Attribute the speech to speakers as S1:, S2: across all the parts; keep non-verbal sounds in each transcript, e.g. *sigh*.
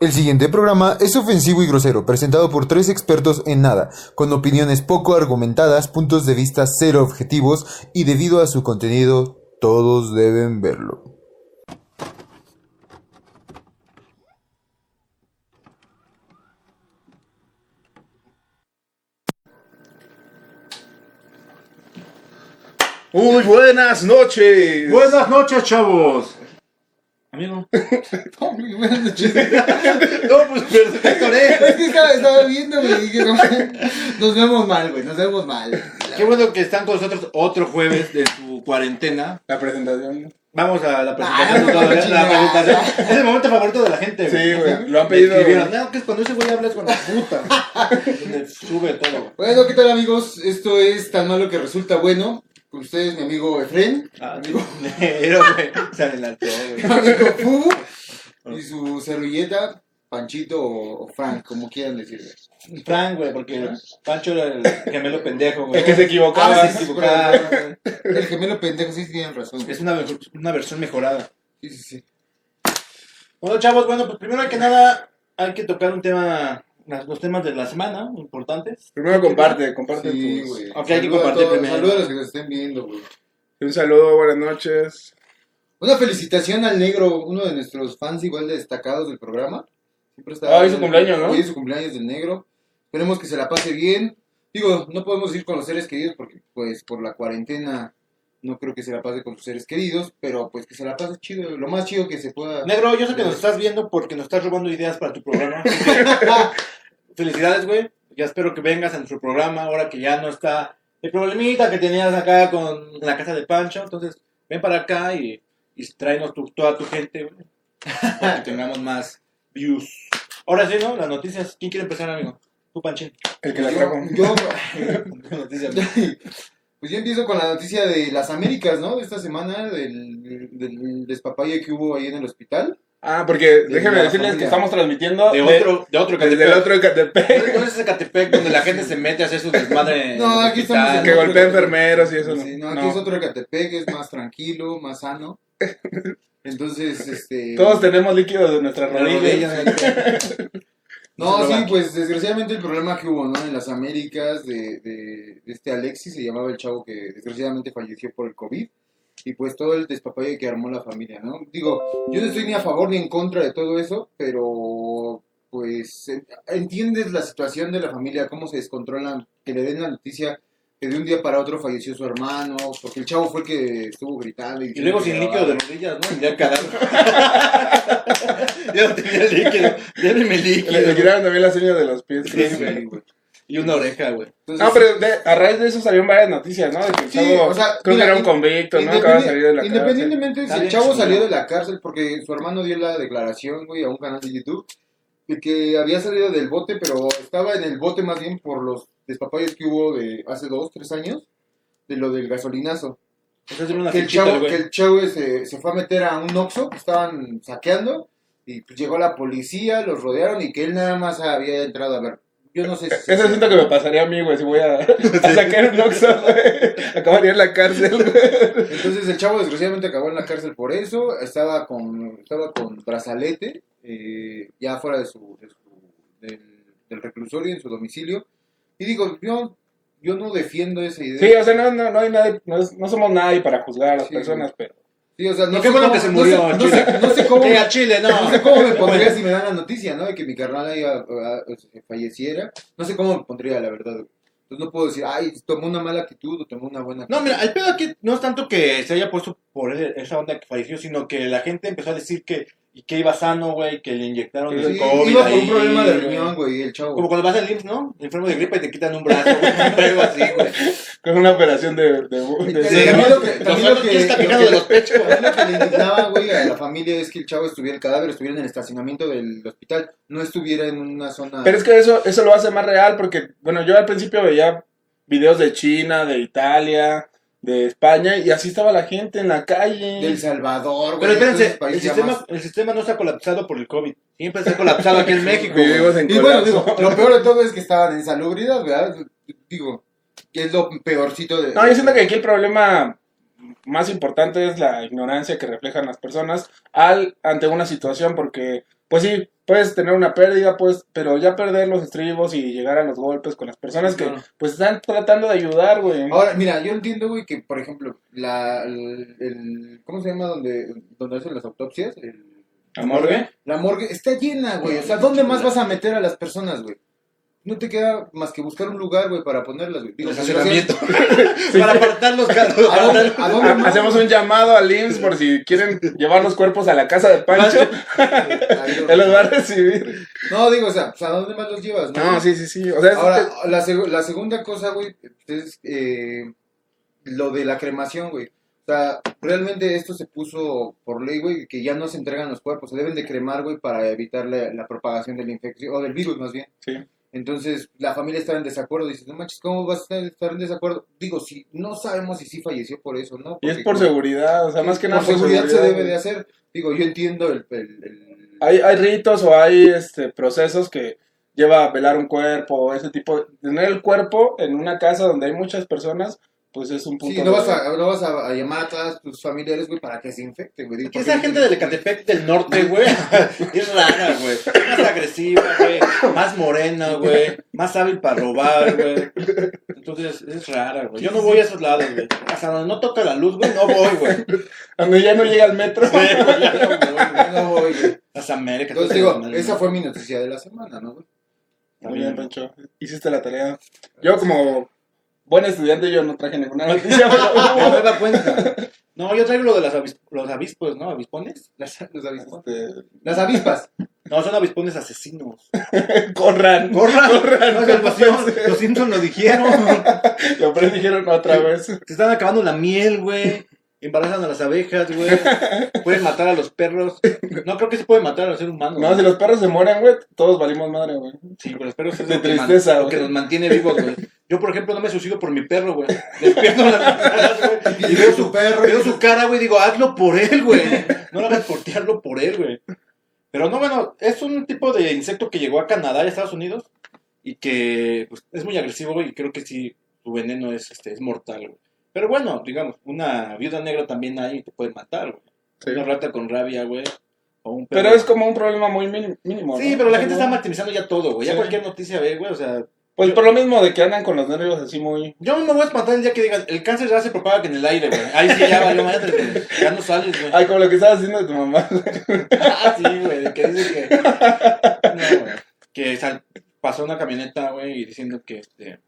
S1: El siguiente programa es ofensivo y grosero, presentado por tres expertos en nada, con opiniones poco argumentadas, puntos de vista cero objetivos y debido a su contenido, todos deben verlo.
S2: Muy buenas noches.
S3: Buenas noches, chavos.
S2: Amigo.
S4: No, mi buena noche.
S2: No, pues perdón.
S4: Es que estaba, estaba viendo, güey, y dije, no, nos vemos mal, güey, nos vemos mal.
S2: Qué bueno que están con nosotros otro jueves de su cuarentena.
S3: La presentación.
S2: Vamos a la
S4: Ah,
S2: presentación.
S4: no,
S2: por favor,
S4: chingada.
S2: la presentación. Es el momento favorito de la gente,
S3: Sí, güey. Lo han
S2: Me
S3: pedido.
S2: escribieron, No, que es cuando ese güey hablas con la puta. Me Sube todo.
S4: Bueno, ¿qué tal, amigos? Esto es tan malo que resulta bueno. Con ustedes, mi amigo Efren,
S2: Ah, amigo. Pero, güey, se adelantó,
S4: mi
S2: güey.
S4: amigo Fubu y su servilleta, Panchito o, o Frank, como quieran decirle.
S2: Frank, güey, porque Pancho era el gemelo pendejo, güey.
S3: Es que se equivocaba.
S2: Ah, sí, sí. equivocado,
S4: El gemelo pendejo, sí tienen razón. güey.
S2: Es una, mejor- una versión mejorada.
S4: Sí, sí, sí.
S2: Bueno, chavos, bueno, pues primero que nada hay que tocar un tema, las- los temas de la semana importantes.
S3: Primero comparte, comparte
S4: Sí,
S3: tus-
S4: güey.
S2: Ok, hay que
S4: Saludo a
S2: compartir
S4: todos,
S2: primero.
S4: Saludos a los que nos estén viendo, güey.
S3: Un saludo, buenas noches.
S4: Una felicitación al negro, uno de nuestros fans igual de destacados del programa. Siempre está
S3: Ah, hoy es su cumpleaños, ¿no?
S4: Hoy es su cumpleaños del negro. Esperemos que se la pase bien. Digo, no podemos ir con los seres queridos porque, pues, por la cuarentena no creo que se la pase con sus seres queridos, pero pues que se la pase chido, lo más chido que se pueda.
S2: Negro, yo sé que nos estás viendo porque nos estás robando ideas para tu programa. *laughs* Felicidades, güey. Ya espero que vengas a nuestro programa ahora que ya no está el problemita que tenías acá con la casa de Pancho. Entonces, ven para acá y, y tráenos tu- toda tu gente, güey. Para que tengamos más views. Ahora sí, ¿no? Las noticias. ¿Quién quiere empezar, amigo? Tú, Panchín.
S3: El que la trajo.
S4: yo, yo, *laughs*
S2: Noticias.
S4: pues yo empiezo con la noticia de las Américas, ¿no? Esta semana del, del despapalle que hubo ahí en el hospital.
S3: Ah, porque
S4: De
S3: déjenme
S4: la
S3: decirles
S4: familia.
S3: que estamos transmitiendo
S2: De
S3: de-
S2: otro, de otro
S3: desde el
S2: Catepec.
S3: otro Ecatepec.
S2: ¿Cuál es ese Catepec donde la gente se mete a hacer su desmadre? en
S4: No,
S2: el
S4: aquí
S2: hospital?
S4: estamos en
S3: Que
S4: otro
S3: golpea
S4: Ecatepec.
S3: enfermeros y eso.
S4: Sí,
S3: No,
S4: no, aquí es
S3: No.
S4: otro Ecatepec, es más tranquilo, más sano.
S3: *laughs*
S4: Entonces, este...
S3: Todos tenemos líquidos de nuestras
S2: Horrible,
S3: rodillas.
S2: ya sé. *laughs*
S4: No, sí,
S2: Eslovaquia.
S4: pues desgraciadamente el problema que hubo, ¿no? En las Américas de, de, de este Alexis, se llamaba el chavo que desgraciadamente falleció por el COVID. Y pues todo el despapalle que armó la familia, ¿no? Digo, yo no estoy ni a favor ni en contra de todo eso, pero pues en- entiendes la situación de la familia, cómo se descontrolan, que le den la noticia que de un día para otro falleció su hermano, porque el chavo fue el que estuvo gritando.
S2: Y luego sin líquido de rodillas, ¿no? Ya cadáver. *laughs* ya no tenía líquido. Déjeme
S3: Le, le
S2: líquido.
S3: tiraron también las uñas de los pies.
S2: Sí,
S3: creo.
S2: güey. Y una oreja, güey.
S4: Entonces,
S3: No, pero de- a raíz de eso salieron varias noticias, ¿no? De que el
S4: Sí,
S3: chavo-
S4: o sea,
S3: creo
S4: mira,
S3: que era un
S4: in-
S3: convicto, ¿no? Acaba de
S4: Independe-
S3: salir de la cárcel.
S4: Independientemente
S2: Está
S4: si el
S2: bien
S4: chavo
S2: chingón.
S4: salió de la cárcel porque su hermano dio la declaración, güey, a un canal de YouTube de que había salido del bote, pero estaba en el bote más bien por los despapalles que hubo de hace dos, tres años, de lo del gasolinazo.
S2: Eso es una
S4: Que el
S2: fichita,
S4: chavo, que
S2: Ah, güey.
S4: el chavo se, se fue a meter a un Oxxo que estaban saqueando y pues llegó la policía, los rodearon y que él nada más había entrado a ver. Yo no sé si...
S3: Eso siento que me pasaría a mí, güey, si voy a, *laughs* a sacar un Oxxo, güey. Acabaría en la cárcel, güey.
S4: Entonces el chavo desgraciadamente acabó en la cárcel por eso, estaba con, estaba con brazalete, eh, ya fuera de su, de su- del, del reclusorio, en su domicilio. Y digo, yo, yo no defiendo esa idea.
S3: Sí, o sea, no, no, no hay nadie, no, es- no somos nadie para juzgar a las
S4: Sí,
S3: personas, pero...
S4: Sí, o sea, no
S2: Qué
S4: sé
S2: bueno
S4: cómo-
S2: que se
S4: no
S2: murió,
S4: sé- No sé, no sé
S2: *laughs*
S4: cómo,
S2: Eh, a Chile, no.
S4: no sé cómo me pondría si me dan la noticia, ¿no? De que mi carnal ahí, ah, ah, eh, falleciera. No sé cómo me pondría, la verdad. Entonces no puedo decir, ay, tomó una mala actitud o tomó una buena actitud.
S2: No, mira, e- el pedo aquí no es tanto que se haya puesto por ese- esa onda que falleció, sino que la gente empezó a decir que y que iba sano, güey, que le inyectaron
S4: Sí,
S2: el COVID.
S4: iba por
S2: ahí,
S4: un problema de
S2: güey.
S4: riñón, güey, el chavo.
S2: Como
S4: *laughs*
S2: cuando vas al IMSS, ¿no? Enfermo de gripa y te quitan un brazo, güey. *laughs* Un pedo así, güey.
S3: Con una operación de. de, de-
S4: Sí, también lo que- también lo
S2: Los
S4: que-
S2: que está picado de los pechos.
S4: También lo que le indignaba, güey, a la familia es que el chavo estuviera, el cadáver estuviera en el estacionamiento del hospital, no estuviera en una zona...
S3: Pero es que eso, eso lo hace más real porque, bueno, yo al principio veía videos de China, de Italia, de España y así estaba la gente en la calle.
S4: del Salvador, güey.
S2: Pero espérense,
S4: entonces,
S2: el
S4: país ya más-
S2: sistema, el sistema no está colapsado por el COVID. Siempre está colapsado aquí en México. güey.
S3: Vivimos en
S4: Y bueno,
S3: colapso.
S4: digo, lo peor de todo es que estaban en salubridad, ¿verdad? Digo, que es lo peorcito de...
S3: No, yo siento que aquí el problema más importante es la ignorancia que reflejan las personas al ante una situación porque pues sí puedes tener una pérdida pues pero ya perder los estribos y llegar a los golpes con las personas que
S2: Claro.
S3: pues están tratando de ayudar güey
S4: Ahora, mira, yo entiendo, güey, que, por ejemplo, la... el- el- ¿Cómo se llama? Donde, donde hacen las autopsias, el...
S3: ¿La morgue?
S4: La morgue está llena, güey. O sea, ¿dónde más vas a meter a las personas, güey? No te queda más que buscar un lugar, güey, para ponerlas, güey. Digo,
S2: El
S4: si lo hacen-
S2: estacionamiento.
S4: *laughs*
S2: Para apartar los carros.
S4: ¿A dónde, a
S3: *laughs*
S4: dónde
S3: Ha-
S4: más?
S3: Hacemos un llamado al IMSS por si quieren llevar los cuerpos a la casa de Pancho.
S4: Ahí lo-
S3: Él los va a recibir.
S4: No, digo, o sea, pues, ¿a dónde más los llevas?
S3: No, sí, sí, sí. O sea, es-
S4: Ahora, la, seg- la segunda cosa, güey, es eh, lo de la cremación, güey. O sea, realmente esto se puso por ley, güey, que ya no se entregan los cuerpos. Se deben de cremar, güey, para evitar la, la propagación de la infección, o del virus más bien.
S3: Sí.
S4: Entonces, la familia estaba en desacuerdo. Dice, no manches, ¿cómo vas a estar- estar en desacuerdo? Digo, si no sabemos si sí falleció por eso, ¿no?
S3: y es
S4: Porque
S3: por
S4: como-
S3: seguridad, o sea, más que nada
S4: por seguridad, se debe de hacer. Digo, yo entiendo el... el- el-
S3: Hay, hay ritos o hay este, procesos que lleva a velar un cuerpo, ese tipo. Tener el cuerpo en una casa donde hay muchas personas, pues es un punto.
S4: Sí, no
S3: de-
S4: vas, a, no vas a, a llamar a todas tus familiares, güey, para que se infecten, güey. Digo,
S2: Que
S4: porque-
S2: esa gente del Ecatepec del norte, güey, *laughs* es rara, güey. Más agresiva, güey. Más morena, güey. Más hábil para robar, güey. Entonces, es rara, güey. Yo no voy a esos lados, güey. Hasta donde no toca la luz, güey, no voy, güey.
S4: *laughs*
S3: Donde ya no llega el metro.
S2: *laughs* Sí, güey, ya no voy, güey.
S4: No, güey.
S2: Hasta América.
S4: Entonces
S2: todo
S4: digo,
S2: eso,
S4: esa fue mi noticia de la semana, ¿no? güey?
S3: Muy bien, Pancho. Hiciste la tarea. Yo, como buen estudiante, yo no traje ninguna noticia.
S2: No,
S3: pero-
S2: me da cuenta. No, yo traigo lo de las avis- los avispos, ¿no? ¿Avispones?
S4: Las, los avispas.
S3: este,
S4: Las avispas.
S2: No, son avispones *laughs* asesinos.
S3: *laughs* corran.
S2: ¡Corran! No,
S3: corran.
S2: los Simpsons lo dijeron.
S3: Lo predijeron otra vez.
S2: Se están acabando la miel, güey. Embarazan a las abejas, güey. Pueden matar a los perros. No creo que se puede matar al ser humano.
S3: No, si los perros se mueren, güey, todos valimos madre, güey.
S2: Sí, pero
S3: *laughs*
S2: los perros es
S3: De
S2: lo que man-
S3: tristeza,
S2: lo que
S3: güey.
S2: nos mantiene vivos, güey. Yo, por ejemplo, no me suicido por mi perro,
S3: *laughs*
S2: güey. Despierto a las mañanas, güey. Y veo su,
S4: perro.
S2: veo su cara, güey. Digo, hazlo por él, güey. No lo hagas por ti, hazlo por él, güey. Pero no, bueno, es un tipo de insecto que llegó a Canadá y a Estados Unidos. Y que pues, es muy agresivo, güey. Y creo que sí, su veneno es, este, es mortal, güey. Pero bueno, digamos, una viuda negra también hay y te puede matar, güey.
S3: Sí.
S2: Una rata con rabia, güey. O un perro.
S3: Pero es como un problema muy mini- mínimo.
S2: Sí,
S3: ¿no?
S2: pero la gente
S3: O
S2: está
S3: sea,
S2: maximizando ya todo, güey. Ya
S3: Sí.
S2: cualquier noticia ve, güey. O sea,
S3: Pues por lo mismo de que andan con los nervios así muy.
S2: yo me voy a espantar el día que digan, el cáncer ya se propaga que en el aire, güey. Ahí sí ya valió madre, güey. Ya no sales,
S4: *laughs*
S2: güey.
S3: Ay, como lo que estabas haciendo de tu mamá.
S2: Ah, sí, güey. de Que dice que. No, güey. Que sal- pasó una camioneta, güey, y diciendo que este.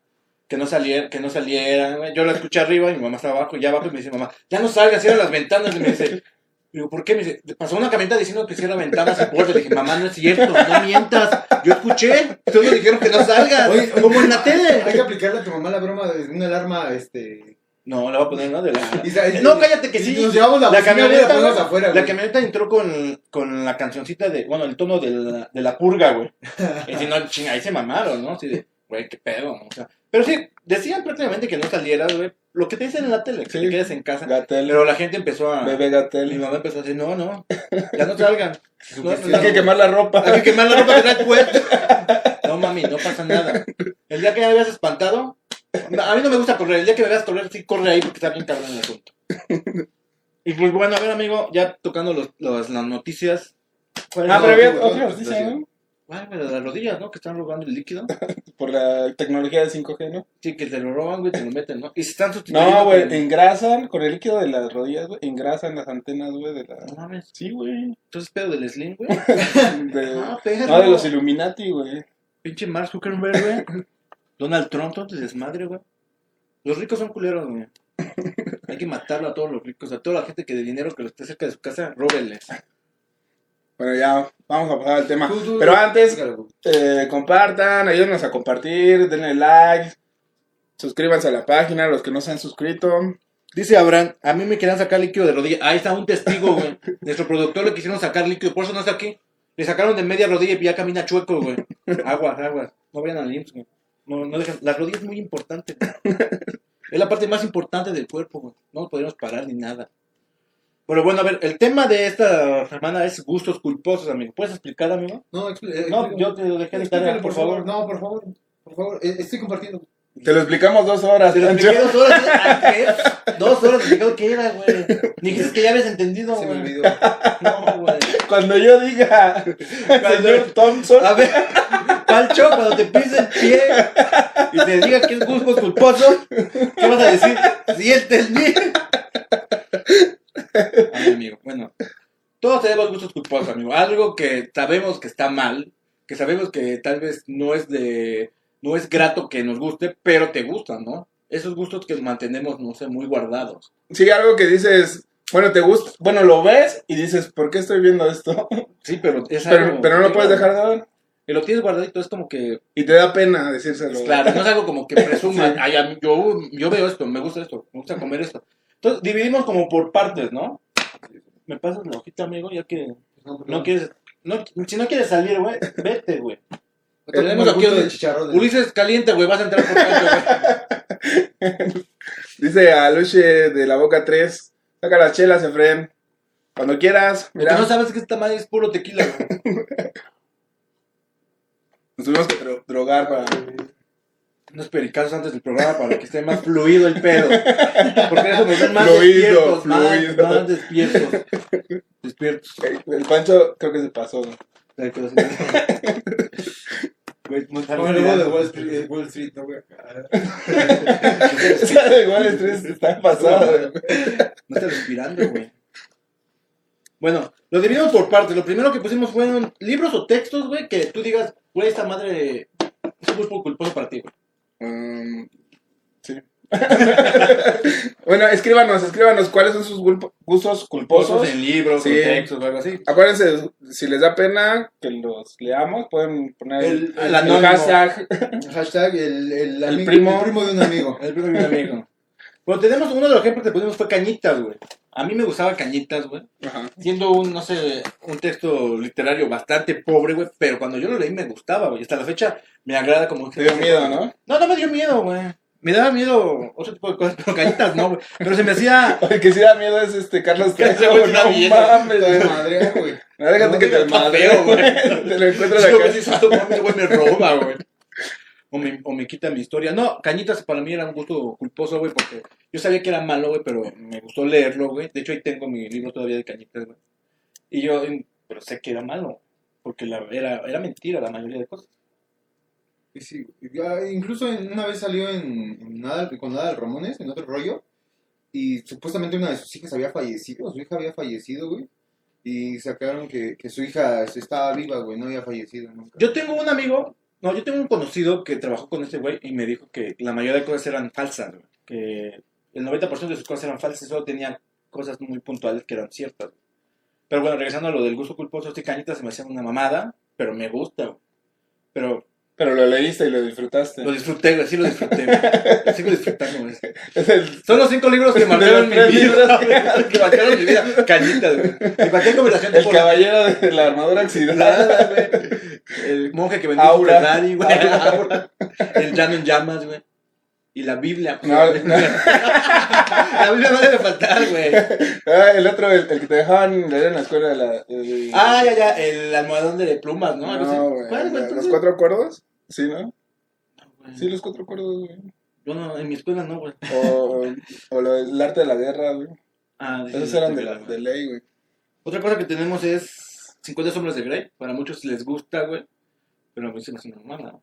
S2: Que no saliera, que no salieran, güey. Yo la escuché arriba y mi mamá estaba abajo, y ya abajo y me dice, mamá, ya no salgas, cierra las ventanas. Y me dice, digo, ¿por qué? Me dice, pasó una camioneta diciendo que cierra ventanas y puertas. Le dije, mamá, no es cierto, no mientas. Yo escuché, todos dijeron que no salgas,
S4: Oye, oye,
S2: como en la tele.
S4: Hay que aplicarle a tu mamá la broma de una alarma, este...
S2: No, la va a poner, ¿no? De la...
S4: y sa- y-
S2: No, cállate que
S4: y
S2: sí.
S4: Nos llevamos la,
S2: La
S4: bocina, güey,
S2: camioneta,
S4: la ponemos
S2: güey.
S4: afuera,
S2: La
S4: güey.
S2: camioneta entró con, con la cancioncita de, bueno, el tono de la, de la purga, güey. Y si no, chinga, ahí se mamaron, ¿no? Así de, güey, qué pedo, ¿no? o sea, Pero sí, decían prácticamente que no salieras, güey. Lo que te dicen en la tele, que
S3: Sí.
S2: te quedes en casa.
S3: Gatel,
S2: Pero la gente empezó a...
S3: bebé
S2: Mi
S3: Gatel.
S2: mamá empezó a decir, no, no, ya no salgan. No, no,
S3: Hay que quemar la ropa.
S2: hay que quemar la ropa que trae puesta. No, mami, no pasa nada. El día que me habías espantado, no, a mí no me gusta correr. El día que me veas correr, sí corre ahí porque está bien cabrón el asunto. Y pues bueno, a ver, amigo, ya tocando los, los- las noticias. ¿Cuál es
S3: Ah,
S2: la-
S3: pero había
S4: no,
S3: otra
S4: no,
S3: noticia,
S4: no,
S3: ¿no?
S2: cuál, güey? Ah, las rodillas, ¿no? Que están robando el líquido.
S3: Por la tecnología de 5G, ¿no?
S2: Sí, que te lo roban, güey, te lo meten, ¿no? Y se están sustituyendo.
S3: No, güey,
S2: con-
S3: te engrasan con el líquido de las rodillas, güey. Engrasan las antenas, güey, de
S2: No
S3: la.
S2: mames.
S3: Sí, güey.
S2: Entonces, pedo del Slim, güey.
S3: *laughs* De-
S2: Ah, perro.
S3: No, de los Illuminati, güey.
S2: Pinche Mark Zuckerberg, güey. *coughs* Donald Trump, todo te desmadre, güey. Los ricos son culeros, güey. Hay que matarlo a todos los ricos, a toda la gente que de dinero que lo esté cerca de su casa, róbenles.
S3: Bueno, ya vamos a pasar al tema.
S4: Tú, tú,
S3: Pero
S4: tú,
S3: antes,
S4: explícalo, güey.
S3: eh, compartan, ayúdenos a compartir, denle like, suscríbanse a la página, los que no se han suscrito.
S2: Dice Abraham, a mí me querían sacar líquido de rodilla. Ahí está un testigo,
S4: *laughs*
S2: güey. Nuestro productor le quisieron sacar líquido, por eso no está aquí. Le sacaron de media rodilla y ya camina chueco, güey. Aguas, aguas. No vayan al IMSS, güey. No, no dejan. La rodilla es muy importante, güey. Es la parte más importante del cuerpo, güey. No nos podemos parar ni nada. Pero bueno, a ver, el tema de esta semana es gustos culposos, amigo. ¿Puedes explicar, amigo?
S4: No, expl- eh,
S2: No,
S4: explícalo.
S2: yo te lo dejé de
S4: Explícalo,
S2: tarea, por favor.
S4: No, por favor. Por favor, eh, estoy compartiendo.
S3: Te lo explicamos dos horas.
S2: Te
S4: *laughs*
S2: lo
S3: Pancho.
S2: expliqué dos horas. ¿qué? Dos horas explicado qué era, güey. Ni dijiste que ya habías entendido,
S4: Se me
S2: güey. *laughs*
S4: olvidó.
S2: No, *laughs* güey.
S3: Cuando yo diga, señor Thompson,
S2: A ver, Pancho, cuando te pise el pie y te diga que es gusto culposo, ¿qué vas a decir? Sí, entendí. Ay, amigo, bueno. Todos tenemos gustos culposos, amigo. Algo que sabemos que está mal, que sabemos que tal vez no es de... No es grato que nos guste, pero te gustan, ¿no? Esos gustos que mantenemos, no sé, muy guardados.
S3: sí, algo que dices, bueno, te gusta, bueno, lo ves y dices, ¿por qué estoy viendo esto?
S2: Sí, pero es
S3: *laughs* Pero,
S2: algo-
S3: pero no lo puedes dejar de ver.
S2: Y lo tienes guardadito, es como que
S3: Y te da pena decírselo.
S2: Pues Claro, no es algo como que *laughs* presuman, "Ay, a mí- yo, yo veo esto, me gusta esto, me gusta comer esto. Entonces, dividimos como por partes, ¿no? Me pasas la hojita, amigo, ya que no quieres... No, si no quieres salir, güey, vete, güey. tenemos aquí
S4: gusto
S2: donde-
S4: de chicharrón. de-
S2: *laughs* Ulises caliente, güey, vas a entrar por *laughs* tanto, güey.
S3: Dice Aluche de la Boca 3, saca las chelas, Efren. Cuando quieras,
S2: Porque no
S3: mira,
S2: sabes que esta madre es puro tequila, güey.
S3: nos tuvimos que dro- drogar para...
S2: Unos pericazos antes del programa para que esté más fluido el pedo. Porque eso nos ven más
S3: Fluido,
S2: despiertos, más-
S3: fluido.
S2: más despiertos. Despiertos. *laughs*
S3: El Pancho creo que se pasó. ¿no? *laughs*
S2: Ay, pero sí. Güey, no está
S4: Como el logo de
S2: respirando.
S4: Wall Street, eh,
S2: *laughs*
S4: Wall Street, ¿no, güey?
S3: Esa de Wall Street está pasada. güey.
S2: No está respirando, güey. Bueno, lo dividimos por partes. Lo primero que pusimos fueron libros o textos, güey, que tú digas, güey, esta madre es un poco culposo para ti, güey.
S3: Mm, sí. *laughs* bueno, escríbanos, escríbanos cuáles son sus gulpo- gustos culposos.
S2: en libros
S3: Sí.
S2: o textos o algo así.
S3: Acuérdense, si les da pena que los leamos, pueden poner el,
S4: El- el
S3: el
S2: anónimo.
S3: hashtag.
S4: Hashtag el, el, amigo-
S3: primo.
S4: el primo de un amigo.
S2: El primo de un amigo. Bueno, tenemos uno de los ejemplos que pusimos fue cañitas, güey. A mí me gustaba cañitas, güey.
S3: Ajá.
S2: Siendo un, no sé, un texto literario bastante pobre, güey. Pero cuando yo lo leí me gustaba, güey. Hasta la fecha me agrada como...
S3: Te dio miedo, ¿no?
S2: No, no me dio miedo, güey. Me daba miedo otro tipo de cosas, pero cañitas no, güey. Pero se me *laughs* hacía...
S3: El que sí da miedo es este
S2: *laughs*
S3: Carlos
S2: Ese
S3: Trejo,
S2: güey está
S3: no
S2: bien.
S3: mames.
S4: Está de
S3: güey.
S4: madre, güey.
S3: No, déjate
S2: No,
S3: que te
S2: está
S3: madreo,
S2: feo,
S3: güey.
S2: güey.
S3: *laughs* Te lo encuentro en la
S2: Yo me
S3: calle.
S2: *laughs* siento, mami, güey, me roba, güey. O me, o me quita mi historia. No, Cañitas para mí era un gusto culposo, güey, porque yo sabía que era malo, güey, pero me gustó leerlo, güey. De hecho, ahí tengo mi libro todavía de Cañitas, güey. Y yo, mm, pero sé que era malo, porque la, era, era mentira la mayoría de cosas.
S4: Y sí, ya, incluso en- una vez salió en, en nada, con nada del Ramones, en otro rollo, y supuestamente una de sus hijas había fallecido, su hija había fallecido, güey, y sacaron que, que su hija estaba viva, güey, no había fallecido nunca.
S2: Yo tengo un amigo, no, yo tengo un conocido que trabajó con este güey y me dijo que la mayoría de cosas eran falsas, güey. Que el 90% de sus cosas eran falsas y solo tenía cosas muy puntuales que eran ciertas. güey. Pero bueno, regresando a lo del gusto culposo, este cañita se me hacía una mamada, pero me gusta, güey. Pero
S3: Pero lo leíste y lo disfrutaste.
S2: lo disfruté, güey, sí lo disfruté, güey. Lo Sigo disfrutando, güey.
S3: Es el-
S2: Son los cinco libros que
S3: *laughs* De los
S2: marcaron mi
S3: tres libros
S2: vida.
S3: que-
S2: güey, *laughs* Que marcaron mi vida. Cañitas, güey. Y cualquier conversación
S3: el
S2: por-
S3: caballero de la armadura oxidada. *laughs*
S2: Nada, güey. El monje que vendió su
S3: Aura.
S2: Ferrari, güey. Aura. El llano en llamas, güey. Y la Biblia. güey.
S3: No, no.
S2: La Biblia no debe faltar, güey.
S3: Ah, el otro, el, el que te dejaban leer en la escuela. La, el-
S2: Ah, ya, ya. El almohadón de plumas, ¿no?
S3: no,
S2: Algo así.
S3: güey,
S2: ¿Cuál, güey,
S3: ¿Los
S2: entonces?
S3: cuatro cuerdos? Sí, ¿no?
S2: Güey,
S3: Sí, los cuatro cuerdos, güey.
S2: Yo no, en mi escuela no, güey. *laughs*
S3: O, o lo del arte de la guerra, güey.
S2: Ah, sí,
S3: Esos
S2: sí,
S3: eran
S2: sí,
S3: de, la,
S2: güey.
S3: de ley, güey.
S2: Otra cosa que tenemos es 50 sombras de Grey. Para muchos les gusta, güey. Pero a mí se me hace normal, ¿no?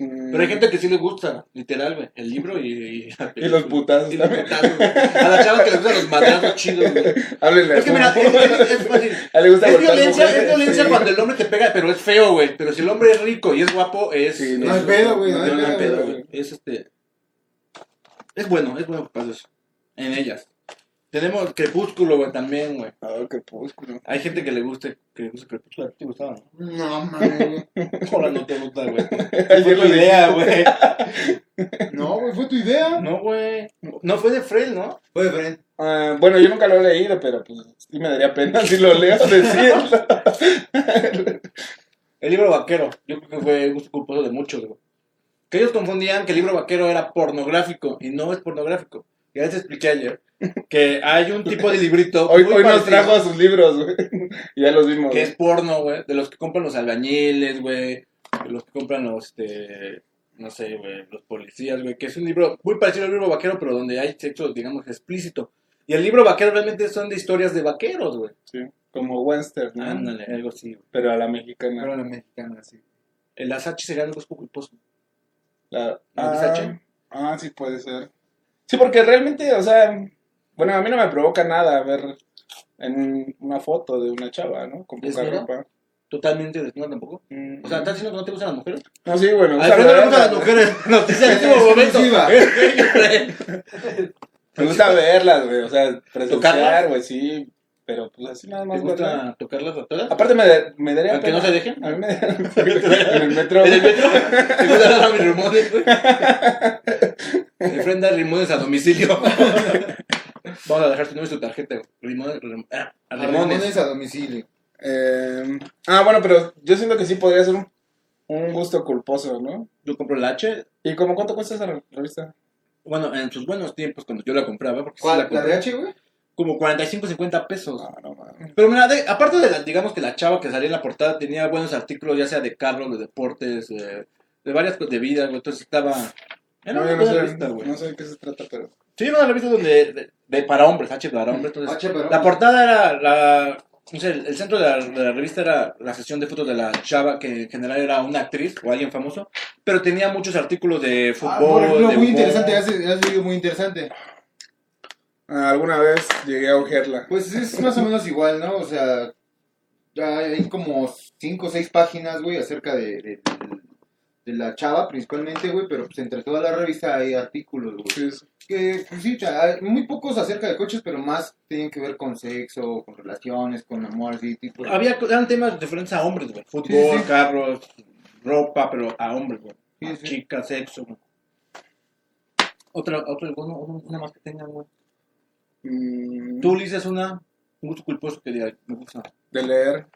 S3: Mm.
S2: Pero hay gente que sí les gusta, literal, güey. El libro y... Y, la
S3: Y los
S2: película.
S3: putazos
S2: Y los
S3: también.
S2: putazos, güey. A la chava que les gustan los madrazos chidos, güey.
S3: Háblenle.
S2: Es que mira, es, es- es fácil.
S3: *laughs* A él le gusta
S2: Es
S3: golpear
S2: violencia,
S3: mujeres,
S2: es violencia
S3: sí.
S2: cuando el hombre te pega, pero es feo, güey. Pero si el hombre es rico y es guapo, es.
S3: Sí,
S4: No hay
S2: es-
S4: pedo, güey,
S2: No,
S4: no hay
S2: no hay
S4: pedo,
S2: pedo, güey. Es este. Es bueno, es bueno que pase eso. En ellas. Tenemos Crepúsculo, güey, también, güey.
S3: A ver, crepúsculo.
S2: Hay gente que le guste, que le guste Crepúsculo. ¿A ti te gustaba, no?
S4: No, mames.
S2: Ahora no te gusta, güey. Fue tu idea, güey.
S4: No, güey, fue
S2: *laughs*
S4: tu idea.
S2: No, güey. No fue de Fred, ¿no?
S4: Fue de frente.
S3: Ah, bueno, yo nunca lo he leído, pero pues sí me daría pena si lo leo *laughs* decirlo.
S2: El libro vaquero. Yo creo que fue gusto culposo de muchos, güey. Que ellos confundían que el libro vaquero era pornográfico y no es pornográfico. Ya les expliqué ayer que hay un tipo de librito.
S3: Hoy,
S2: muy
S3: hoy nos
S2: parecido
S3: trajo a sus libros, güey. *laughs* ya los vimos.
S2: Que
S3: güey.
S2: es porno, güey. De los que compran los albañiles, güey. De los que compran los, este, no sé, güey, los policías, güey. Que es un libro muy parecido al libro vaquero, pero donde hay sexo, digamos, explícito. Y el libro vaquero realmente son de historias de vaqueros, güey.
S3: Sí, como Western, ¿no?
S2: Ándale, algo así, güey.
S3: Pero a la mexicana.
S4: Pero la mexicana, sí.
S2: El asache sería algo culposo.
S3: La-
S2: ¿La Versace?
S3: ah, sí puede ser. Sí, porque realmente, o sea, bueno, a mí no me provoca nada ver en una foto de una chava, ¿no? Con poca
S2: ¿Desnuda?
S3: ropa.
S2: Totalmente desnuda tampoco.
S3: Mm.
S2: O sea, ¿estás diciendo que no te gustan las mujeres?
S3: no, sí, bueno.
S2: Al frente le gustan las mujeres. *laughs* Noticia en último momento.
S4: Exclusiva.
S2: *laughs*
S3: Me gusta verlas, güey, o sea, presenciar,
S2: ¿Tocarlas?
S3: güey, sí, pero pues así nada
S2: ¿Te
S3: más verlas.
S2: gusta tocar las doctoras?
S3: Aparte me, me daría
S2: ¿Aunque no
S3: pena.
S2: se dejen?
S3: A mí me daría en el metro.
S2: *laughs* ¿En el metro? ¿Te gusta dar a mis rumores, güey? Enfrenta Rimones a domicilio. Vamos a dejar tu nombre y tu tarjeta, güey. Rimones, rim- ah, a Rimones.
S4: Ramones a domicilio.
S3: Eh, ah, bueno, pero yo siento que sí podría ser un, un gusto culposo, ¿no?
S2: Yo compro el H.
S3: ¿Y como cuánto cuesta esa re- revista?
S2: Bueno, en sus buenos tiempos, cuando yo la compraba, porque sí
S4: ¿Cuál?
S2: la
S4: ¿La de
S2: compré,
S4: H, güey?
S2: como 45, 50 pesos.
S3: Ah, No, no, mames.
S2: Pero mira, de- aparte de, la, digamos que la chava que salía en la portada tenía buenos artículos, ya sea de carros, de deportes, eh, de varias cosas de vida, güey. Entonces estaba. Era
S3: No,
S2: una
S3: yo no,
S2: buena
S3: sé,
S2: revista, güey.
S3: no sé de qué se trata, pero...
S2: Sí, una revista donde. De, de para hombres, H para hombres. Entonces,
S4: H, pero.
S2: Pues, La portada era la. no sé, el, el centro de la, de la revista era la sesión de fotos de la chava, que en general era una actriz o alguien famoso, pero tenía muchos artículos de fútbol.
S4: Ah, por ejemplo,
S2: de
S4: muy
S2: humor.
S4: interesante, has, has leído muy interesante.
S3: Ah, Alguna vez llegué a ojearla.
S4: Pues es más o menos igual, ¿no? O sea, ya hay como cinco o seis páginas, güey, acerca de, de, de la chava principalmente, güey, pero pues entre toda la revista hay artículos, güey.
S3: Sí, sí.
S4: que pues sí, cha- hay muy pocos acerca de coches, pero más tienen que ver con sexo, con relaciones, con amor, así tipo. de-
S2: Había, eran temas diferentes a hombres, güey. Fútbol,
S4: Sí, sí.
S2: carros, ropa, pero a hombres, güey.
S4: Sí,
S2: A
S4: sí.
S2: Chicas, sexo, güey. Otra, otra, bueno, una más que tengan, güey.
S3: Mm,
S2: Tú dices una, un gusto culposo que diga, me gusta.
S3: De leer.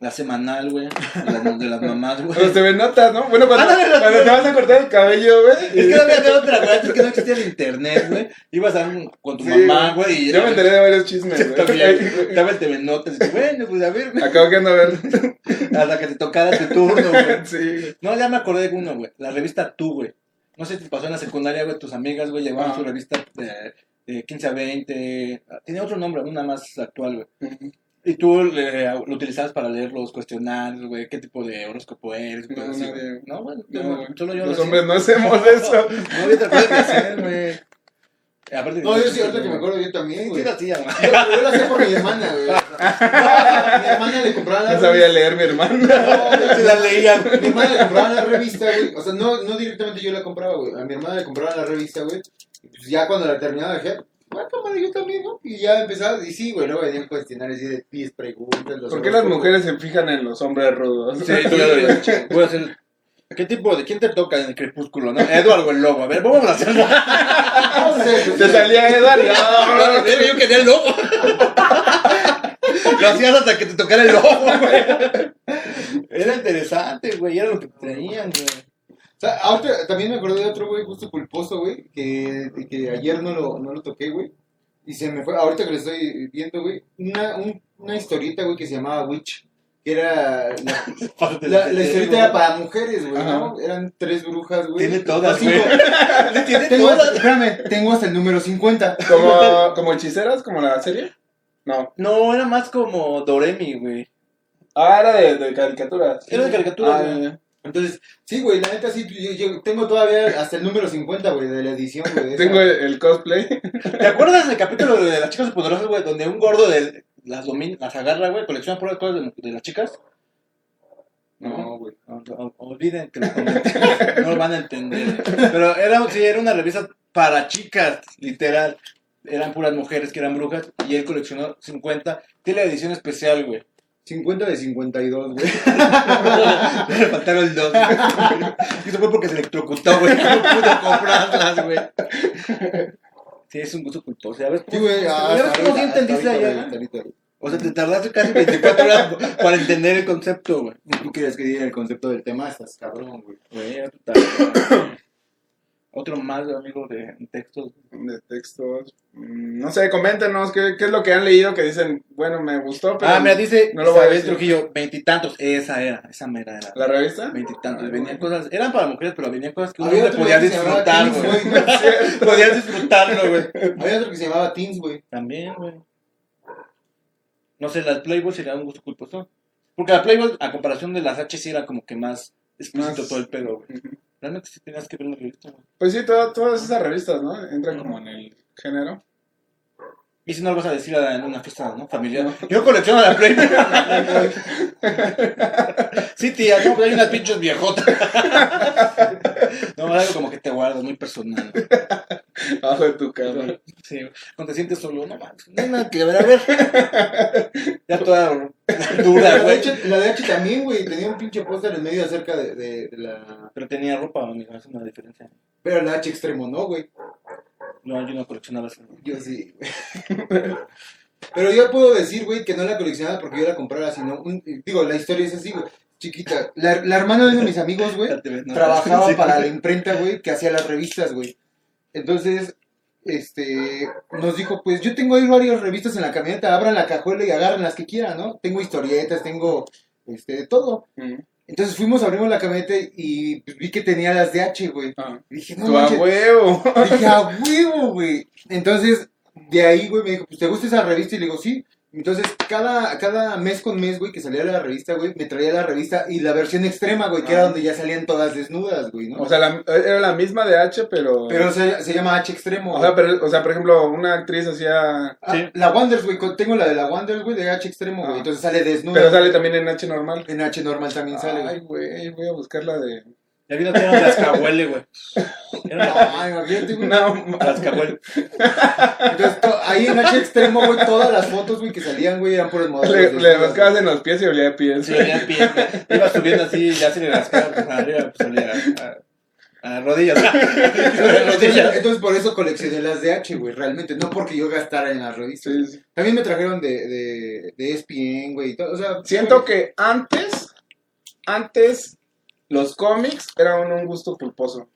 S2: La semanal, güey. De, las- de las mamás,
S4: *laughs*
S2: güey.
S3: Pero se ven notas, ¿no? Bueno, cuando,
S2: Pues, Ándale, las-
S3: cuando te vas a cortar el cabello,
S2: Es que
S3: güey.
S2: no había de otra, güey. Es que no existía el internet, güey. Ibas a un- con tu
S3: Sí,
S2: mamá, güey. y-
S3: Yo me enteré de varios chismes,
S2: Sí,
S3: güey.
S4: *laughs*
S2: También. Estaba el TV Notas. Y tú, bueno, pues a ver, güey,
S3: Acabo que ando a
S2: *laughs*
S3: ver.
S2: hasta que te tocara tu turno, güey.
S3: Sí, güey.
S2: No, ya me acordé de uno, güey. La revista Tú, güey. No sé si te pasó en la secundaria, güey. Tus amigas, güey, llevaban
S3: Ah.
S2: su revista de, de 15 a 20. Tenía otro nombre, una más actual, güey. Y tú le- lo utilizabas para leer los cuestionarios, güey. ¿Qué tipo de horóscopo eres? güey,
S3: No,
S2: así,
S3: nadie.
S2: güey. No, bueno, yo
S3: No,
S2: no,
S3: güey.
S2: solo yo lo
S3: Los
S2: hacía.
S3: hombres no hacemos
S2: *laughs*
S3: eso.
S2: No había otra cosa que hacer, güey. Aparte,
S4: No, yo sí, ahorita que me acuerdo, yo también,
S2: Sí,
S4: güey.
S2: sí lo hacía, güey.
S4: Yo, yo lo hacía por mi hermana, güey. *laughs* mi hermana le compraba la
S3: No sabía leer mi hermana.
S2: Se la leía.
S4: Mi hermana le compraba la revista, güey. O sea, no, no directamente yo la compraba, güey. A mi hermana le compraba la revista, güey. Y pues ya cuando la terminaba dije, bueno, madre, yo también, ¿no? Y ya empezaba, y sí, güey, luego venían cuestionarios así de 10 preguntas. los
S3: ¿Por qué las
S4: horóscopos.
S3: mujeres se fijan en los hombres *laughs* rudos?
S2: Sí, tú ya lo habías hecho. Voy a hacer- ¿Qué tipo de quién te toca en el crepúsculo, no? Eduardo el lobo. A ver, vamos a hacerlo.
S4: Ah, o sea,
S3: ¿Te salía Eduardo? No,
S2: *laughs* Yo quería el lobo. Lo hacías hasta que te tocara el lobo, güey. Era interesante, güey. Era lo que traían, güey.
S4: O sea, ahorita también me acordé de otro güey, justo culposo, güey, que, que ayer no lo, no lo toqué, güey. Y se me fue, ahorita que lo estoy viendo, güey, una, un- una historita, güey, que se llamaba Witch. Que era. La, la- la historita era para mujeres, güey, ¿no? Eran tres brujas, güey.
S2: Tiene todas,
S4: No, cinco.
S2: güey. Tiene
S4: *laughs* Tengo hasta,
S2: todas.
S4: espérame, tengo hasta el número 50.
S3: ¿Como, ¿Como hechiceras? ¿Como la serie? No.
S2: No, era más como Doremi, güey.
S3: Ah, era de, de caricaturas.
S2: Era de caricaturas,
S3: Ah,
S2: güey.
S3: ya, ya.
S4: Entonces, sí, güey, la neta sí, yo, yo tengo todavía hasta el número 50, güey, de la edición, güey. de esa.
S3: Tengo el, el cosplay.
S2: ¿Te acuerdas del capítulo de las chicas poderosas, güey? Donde un gordo de las, domina, las agarra, güey, colecciona puras cosas de, de las chicas.
S4: No, güey.
S2: O- o- Olviden que lo comenté. No lo van a entender. Pero era, sí, era una revista para chicas, literal. eran puras mujeres que eran brujas y él coleccionó 50. Tiene la edición especial, güey.
S4: 50 de 52,
S2: *laughs*
S4: güey.
S2: Le faltaron el 2. Eso fue porque se electrocutó, güey. No pudo comprarlas, güey. Sí, es un gusto culposo. ¿Ya ves
S4: Sí,
S2: cómo,
S4: güey. ah,
S2: ya ves cómo sí entendiste allá?
S4: allá?
S2: O sea, te tardaste casi 24 horas para entender el concepto, güey.
S4: Tú querías que diera el concepto del tema, estás cabrón, güey.
S2: Güey, era tu tarea. Otro más, amigo, de textos.
S3: de textos. Mm, No sé, coméntenos qué, qué es lo que han leído que dicen, bueno, me gustó, pero.
S2: Ah, mira, dice
S3: no lo voy a
S2: Isabel
S3: decir.
S2: Trujillo, veintitantos. Esa era, esa mera era.
S3: ¿La
S2: *laughs*
S3: revista?
S2: Veintitantos.
S3: Ah,
S2: venían
S3: bueno.
S2: cosas, eran para mujeres, pero venían cosas que uno
S4: Había
S2: le
S4: otro
S2: podía
S4: que se llamaba
S2: disfrutar,
S4: Teens,
S2: güey.
S4: güey, no es cierto.
S2: Podías disfrutarlo, güey.
S4: Había otro que se llamaba Teens, güey.
S2: También, güey. No sé, las Playboy sería un gusto culposo. Porque la Playboy, a comparación de las H, sí era como que más explícito
S3: Más-
S2: todo el pedo, güey.
S3: Ujú.
S2: Realmente sí tenías que ver la revista, güey.
S3: Pues sí, toda- todas esas revistas, ¿no? Entran como en el género. *laughs*
S2: Y si no lo vas a decir a- en una fiesta, ¿no? Familiar. Yo colecciono la Playboy. sí, tía, no, pero hay unas pinches viejotas. no, algo como que te guardas, muy personal. güey.
S3: Abajo Ah, de tu cama.
S2: Sí, güey. cuando te sientes solo, no mames, no hay nada que ver, a ver. *laughs* ya toda dura,
S4: La de
S2: güey.
S4: H- la de H también, güey. Tenía un pinche póster en medio acerca de, de, de la.
S2: Pero tenía ropa, amigo, es una diferencia.
S4: Pero la H extremo no, güey.
S2: No, yo no coleccionaba eso.
S4: Yo sí. güey. Pero yo puedo decir, güey, que no la coleccionaba porque yo la compraba, sino. un- digo, la historia es así, güey. Chiquita. La, la hermana de uno de mis amigos, güey.
S2: *laughs* Ya te ves, ¿no?
S4: trabajaba
S2: Sí.
S4: para la imprenta, güey, que hacía las revistas, güey. Entonces, este, nos dijo, pues yo tengo ahí varias revistas en la camioneta, abran la cajuela y agarren las que quieran, ¿no? Tengo historietas, tengo, este, de todo.
S3: Mm.
S4: Entonces fuimos, abrimos la camioneta y pues, vi que tenía las de H, güey.
S3: Ah.
S4: Dije, no,
S3: Tu a
S4: manches.
S3: huevo.
S4: Dije, ah. a huevo, güey. Entonces, de ahí, güey, me dijo, pues, ¿te gusta esa revista? Y le digo, sí. Entonces, cada, cada mes con mes, güey, que salía la revista, güey, me traía la revista y la versión extrema, güey,
S3: Ah.
S4: que era donde ya salían todas desnudas, güey, ¿no?
S3: *laughs* O sea, la- era la misma de H, pero.
S4: pero se, se llama H extremo,
S3: o,
S4: güey.
S3: sea, pero- o sea, por ejemplo, una actriz hacía.
S4: Ah,
S2: sí.
S4: La Wonders, güey, con- tengo la de la Wonders, güey, de H extremo, güey.
S3: Ah.
S4: Entonces sale desnuda.
S3: Pero sale también en H normal.
S4: En H normal también sale,
S3: Ay,
S4: güey.
S3: güey, voy a buscar la de.
S2: Ya vi, no eran las cahuele, güey. Eran las-
S4: Ay, imagínate,
S3: *laughs*
S4: güey.
S3: No, ma-
S2: las cahuele.
S4: Entonces, to- ahí en H extremo, güey, todas las fotos, güey, que salían, güey, eran puros modelos.
S3: le, le
S4: desnudas,
S3: rascabas en los pies y olía a pies.
S2: Sí, olía a pie, güey. Iba subiendo así, ya se le rascaba pues, arriba, pues olía a, a, a rodillas. *laughs*
S4: güey.
S2: A las
S4: Entonces,
S2: rodillas.
S4: entonces, por eso coleccioné las de H, güey, realmente. No porque yo gastara en las revistas.
S3: Sí, sí.
S4: También me trajeron de, de, de E ESPN, güey, y todo. O sea,
S3: Siento que antes, antes, los cómics eran un gusto culposo.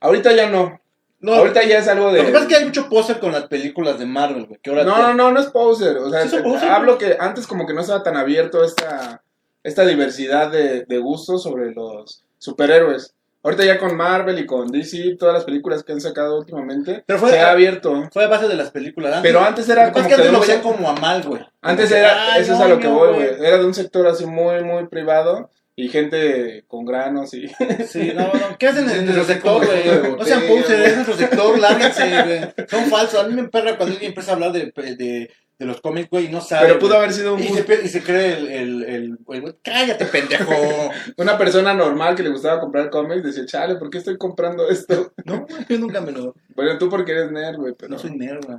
S3: Ahorita ya no.
S2: No,
S3: Ahorita ya es algo de.
S2: Lo que pasa es que hay mucho póster con las películas de Marvel, güey. Que ahora
S3: No,
S2: te-
S3: no, no, no es poser. O sea, este,
S2: Sí, son poser,
S3: hablo que antes como que no estaba tan abierto esta, esta diversidad de, de gustos sobre los superhéroes. Ahorita ya con Marvel y con DC, todas las películas que han sacado últimamente,
S2: Pero fue-
S3: se ha abierto.
S2: Fue a base de las películas. Antes,
S3: Pero antes
S2: Lo
S3: era
S2: que pasa
S3: como
S2: es que
S3: que
S2: antes
S3: de
S2: lo
S3: un
S2: veían
S3: sec-
S2: como a mal, güey.
S3: antes era,
S2: Ay,
S3: eso es
S2: no,
S3: a lo que
S2: no,
S3: voy, güey. Era de un sector así muy, muy privado y gente con granos y...
S2: Sí, no, no. ¿Qué hacen en
S4: Sí,
S2: nuestro
S4: sí,
S2: sector,
S4: como juego de
S2: güey? No sean
S4: botella,
S2: posers,
S4: güey.
S2: es nuestro *laughs* sector, lárguense, güey. Son falsos. A mí me emperra cuando alguien empieza a hablar de, de, de los cómics, güey, y no sabe.
S3: Pero pudo
S2: güey.
S3: haber sido un
S2: Y
S3: gusto-
S2: se, pe- y se cree el, el, el, el güey, cállate, pendejo. *laughs*
S3: una persona normal que le gustaba comprar cómics, decía, chale, ¿por qué estoy comprando esto?
S2: No, güey, yo nunca me lo.
S3: Bueno, tú porque eres nerd, güey, pero...
S2: No soy nerd, güey.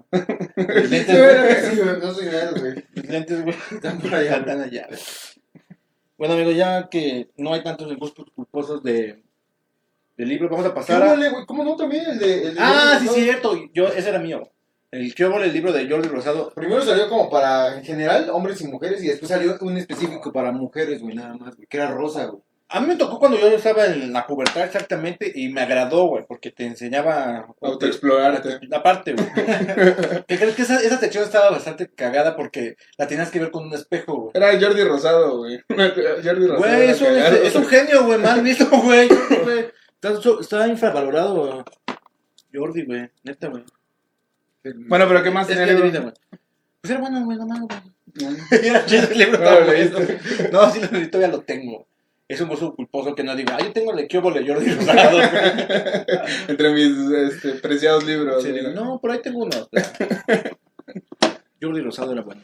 S2: Mis
S4: Sí,
S2: lentes, güey.
S4: güey, sí, güey, no soy nada,
S2: *laughs*
S4: güey.
S2: Mis lentes, güey.
S4: Están por allá.
S2: Están allá, güey. Bueno, amigo, ya que no hay tantos recursos culposos de, de libro, vamos a
S4: ¿Qué
S2: pasar a.
S4: huele, güey? ¿Cómo no también el de... el de-
S2: Ah, sí,
S4: ¿no?
S2: cierto. Yo, ese era mío. El que el libro de Jordi Rosado.
S4: Primero salió como para, en general, hombres y mujeres, y después salió un específico para mujeres, güey, nada más, güey, que era rosa, güey.
S2: A mí me tocó cuando yo estaba en la pubertad exactamente y me agradó, güey, porque te enseñaba
S3: Autoexplorarte.
S2: Aparte,
S3: *laughs*
S2: güey. ¿Qué crees que esa, esa sección estaba bastante cagada porque la tenías que ver con un espejo, güey?
S3: Era Jordi Rosado, güey. *laughs* Jordi Rosado.
S2: Güey,
S3: era
S2: es, un-
S3: cagado. *laughs*
S2: es un genio, güey, mal visto, *laughs* güey. güey. Está, está infravalorado, güey. Jordi, güey, neta, güey.
S3: Bueno, pero ¿qué más
S2: Es que
S3: tenía
S2: ya
S3: el
S2: divina,
S3: libro?
S2: güey. Pues era bueno, güey, no mames, güey.
S3: Mm.
S2: *laughs* Era chido el libro,
S3: No,
S2: estaba
S3: lo
S2: bueno.
S3: leíste.
S2: No, sí lo leí, todavía lo tengo. Es un gozo culposo que no digo, ah, yo tengo el equipo de
S4: *laughs*
S2: Jordi Rosado. güey.
S3: *laughs* Entre mis este, preciados libros.
S2: *laughs* Sí, digo,
S3: güey.
S2: no, por ahí tengo uno. *laughs* Jordi Rosado era bueno.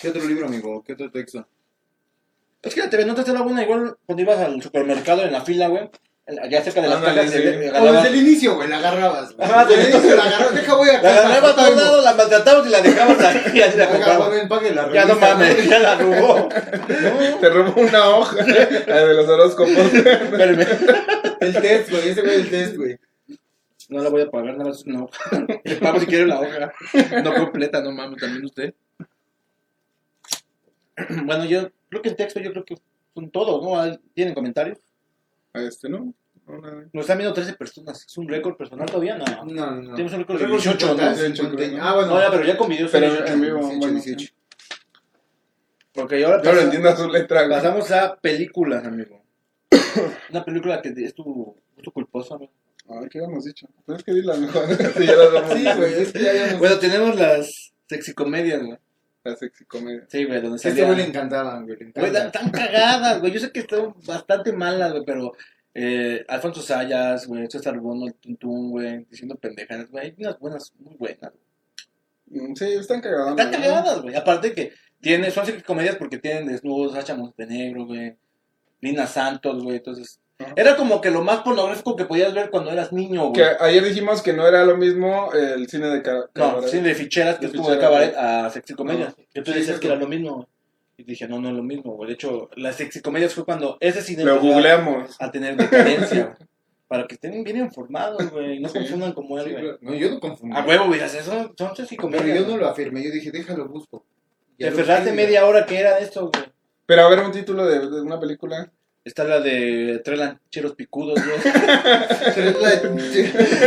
S4: ¿Qué otro libro, amigo? ¿Qué otro texto?
S2: Pues Es que la TV Notas era buena igual cuando ibas al supermercado en la fila, güey. allá cerca de las
S3: Ándale,
S2: cajas
S3: sí.
S2: de
S4: O
S2: agarraba-
S4: desde el inicio, güey, la agarrabas. güey.
S2: Ajá,
S4: Desde el
S2: desde-
S4: inicio la agarrabas. Deja, voy acá.
S2: La agarrabas a
S4: pago.
S2: un lado, la maltratabas y la dejabas ahí, así la
S4: Oiga,
S2: comprabas.
S4: joven, pague la
S2: Ya
S4: revista,
S2: no mames, ya la
S4: *laughs*
S2: robó.
S3: Te robó una hoja, *laughs* la de los horóscopos. *laughs*
S2: Espérame.
S4: El test, güey. Ese güey el test, güey.
S2: No la voy a pagar, nada más no. *laughs* Le pago si quiere la hoja. No completa, no mames, también usted. *clears throat* Bueno, yo creo que en texto yo creo que son todos, ¿no? Ahí ¿Tienen comentarios?
S3: Este, ¿no? No, nada.
S2: Nos están viendo 13 personas. ¿Es un récord personal todavía? No.
S4: No, no, no.
S2: Tenemos un récord de
S4: Tenemos
S2: 18, ¿no?
S4: 50, 50. Ah, bueno.
S2: No, ya, pero ya con videos. son
S3: Pero
S2: 18.
S3: en vivo,
S4: 18,
S3: bueno.
S4: 18.
S2: Porque ahora
S3: Yo no
S2: pasa-
S3: entiendo su letra, güey.
S2: pasamos a películas,
S3: *coughs*
S2: amigo. Una película que es tu, es tu culposo, amigo.
S3: Ay, ¿qué habíamos dicho? Pero es que di las *laughs* mejores. Sí, ya las vamos.
S4: Sí, güey. Es que ya habíamos...
S2: Bueno, tenemos las sexicomedias, güey.
S3: La sexy comedia.
S2: Sí, güey, donde
S4: a este güey
S2: salía...
S4: le encantaban, güey. le
S2: Güey,
S4: encantaban.
S2: da- están cagadas, güey. Yo sé que están bastante malas, güey, pero... Eh, Alfonso Sayas, güey, César Bono, el Tuntún, güey, diciendo pendejadas, güey. Hay unas buenas, muy buenas.
S3: Mm, Sí, están cagadas.
S2: Están
S3: güey.
S2: cagadas, güey. Aparte que tiene, son comedias porque tienen desnudos, Sacha Montenegro, güey. Lina Santos, güey. Entonces,
S3: Ajá.
S2: era como que lo más pornográfico que podías ver cuando eras niño,
S3: Que
S2: güey.
S3: ayer dijimos que no era lo mismo el cine de cara.
S2: No,
S3: cabaret.
S2: sí, de ficheras,
S3: De
S2: que es como de
S3: ficheras,
S2: cabaret a sexicomedia. Yo te
S4: Sí,
S2: decías
S4: sí,
S2: que
S4: sí.
S2: era lo mismo, güey. Y dije, no, no es lo mismo, güey. De hecho, las sexicomedias fue cuando ese cine
S3: Lo
S2: empezó a-
S3: googleamos.
S2: a
S3: *laughs*
S2: tener decadencia, güey. Para que estén bien informados, güey. y No
S3: Sí.
S2: confundan como
S4: Sí,
S2: él, güey.
S4: claro. No, yo no confundí.
S2: A huevo, miras, eso son
S4: Pero
S2: sexicomedias.
S4: yo no lo afirmé. Yo dije, déjalo, busco.
S2: Te aferraste
S4: *laughs*
S2: media hora que era de esto, güey.
S3: Pero a ver, un título de, de una película.
S2: Está la de tres lancheros picudos, güey. *laughs*
S4: hora.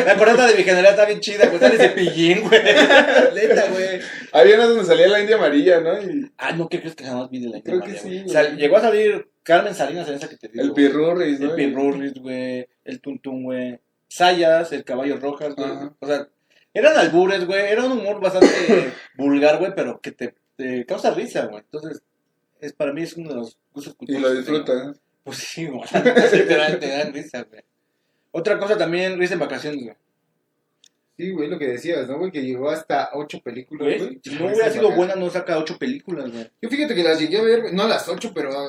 S2: La corneta de mi general está bien chida, güey. Sale cepillín,
S3: *laughs*
S2: güey. Neta, güey.
S3: Había una donde salía la India amarilla, ¿no? Y
S2: Ah, no, ¿qué crees que jamás vi de la
S3: Creo
S2: India
S3: que
S2: María,
S3: sí,
S2: güey?
S3: güey.
S2: Sal- Llegó a salir Carmen Salinas en esa que te digo.
S3: el Pirurris, ¿no?
S2: El Pirurris, güey. El Tuntún, güey. Sayas, el Caballo Rojas, güey.
S3: Ajá.
S2: O sea, eran albures, güey. Era un
S3: *coughs*
S2: humor bastante vulgar, güey, pero que te, te causa risa, güey. Entonces, es, para mí es uno de los gustos
S3: Y
S2: culturales.
S3: lo
S2: que tengo.
S3: disfrutas.
S2: Pues sí, güey. *laughs* te, dan, te dan risa, güey. Otra cosa también, risa en vacaciones, güey.
S4: Sí, güey, lo que decías, ¿no, güey? Que llegó hasta ocho películas,
S2: Güey,
S4: güey.
S2: si no hubiera sido buena, no saca ocho películas, güey.
S4: Yo fíjate que las llegué a ver, güey, no las ocho, pero ah,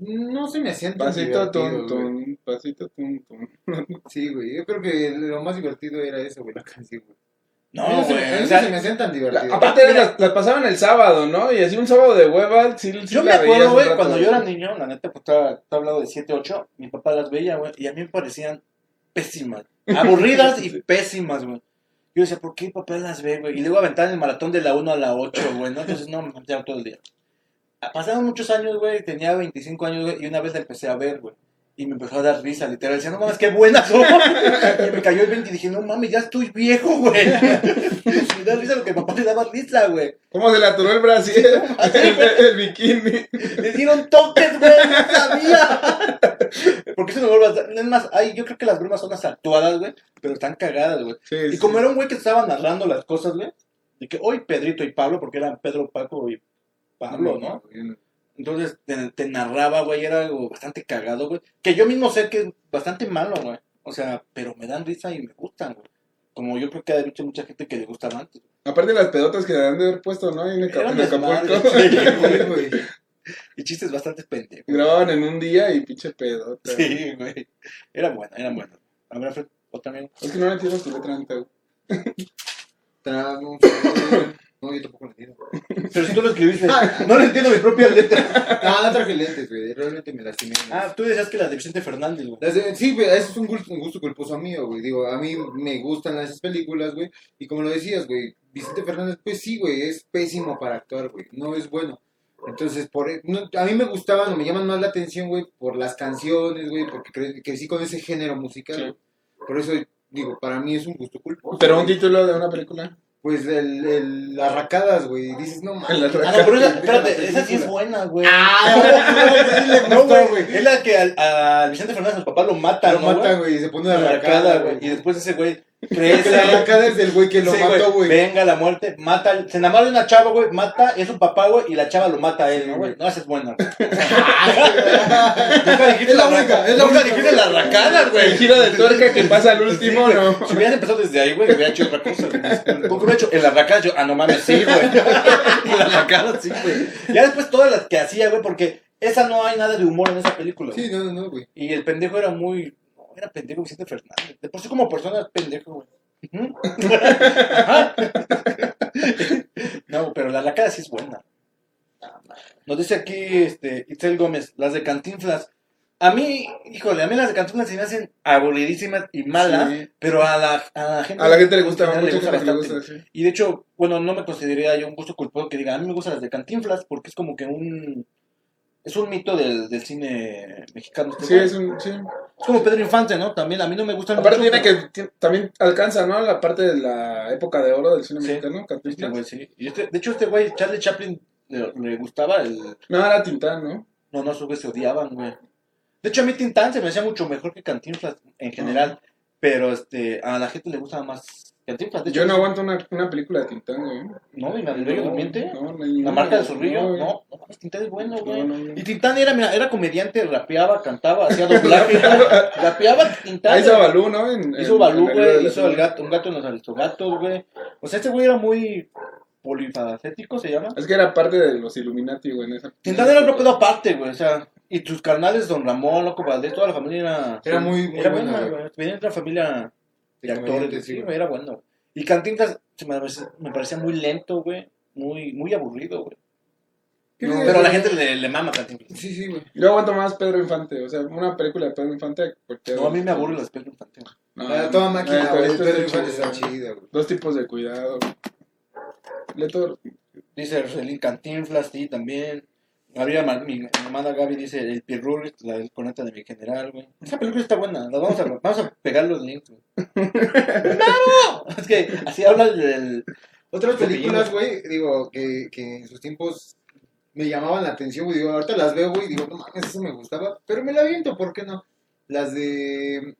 S4: no se me hacían tan
S3: Pasito tum
S4: divertidas, güey.
S3: tum, pasito tum tum.
S4: Sí, güey, yo creo que lo más divertido era eso, güey, la canción, güey. A mí
S2: No,
S4: se me-
S2: güey.
S4: a mí
S2: o
S4: no
S2: sea,
S4: se me hacían tan
S3: La-
S4: divertidas.
S3: aparte, eran las, las pasaban el sábado, ¿no? Y así un sábado de hueva, sí, sí
S2: yo me
S3: la veías
S2: acuerdo,
S3: un
S2: güey,
S3: rato.
S2: cuando yo era niño, la neta, pues estaba, estaba hablando de 7, 8, mi papá las veía, güey, y a mí me parecían pésimas. Aburridas
S3: *laughs*
S2: y pésimas, güey. Yo decía, ¿por qué mi papá las ve, güey? Y luego aventaban el maratón de la 1 a la 8, güey, ¿no? Entonces, no, *laughs* me aventaba todo el día. Ah, Pasaron muchos años, güey, tenía 25 años, güey, y una vez la empecé a ver, güey. Y me empezó a dar risa, literal. Decía, no mames, qué buena son. *laughs* Y me cayó el 20 y dije, no mames, ya estoy viejo, güey. *laughs* Me da risa lo que mi papá le daba risa, güey.
S3: ¿Cómo se le aturó el brasier? el, *laughs* el bikini.
S2: Le dieron toques, güey, no sabía. Porque eso no vuelve a hacer. Es más, ay, yo creo que las bromas son las actuadas, güey, pero están cagadas, güey.
S3: Sí,
S2: Y
S3: sí.
S2: como era un güey que estaba narrando las cosas, güey, de que hoy Pedrito y Pablo, porque eran Pedro, Paco y Pablo, ¿no? Entonces te, te narraba, güey, era algo bastante cagado, güey. Que yo mismo sé que es bastante malo, güey. O sea, pero me dan risa y me gustan, güey. Como yo creo que ha dicho mucha gente que le gustaba antes.
S3: Aparte las pedotas que le han de haber puesto, ¿no? Ahí En, Aca-
S2: Era
S3: en
S2: un
S3: Acapulco.
S2: desmadre,
S3: *laughs*
S2: güey.
S4: Sí, güey.
S2: Y chistes bastante pendejos.
S3: Grababan en un día y pinche pedota.
S2: Sí, güey. Era bueno, era bueno. Habrá Fred, o también.
S3: Es que no entiendo su letra neta, güey.
S4: Tan- No, yo tampoco lo entiendo.
S2: Pero si tú lo escribiste. no le entiendo mis propias letras.
S4: Ah, no traje lentes, güey, realmente me lastimé.
S2: Ah, tú decías que las de Vicente Fernández, güey.
S4: Las de- Sí, güey, eso es un gusto, un gusto culposo mío, güey. Digo, a mí me gustan las películas, güey. Y como lo decías, güey, Vicente Fernández, pues sí, güey, es pésimo para actuar, güey. No es bueno. Entonces, por, e, no, a mí me gustaban o me llaman más la atención, güey, por las canciones, güey, porque cre- crecí con ese género musical.
S3: Sí.
S4: güey. Por eso, digo, para mí es un gusto culposo.
S3: Pero un
S4: güey.
S3: título de una película.
S4: Pues el, el Arracadas, güey. y
S3: *laughs*
S4: Dices, no mames.
S3: El Arracadas.
S2: Ah, no, pero esa, espérate, esa sí es buena, güey. *laughs*
S4: Ah,
S2: No,
S4: no,
S2: güey.
S4: güey.
S2: Es la que al- a Vicente Fernández, al papá lo mata,
S4: Lo
S2: ¿no, güey?
S4: matan, güey, y se pone una
S2: Una
S4: arracada,
S2: arracada, güey. Y
S4: güey.
S2: después ese güey
S4: *laughs* Es
S2: crece.
S4: la arracada es del güey que lo
S2: Sí,
S4: mató, güey.
S2: Venga la muerte, mata, al- se enamora de una chava, güey, mata, es su papá, güey, y la chava lo mata a él, ¿no, güey? No, esa es
S4: *laughs*
S2: buena. güey. *laughs* Nunca dijiste
S4: Es la
S2: la
S4: única,
S2: arraca-
S4: es la
S2: nunca
S4: única.
S2: dijiste la arracada, güey.
S3: El giro de tuerca que pasa al último,
S2: güey.
S3: ¿no?
S2: Si hubieras empezado desde ahí, güey, hubiera hecho otra
S3: *laughs*
S2: cosa. güey. Porque hubiera hecho el arracada, yo, ah, no mames, sí, güey. *laughs* El arracada, sí, güey. Ya después todas las que hacía, güey, porque esa no hay nada de humor en esa película.
S4: Sí, no, no, no, güey.
S2: Y el pendejo era muy. era pendejo Vicente Fernández. De por sí como persona es pendejo, güey. Ujú. *laughs* Ajá. no, pero la, la cara sí es buena. Nos dice aquí este, Itzel Gómez, las de Cantinflas. A mí, híjole, a mí las de Cantinflas se me hacen aburridísimas y malas,
S3: Sí.
S2: pero a la, a la gente...
S3: A la gente le gusta,
S2: a
S3: mucha
S2: la gente
S3: gente le
S2: bastante.
S3: gusta, sí.
S2: Y de hecho, bueno, no me consideraría yo un gusto culposo que diga, a mí me gustan las de Cantinflas, porque es como que un... Es un mito del, del cine mexicano. este
S3: Sí,
S2: güey.
S3: es un, sí.
S2: Es como Pedro Infante, ¿no? También a mí no me gustan
S3: Aparte
S2: mucho,
S3: tiene
S2: pero-
S3: que, ti- también alcanza, ¿no? La parte de la época de oro del cine
S2: Sí.
S3: mexicano,
S2: Este
S3: Cantinflas.
S2: güey, sí. Y este- de hecho, este güey, Charlie Chaplin, le, le gustaba el...
S3: No, era Tintán, ¿no?
S2: No, no, sube, se odiaban, güey. De hecho, a mí Tintán se me hacía mucho mejor que Cantinflas en general. Pero este, a la gente le gusta más Cantinflas. De hecho,
S3: Yo no aguanto una, una película de Tintán, güey.
S2: No, ¿eh? y la del Bello
S3: No,
S2: Durmiente.
S3: no, no,
S2: La
S3: no,
S2: marca
S3: no,
S2: del zorrillo. No,
S3: güey.
S2: no, mames, Tintán es bueno, güey.
S3: No, no, no.
S2: Y
S3: *laughs*
S2: Tintán era, mira, era comediante, rapeaba, cantaba, hacía doblaje. rapeaba Tintán.
S3: Ah, hizo
S2: güey.
S3: Balú, ¿no? En-
S2: Hizo
S3: en- en
S2: Balú,
S3: la vida de
S2: güey,
S3: la
S2: hizo el
S3: ciudad.
S2: gato, un gato en los aristogatos, güey. O sea, este güey era muy polifacético, se llama.
S3: Es que era parte de los Illuminati, güey, en esa.
S2: Tintán era otro pedo aparte, güey, o sea, y tus carnales, Don Ramón, Loco Valdés, toda la familia era...
S4: Era muy, muy
S2: Era
S4: buena,
S2: buena,
S4: güey.
S2: güey, venía de una familia de
S4: Comediante,
S2: actores,
S4: sí,
S2: sí,
S4: güey.
S2: güey, era bueno. Y Cantinflas se me, parecía- me parecía muy lento, güey, muy, muy aburrido, güey.
S4: No,
S2: Pero a la gente le, le mama Cantinflas.
S4: Sí, sí, güey.
S3: Yo aguanto más Pedro Infante, o sea, una película de Pedro Infante. Porque
S2: No, a mí me aburre las pelis infantiles.
S3: No,
S4: Ah, Toda
S3: eh,
S4: máquina, güey.
S3: Pedro Infante
S4: Pedro Infante está
S3: chido.
S4: chida, güey.
S3: Dos tipos de cuidado. Leto,
S2: Dice Roselín Cantinflas, sí, también. Gabriela, Mar- mi mi hermana Gaby dice el Pirrul, la del coneta de mi general, güey. Esa película está buena, la vamos a, vamos a pegar los links, güey. ¡Claro! Es que así habla el- el.
S4: Otras
S2: Cepillín,
S4: películas, güey, digo, que, que en sus tiempos me llamaban la atención, güey. Digo, ahorita las veo, güey, y digo, no mames, eso me gustaba. Pero me la viento, ¿por qué no? Las de.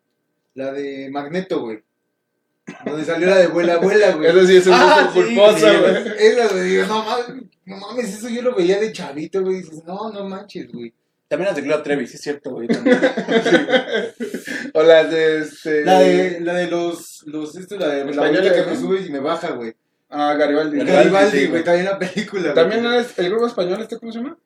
S4: La de Magneto, güey. Donde salió la de vuela, vuela, güey.
S3: Eso sí es un
S2: Ah,
S3: gusto
S2: sí,
S3: culposo,
S2: sí,
S3: güey.
S4: Esa, güey, digo, no mames, no mames, eso yo lo veía de chavito, güey. Dices, no, no manches, güey.
S2: También las de Gloria Trevi, sí, es cierto, güey. también.
S3: O las de este.
S4: La de, la de los, los, esto, la de la
S3: Española,
S4: abuela Eh, que
S3: ¿no?
S4: me sube y me baja, güey.
S3: Ah, Garibaldi.
S2: Garibaldi,
S4: Garibaldi,
S2: sí,
S4: güey,
S2: güey.
S4: también la película, güey.
S3: También es el grupo español, ¿este cómo se llama?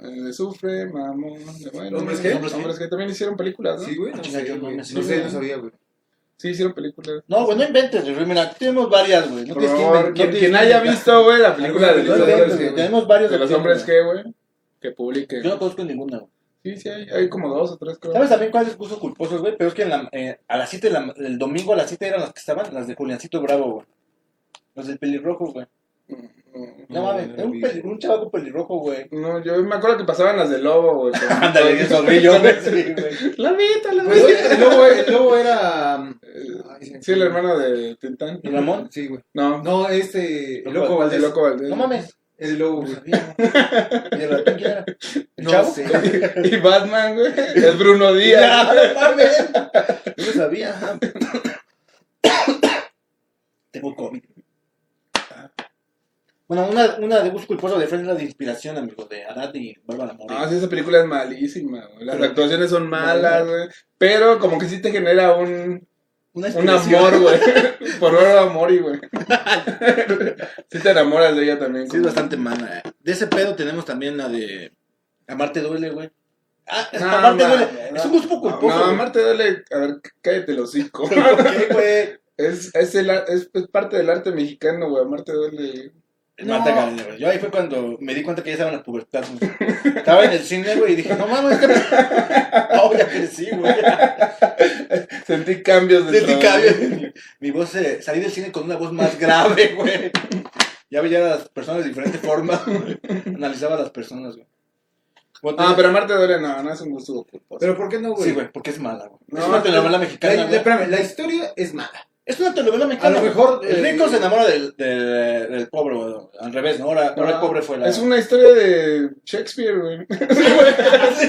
S3: Eh, sufre, mamón. de bueno,
S4: ¿Hombres qué?
S3: Hombres que también hicieron películas, ¿no?
S4: Sí,
S3: Sí,
S4: güey, no
S2: Chinga,
S4: sé,
S2: yo no
S4: güey.
S2: me
S4: No
S2: sé,
S4: sé, no
S3: güey.
S4: sabía, güey.
S3: hicieron películas.
S2: No, güey, no inventes, güey. Mira, aquí tenemos varias, güey. No
S3: Por
S2: tienes que
S3: favor, quien,
S2: inventar- no
S3: quien
S2: tienes que
S3: haya
S2: inventar.
S3: visto, güey, la película de
S2: No
S3: los
S4: película
S2: inventes,
S3: hombres
S4: que,
S2: güey,
S3: que,
S2: Tenemos varias
S3: de los
S2: aquí,
S3: hombres
S2: güey.
S3: que, güey, que publiquen.
S2: Yo no conozco ninguna, güey.
S3: Sí, sí, hay, hay como dos o tres, creo.
S2: ¿Sabes también cuáles puso culposos, güey? Pero es que en la- eh, a las 7, de la- el domingo a las 7 eran las que estaban, las de Juliancito Bravo, güey. Las del pelirrojo, güey.
S3: Mm,
S2: No
S4: No,
S2: mames,
S4: no
S2: era un,
S4: vi.
S2: peli- un chavaco pelirrojo, güey.
S3: No, yo me acuerdo que pasaban las de lobo,
S2: *laughs*
S3: güey. con-
S2: Ándale, el
S3: *laughs*
S2: zorrillo, güey. Sí, güey.
S3: Lobito,
S4: *laughs* Pues,
S3: lobito.
S4: güey, el lobo, el lobo era. um, ay, se me
S3: Sí, el
S4: fue.
S3: hermano de Tintán.
S2: ¿Y Ramón?
S4: Sí, güey.
S3: No,
S4: No, este. El
S2: Loco
S4: loco Valdés.
S3: el loco Valdés.
S2: No mames.
S4: El lobo,
S2: No
S4: güey.
S2: sabía, güey. ¿Y el ratón quién era? ¿El
S4: No
S2: chavo?
S4: sé.
S3: *laughs* Y Batman, güey. El Bruno *laughs* Díaz.
S2: Ya, no mames. Yo no sabía. Tengo COVID. Bueno, una, una de Busco Culposo de Friends es la de inspiración, amigo, de Arad y Bárbara Moreno.
S3: Ah, sí, esa película es malísima, güey. Las
S2: Pero-
S3: actuaciones son malas, güey. Pero como que sí te genera un, un
S2: Una inspiración.
S3: amor, güey. *laughs* Por ver a Mori, güey. Sí te enamoras de ella también.
S2: Sí,
S3: como-
S2: es bastante mala. eh. De ese pedo tenemos también la de Amarte duele, güey. Ah, es
S3: No,
S2: Amarte
S3: no,
S2: duele.
S3: no.
S2: es un gusto culposo.
S3: No,
S2: güey.
S3: Marte duele. A ver, cállate el
S2: *laughs*
S3: hocico. *laughs*
S2: ¿Pero ¿Por qué, güey?
S3: Es, es, el, ar- es, es parte del arte mexicano, güey. Amarte duele.
S2: No. Marta Gareda, güey. Yo ahí fue cuando me di cuenta que ya estaba en la pubertad. güey. Estaba en el cine, güey, y dije, no mames, *laughs* este... No, ya crecí,
S3: *laughs*
S2: güey.
S3: Sentí cambios dentro
S2: Sentí
S3: de
S2: cambio.
S3: mí.
S2: Mi, mi voz, eh, salí del cine con una voz más grave, güey. Ya veía a las personas de diferente forma. güey. Analizaba a las personas, güey. Bueno,
S3: Ah, pero Marte duele, no, no es un gusto culposo.
S4: Pero ¿por qué no, güey?
S2: Sí, güey, porque es mala, güey.
S3: No,
S2: es una telenovela mexicana,
S4: La,
S2: güey.
S4: espérame, la historia es mala. *laughs*
S2: Es una telenovela mexicana.
S4: A lo mejor,
S2: güey. El
S4: eh,
S2: rico se enamora del, del, del pobre, güey. Al revés, ¿no? Ahora, ahora el pobre fue la.
S3: Ah, Es
S2: *laughs*
S3: una historia de Shakespeare, güey. *laughs*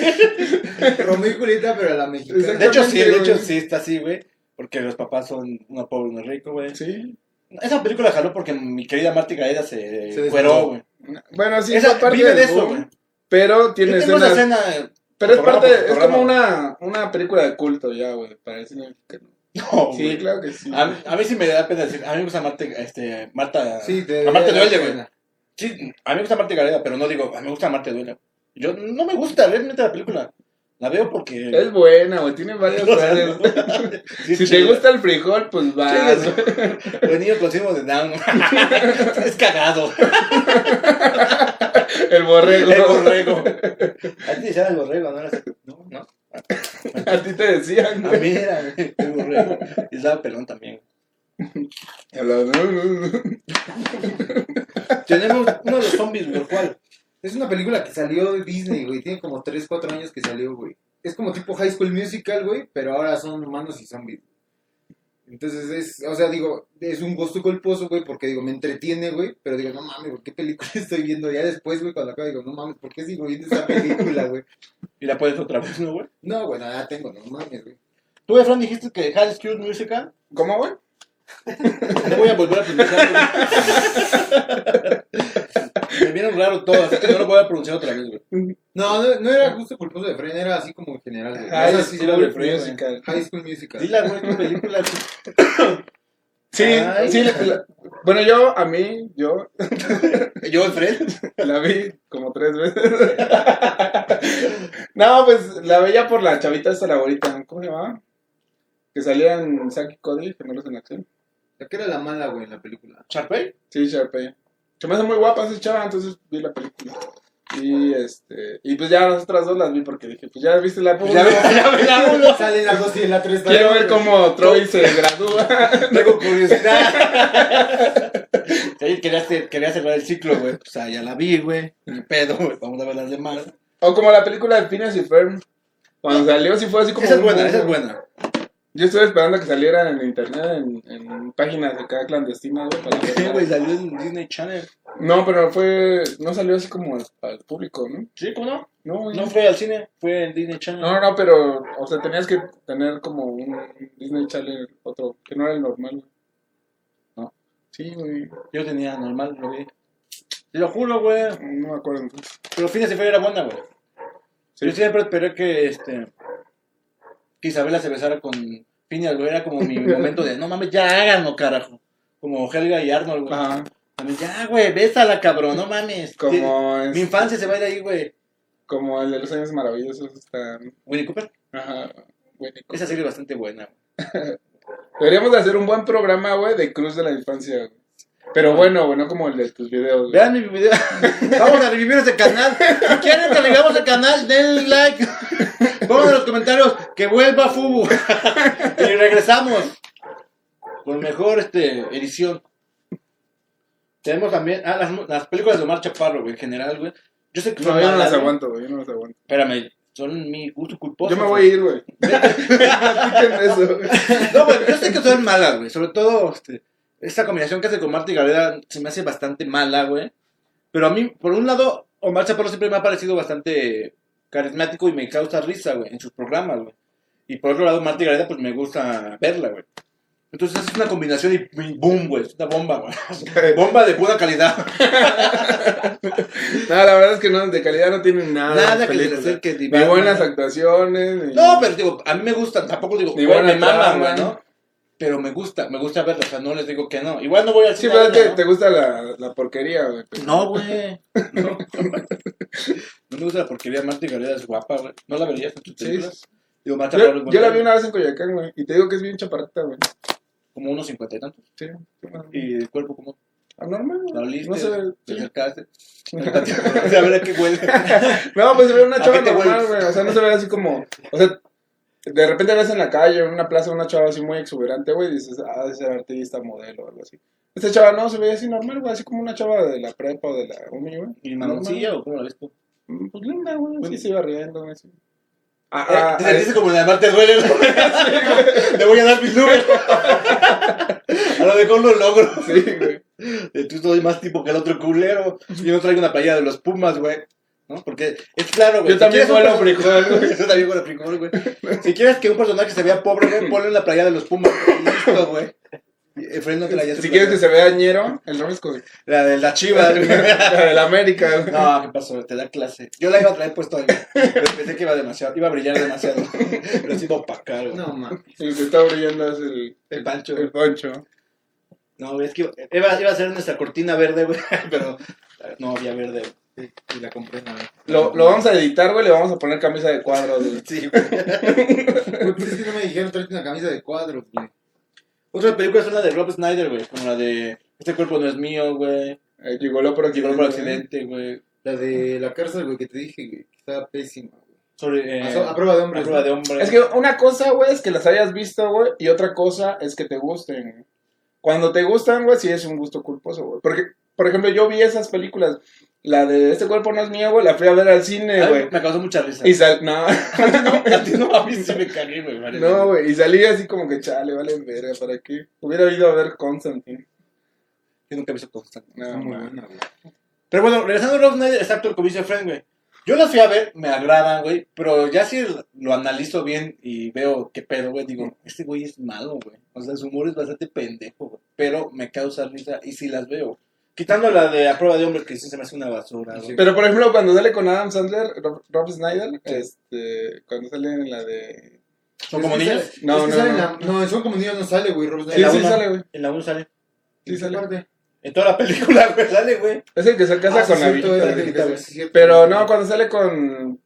S4: Romeo y Julieta, pero a la mexicana.
S2: De hecho, sí, de
S3: Exactamente,
S2: hecho,
S3: güey.
S2: sí está así, güey. Porque los papás son uno pobre, uno rico, güey.
S3: Sí.
S2: Esa película jaló porque mi querida Marta Gaeda se,
S4: Se
S2: fueró, güey.
S3: Bueno, sí,
S2: Esa-
S3: fue parte
S2: vive
S3: del
S2: de eso,
S3: boom,
S2: güey.
S3: Pero tiene
S2: Yo tengo esa
S3: escenas.
S2: escena.
S3: Pero es
S2: Programa
S3: parte.
S2: por
S3: es
S2: programa.
S3: como una, una película de culto ya, güey. Para el cine mexicano.
S2: No,
S3: sí,
S2: Oh, güey.
S3: claro que sí.
S2: A, mí- a mí sí me da pena decir. A mí me gusta Marta. Este, Marta
S4: Sí,
S2: a Marta
S4: de
S2: duele, güey. Sí, a mí me gusta Marta Gareda, pero no digo. A mí me gusta Marta Duela. Yo no me gusta realmente la película. La veo porque.
S3: Es buena, güey. Tiene
S2: *laughs*
S3: varias áreas. *laughs*
S2: Sí,
S3: Si te
S2: chido. *laughs*
S3: gusta el frijol, pues vas.
S2: Chingas. Los niños con síndrome
S3: *laughs*
S2: de Down. es cagado.
S3: El borrego.
S2: El borrego. A ti te decían el borrego, ¿no? Era así, No, no.
S3: *laughs* A ti te decían,
S2: A
S3: güey.
S2: mí era el borrego. Y estaba pelón también.
S3: Y hablaba, "No, no, no".
S2: Tenemos uno de los zombies, güey. ¿Cuál?
S4: Es una película que salió de Disney, güey. Tiene como 3, 4 años que salió, güey. Es como tipo High School Musical, güey, pero ahora son humanos y zombies. Entonces es, o sea, digo, es un gusto culposo, güey, porque digo, me entretiene, güey, pero digo, no mames, güey, ¿qué película *laughs* estoy viendo? Ya después, güey, cuando acabo, digo, no mames, ¿por qué sigo viendo esta película, güey?
S2: Y la puedes otra vez, ¿no, güey?
S4: No, bueno, ya tengo, no mames, güey.
S2: Tú, Efraín, dijiste que High School Musical.
S3: ¿Cómo, güey?
S2: No voy a volver a pronunciar. güey. Me vieron raro todas, así que no lo voy a pronunciar otra vez, güey.
S4: No, no, no era gusto culposo de Fren, era así como en general, güey.
S3: High
S4: No, así
S3: School
S4: era de Fren, güey.
S3: Musical.
S4: High School Musical.
S2: Dile a tu película.
S3: Sí,
S2: Ay.
S3: sí. la- la- bueno, yo, a mí, yo
S2: Yo, Efraín.
S3: la vi como tres veces. *laughs* no, pues la veía por la chavita esta, la bonita. ¿Cómo se llamaba? Que salía en Zack y Cody, Gemelos en Acción.
S4: La que era la mala, güey, en la película.
S2: ¿Sharpay?
S3: Sí, Sharpay. Se me hace muy guapa esa chava, entonces vi la película. Y este, y pues ya las otras dos las vi porque dije, pues ya viste la
S4: ya
S3: ya
S4: *laughs* Sale la 2 y la 3.
S3: Quiero ver cómo Troy se gradúa. *laughs*
S2: Tengo curiosidad. Ahí quería, cer- quería cerrar el ciclo, güey. O sea, ya la vi, güey. Ni pedo, güey. Vamos a ver las demás.
S3: O como la película de Phineas y Ferb. Cuando salió, sí fue así como.
S2: Esa es
S3: un
S2: buena,
S3: boom.
S2: esa es buena.
S3: Yo estuve esperando que saliera en internet, en, en páginas de cada clandestina, güey. para
S2: Sí,
S3: verla.
S2: güey, salió en Disney Channel.
S3: No, pero fue. No salió así como al, al público, ¿no?
S2: Sí, ¿cómo no?
S3: No,
S2: No
S3: no.
S2: fue al cine, fue en Disney Channel.
S3: No, no, pero. O sea, tenías que tener como un Disney Channel, otro, que no era el normal. No. Sí, güey.
S2: Yo tenía normal, lo vi. Te lo juro, güey.
S3: No me acuerdo entonces.
S2: Pero Phineas y Ferb era buena, güey.
S3: Sí.
S2: Yo siempre esperé que, este, que Isabela se besara con Phineas, güey. Era como
S3: *laughs*
S2: mi momento de, no mames, ya háganlo, carajo. Como Helga y Arnold, güey.
S3: Ajá.
S2: Mames, Ya, güey, bésala, cabrón, no mames.
S3: Como,
S2: Sí,
S3: es-
S2: Mi infancia se va a ir ahí, güey.
S3: como el de los años maravillosos. Está.
S2: Winnie Cooper,
S3: Ajá. Bueno, y
S2: esa serie es bastante buena.
S3: Deberíamos de hacer un buen programa, güey, de Cruz de la Infancia. güey. Pero bueno, bueno, como el de tus videos. güey.
S2: Vean mi video. *laughs* Vamos a revivir ese canal. Si quieren que revivamos el canal, denle like. Pongan en los comentarios que vuelva Fubu. *laughs* y regresamos. Con mejor este, edición. Tenemos también. Ah, las, las películas de Omar Chaparro, güey, en general, güey. Yo sé que
S3: No,
S2: son
S3: yo no
S2: malas,
S3: las
S2: güey.
S3: aguanto, güey, yo no las aguanto.
S2: Espérame, son mi gusto culposo.
S3: Yo me voy a ir,
S2: *laughs*
S3: güey. *laughs* Platiquen eso. güey.
S2: No, güey, yo sé que son malas, güey. Sobre todo, este, esta combinación que hace con Marta y Gabriela se me hace bastante mala, güey. Pero a mí, por un lado, Omar Chaparro siempre me ha parecido bastante carismático y me causa risa, güey, en sus programas, güey. Y por otro lado, Marta y Gabriela, pues me gusta verla, güey. Entonces es una combinación y- y boom, güey. Es una bomba, güey. bomba de buena calidad.
S3: No, la verdad es que no, de calidad no tienen nada.
S2: Nada
S3: Ah, las
S2: que se
S3: películas.
S2: le acerque, ni
S3: Ni
S2: Batman.
S3: buenas actuaciones. ni-
S2: No, pero digo, a mí me gustan, tampoco digo,
S3: Ni
S2: güey, me
S3: buena
S2: maman,
S3: trama.
S2: güey, ¿no? Pero me gusta, me gusta verla, o sea, no les digo que no. Igual no voy a
S3: Sí,
S2: decir
S3: verdad que te gusta la, la porquería, güey.
S2: No, güey. *laughs* No. no me gusta la porquería. Marta y Gareda es guapa, güey. ¿No la verías en tus
S3: Sí.
S2: películas? Digo, Marta Gareda es
S3: Yo,
S2: buena,
S3: yo la vi una vez en Coyacán, güey. Y te digo que es bien chaparrita, güey.
S2: Como unos cincuenta y tantos.
S3: Sí. sí, no.
S2: Y el cuerpo como...
S3: Anormal, güey.
S2: La oliste.
S3: No sé.
S2: Te
S3: sí. *laughs*
S2: acercaste. A ver a qué huele.
S3: No, pues se ve una
S2: ¿A
S3: chava
S2: qué te
S3: normal,
S2: hueles?
S3: güey. O sea, no se ve así como. O sea, de repente ves en la calle o en una plaza una chava así muy exuberante, güey, y dices, ah, debe ser artista, modelo o algo así. Esta chava no se veía así normal, güey, así como una chava de la prepa o de la uni, güey.
S2: *laughs* ¿Y manoncilla o cómo la ves tú?
S3: Mm, Pues linda, güey, así se iba riendo, güey. así. Ah,
S2: Eh,
S3: ah,
S2: Te
S3: ah,
S2: sentiste como la de Marta *laughs* duele. Le voy a dar
S3: *laughs*
S2: mis nubes. A lo mejor lo logro.
S3: *laughs* Sí, güey.
S2: Eh, Tú soy más tipo que el otro culero. Yo no traigo una playera de los Pumas, güey. ¿No? Porque es claro, güey.
S3: Yo también
S2: quieres un
S3: huelo
S2: perso-
S3: frijol,
S2: *laughs*
S3: güey.
S2: Yo también huelo frijol, güey. Si quieres que un personaje se vea pobre, güey, ponle una playera de los Pumas. güey. Listo, güey. Efraín no te la hayas
S3: Si quieres que se vea ñero, el refresco
S2: *laughs*
S3: de
S2: La de la chiva, güey.
S3: la *laughs* del América, güey.
S2: No, ¿qué pasó? Te da clase. Yo la iba a traer puesto ahí. Pero pensé que iba demasiado, iba a brillar demasiado. Pero se iba a opacar, güey.
S4: *laughs* No mames.
S3: El que está brillando es el.
S2: El Pancho, güey.
S3: El Pancho.
S2: *laughs* No, güey, es que iba, iba a ser nuestra cortina verde, güey. Pero no había verde, güey.
S4: Sí, y la compré nada.
S3: Lo, lo vamos a editar, güey, le vamos a poner camisa de cuadros, güey.
S4: Sí, güey. Güey, pues es que no me dijeron tráete una camisa de cuadros, güey.
S2: Otra película es la de Rob Snyder, güey. Como la de Este cuerpo no es mío, güey.
S3: Eh, Gigoló por aquí.
S2: Llegó por accidente, güey.
S4: La de la cárcel, güey, que te dije, güey, que estaba pésima. güey.
S2: Sobre. Eh,
S4: a, so- a prueba de hombre.
S2: a prueba de hombre.
S3: Es que una cosa, güey, es que las hayas visto, güey, y otra cosa es que te gusten. Cuando te gustan, güey, sí es un gusto culposo, güey. Porque, por ejemplo, yo vi esas películas. La de Este cuerpo no es mío, güey, la fui a ver al cine,
S2: Ay,
S3: güey.
S2: me causó mucha risa.
S3: Y sal... No, *laughs*
S2: A ti no, a mí sí me cagué, güey. vale.
S3: no, güey. Y salí así como que, chale, vale, verga, ¿para qué? Hubiera ido a ver Constantine.
S2: Yo nunca he visto Constantine.
S3: No,
S4: Muy
S3: güey.
S4: buena, güey.
S2: Pero bueno, regresando a Rob Snyder, exacto, como dice Frank, güey. Yo las fui a ver, me agradan, güey. Pero ya si lo analizo bien y veo qué pedo, güey, digo, este güey es malo, güey. O sea, su humor es bastante pendejo, güey. Pero me causa risa y si las veo. Quitando la de A Prueba de Hombre, que sí se me hace una basura, güey.
S4: Sí.
S3: Pero, por ejemplo, cuando sale con Adam Sandler, Rob, Rob Snyder, este, cuando sale en la de...
S2: ¿Son
S4: Es
S2: como
S4: que
S2: niños?
S4: sale-
S3: No,
S4: es que
S3: no,
S4: sale en
S3: no.
S4: la- no, son como niños no sale, Ah, güey. Rob
S3: Sí,
S2: la
S3: sí
S2: una.
S3: sale, güey.
S2: En la 1 sale.
S3: Sí sale.
S2: En toda la *laughs* película, güey, sale, güey.
S3: Es el que se
S4: Ah,
S3: casa con la
S2: era
S3: viejita,
S2: el
S3: güey.
S2: Navita, güey.
S3: Pero no, cuando sale con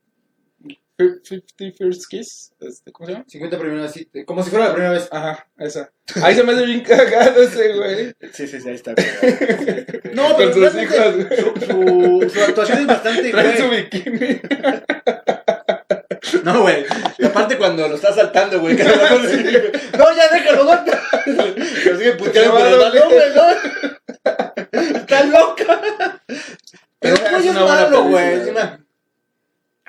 S3: Fif- Fifty First Kiss, este, ¿cómo se llama?
S4: 50 primeras citas. Como si fuera la primera vez.
S3: Ajá, esa. Ahí se me hace bien cagado ese güey.
S2: Sí, sí, sí, ahí está. güey.
S3: No,
S2: pero
S3: con sus
S2: realmente-
S3: hijos, güey.
S2: Su, su, su actuación es bastante,
S3: Trae su
S2: güey.
S3: bikini.
S2: No, güey. Y aparte cuando lo está saltando, güey. que no, lo conoce, güey. no, ya déjalo, no. Lo sigue puteando con el balón, güey, no. Está loca. Pero
S3: Esa
S2: no
S3: es
S2: es
S3: una buena
S2: malo, güey.
S3: película.
S2: es una-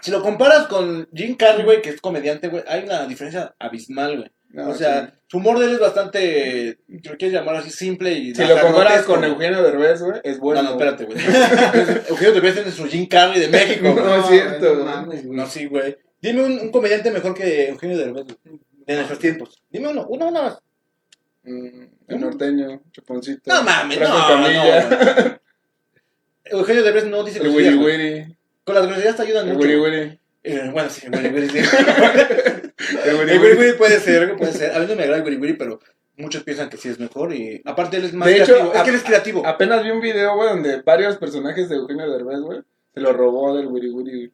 S2: Si lo comparas con Jim Carrey, güey, que es comediante, güey, hay una diferencia abismal, güey.
S3: No,
S2: o sea,
S3: sí.
S2: su humor de él es bastante, yo quiero llamar así, simple y...
S3: si lo comparas
S2: sacarotesco,
S3: con
S2: güey.
S3: Eugenio Derbez, güey, es bueno.
S2: No, no, espérate, güey. *laughs* Eugenio Derbez es su Jim Carrey de México,
S3: *laughs*
S2: güey.
S3: No, es cierto,
S4: no
S3: güey.
S4: mames, güey.
S2: No, sí, güey. Dime un, un comediante mejor que Eugenio Derbez, güey. De nuestros tiempos. Dime uno, uno, uno más.
S3: Mm, el norteño, chuponcito.
S2: No mames,
S3: Franco
S2: no,
S3: Camilla,
S2: no, güey. Eugenio Derbez no dice
S3: El Wiri
S2: groserías. güey.
S3: Wiri.
S2: Con las groserías te ayudan
S3: El
S2: mucho.
S3: Wiri
S2: güey.
S3: Wiri.
S2: Eh, bueno, sí, el Wiri Wiri, sí.
S3: El Wiri
S2: El Wiri
S3: Wiri.
S2: Wiri puede ser, puede ser. A mí no me agrada el Wiri Wiri, pero muchos piensan que sí es mejor y... Aparte él es más
S3: De hecho,
S2: creativo. es
S3: a-
S2: que él es creativo.
S3: Apenas vi un video, güey, donde varios personajes de Eugenio Derbez, güey, se lo robó del Wiri Wiri. güey.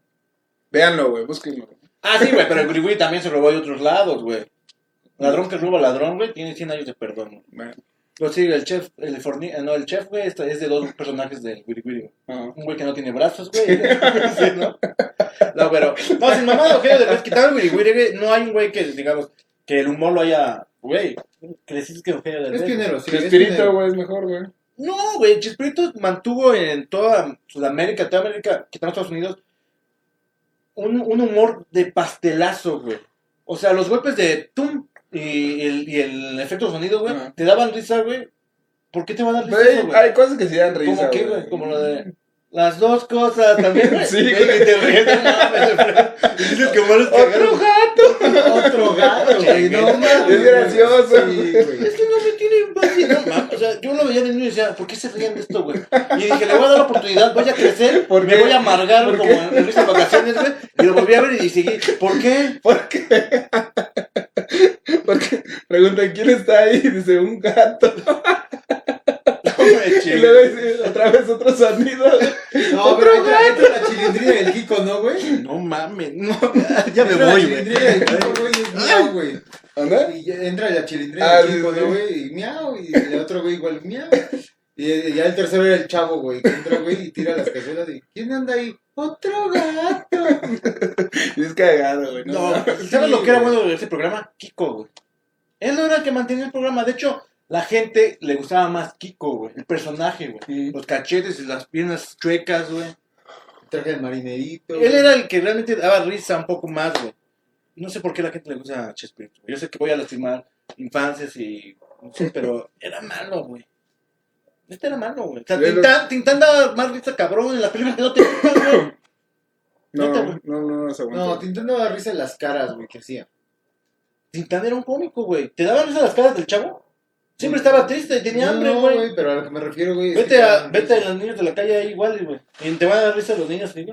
S3: Véanlo, güey, búsquenlo.
S2: Ah, sí, güey, pero el Wiri Wiri también se robó de otros lados, güey. Ladrón que roba ladrón, güey, tiene 100 años de perdón, güey.
S3: Bueno,
S2: Pero sí, el chef, el forni... eh, No, el chef, güey, este es de dos personajes del Wiri Wiri, güey.
S3: no.
S2: Un güey que no tiene brazos, güey. *laughs* Sí, ¿no? No, pero. No, sin mamá de Eugenio Derbez, quitando el wirigüiri, güey, no hay un güey que, digamos, que el humor lo haya. Güey, que decís que Eugenio Derbez.
S4: Es pionero, sí.
S3: Sí,
S4: es
S3: espíritu,
S4: pionero.
S3: güey, es mejor, güey.
S2: No, güey, Chespirito mantuvo en toda Sudamérica, toda América, quitando Estados Unidos, un, un humor de pastelazo, güey. O sea, los golpes de tum y el, y el efecto sonido, güey,
S3: Ajá.
S2: te daban risa, güey. ¿Por qué te van a dar
S3: Pero
S2: risa,
S3: hay,
S2: güey?
S3: hay cosas que sí dan risa.
S2: ¿Cómo qué, güey? Como lo de. Las dos cosas también.
S3: *laughs*
S2: güey.
S3: Sí,
S2: Güey,
S3: güey.
S2: que te ríes, no mames. Dices que malos cagaron.
S4: Otro gato, güey. No mames.
S3: Es gracioso.
S4: Sí, güey.
S2: *laughs* Es que no me tienen paciencia. No mames. O sea, yo lo veía de niño y decía, ¿por qué se ríen de esto, güey? Y dije, le voy a dar la oportunidad, voy a crecer,
S3: ¿Por
S2: me
S3: qué?
S2: voy a amargar
S3: ¿Por
S2: como
S3: qué?
S2: en en esas vacaciones, güey. Y lo volví a ver y seguí, ¿por qué?
S3: *laughs* ¿Por qué? Porque preguntan quién está ahí y dice un gato.
S2: *laughs* No me
S3: Y
S2: chingues.
S3: luego dice otra vez otro sonido.
S4: No, pero esta esta es la chilindrina del Kiko, ¿no, güey?
S2: No mames, no, *laughs* ya me
S4: Entra la
S2: voy, güey.
S4: chilindrina del Kiko, güey, y es miau, güey.
S3: ¿Anda?
S4: Y ya entra la chilindrina
S3: Ah,
S4: del
S3: sí,
S4: Kiko,
S3: sí.
S4: ¿no, güey? Y miau, y el otro güey igual miau. Y eh, ya el tercero era el chavo, güey, que entra, güey, y tira las cazuelas y ¿quién anda ahí? ¡Otro gato!
S3: Y es cagado, güey.
S2: No,
S3: No,
S2: ¿sabes
S4: sí,
S2: lo que era
S4: güey.
S2: bueno de ese programa? Kiko, güey. Él no era el que mantenía el programa. De hecho, la gente le gustaba más Kiko, güey. El personaje, güey.
S3: Sí.
S2: Los cachetes y las piernas chuecas, güey.
S4: Traje el marinerito.
S2: Él era el que realmente daba risa un poco más, güey. No sé por qué la gente le gusta a Chespirito. Yo sé que voy a lastimar infancias y... No *laughs* sé, pero era malo, güey. Este era malo, güey. O sea,
S3: Yo lo-
S2: Tintán, Tintán daba más risa cabrón en la película que no te gusta, *laughs* güey.
S3: no, no, no, no se aguanta.
S4: No, Tintán daba risa en las caras, güey, que hacía.
S2: Tintán era un cómico, güey. ¿Te daban risa las caras del chavo? Siempre estaba triste, tenía hambre,
S4: No,
S2: güey.
S4: pero a lo que me refiero, güey. es que
S2: Vete a,
S4: daban
S2: vete a
S4: risa.
S2: los niños de la calle ahí igual, güey. ¿Y te van a dar risa los niños, güey?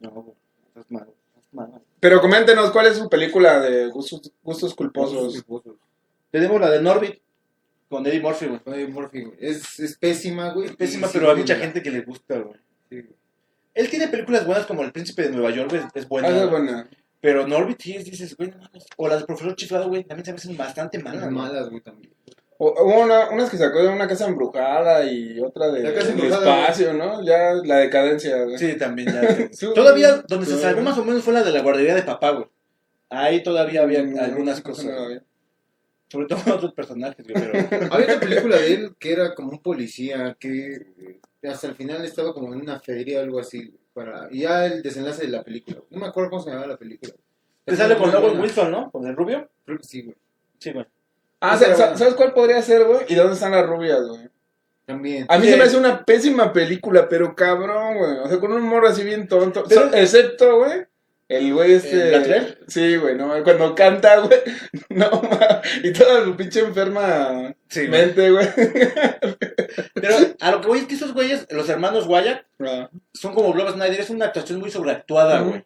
S2: No, güey. Estás mal, estás mal.
S3: Pero coméntenos cuál es su película de gustos, gustos culposos.
S2: Tenemos la de Norbit con Eddie Murphy, güey.
S4: Ay, Morphy, güey. Es, es pésima, güey.
S2: Es pésima,
S4: Y sí,
S2: pero hay
S4: güey,
S2: mucha
S4: la-
S2: gente que le gusta, güey.
S4: Sí, güey.
S2: Él tiene películas buenas como El Príncipe de Nueva York, güey, es buena.
S3: Ah, esa es
S2: güey.
S3: buena.
S2: Pero Norbit sí dices, güey, no mames. O las del profesor chiflado, güey, también se me hacen bastante malas.
S4: Las
S2: güey.
S4: malas, güey, también.
S3: O- Hubo una, unas que sacó de una casa embrujada y otra de
S4: La casa
S3: del
S4: embrujada,
S3: espacio, ¿no? Ya la decadencia, güey.
S2: Sí, también ya. güey.
S3: Sí, güey.
S2: todavía, donde se
S3: Sí.
S2: salvó más o menos fue la de la guardería de papá, güey. Ahí todavía había
S3: Mm,
S2: algunas
S3: no,
S2: cosas.
S3: no,
S2: güey. Sobre todo *laughs* con otros personajes, güey,
S4: *laughs*
S2: pero...
S4: Había otra película de él que era como un policía que hasta el final estaba como en una feria o algo así. Para... Y ya el desenlace de la película. No me acuerdo cómo se llamaba la película.
S2: Te sale con
S4: Muy
S2: Owen
S4: buena.
S2: Wilson, ¿no? Con el rubio.
S4: Creo que sí, güey.
S2: Sí, güey.
S3: Ah,
S4: Esa
S3: sa-
S4: era
S3: sa-
S4: buena.
S3: ¿sabes cuál podría ser, güey? ¿Y dónde están las rubias, güey?
S4: También.
S3: A mí
S2: Sí.
S3: se me hace una pésima película, pero cabrón, güey. O sea, con un humor así bien tonto.
S2: Pero-
S3: So- excepto, güey, el güey este...
S2: ¿El Gatler?
S3: Sí, güey, no, cuando canta, güey. *laughs* No, ma- y toda su pinche enferma
S2: Sí, güey.
S3: mente, güey.
S2: Pero a lo que voy es que esos güeyes, los hermanos Guaya,
S3: No.
S2: son como Blob Snyder, es una actuación muy sobreactuada,
S3: Ujú.
S2: güey.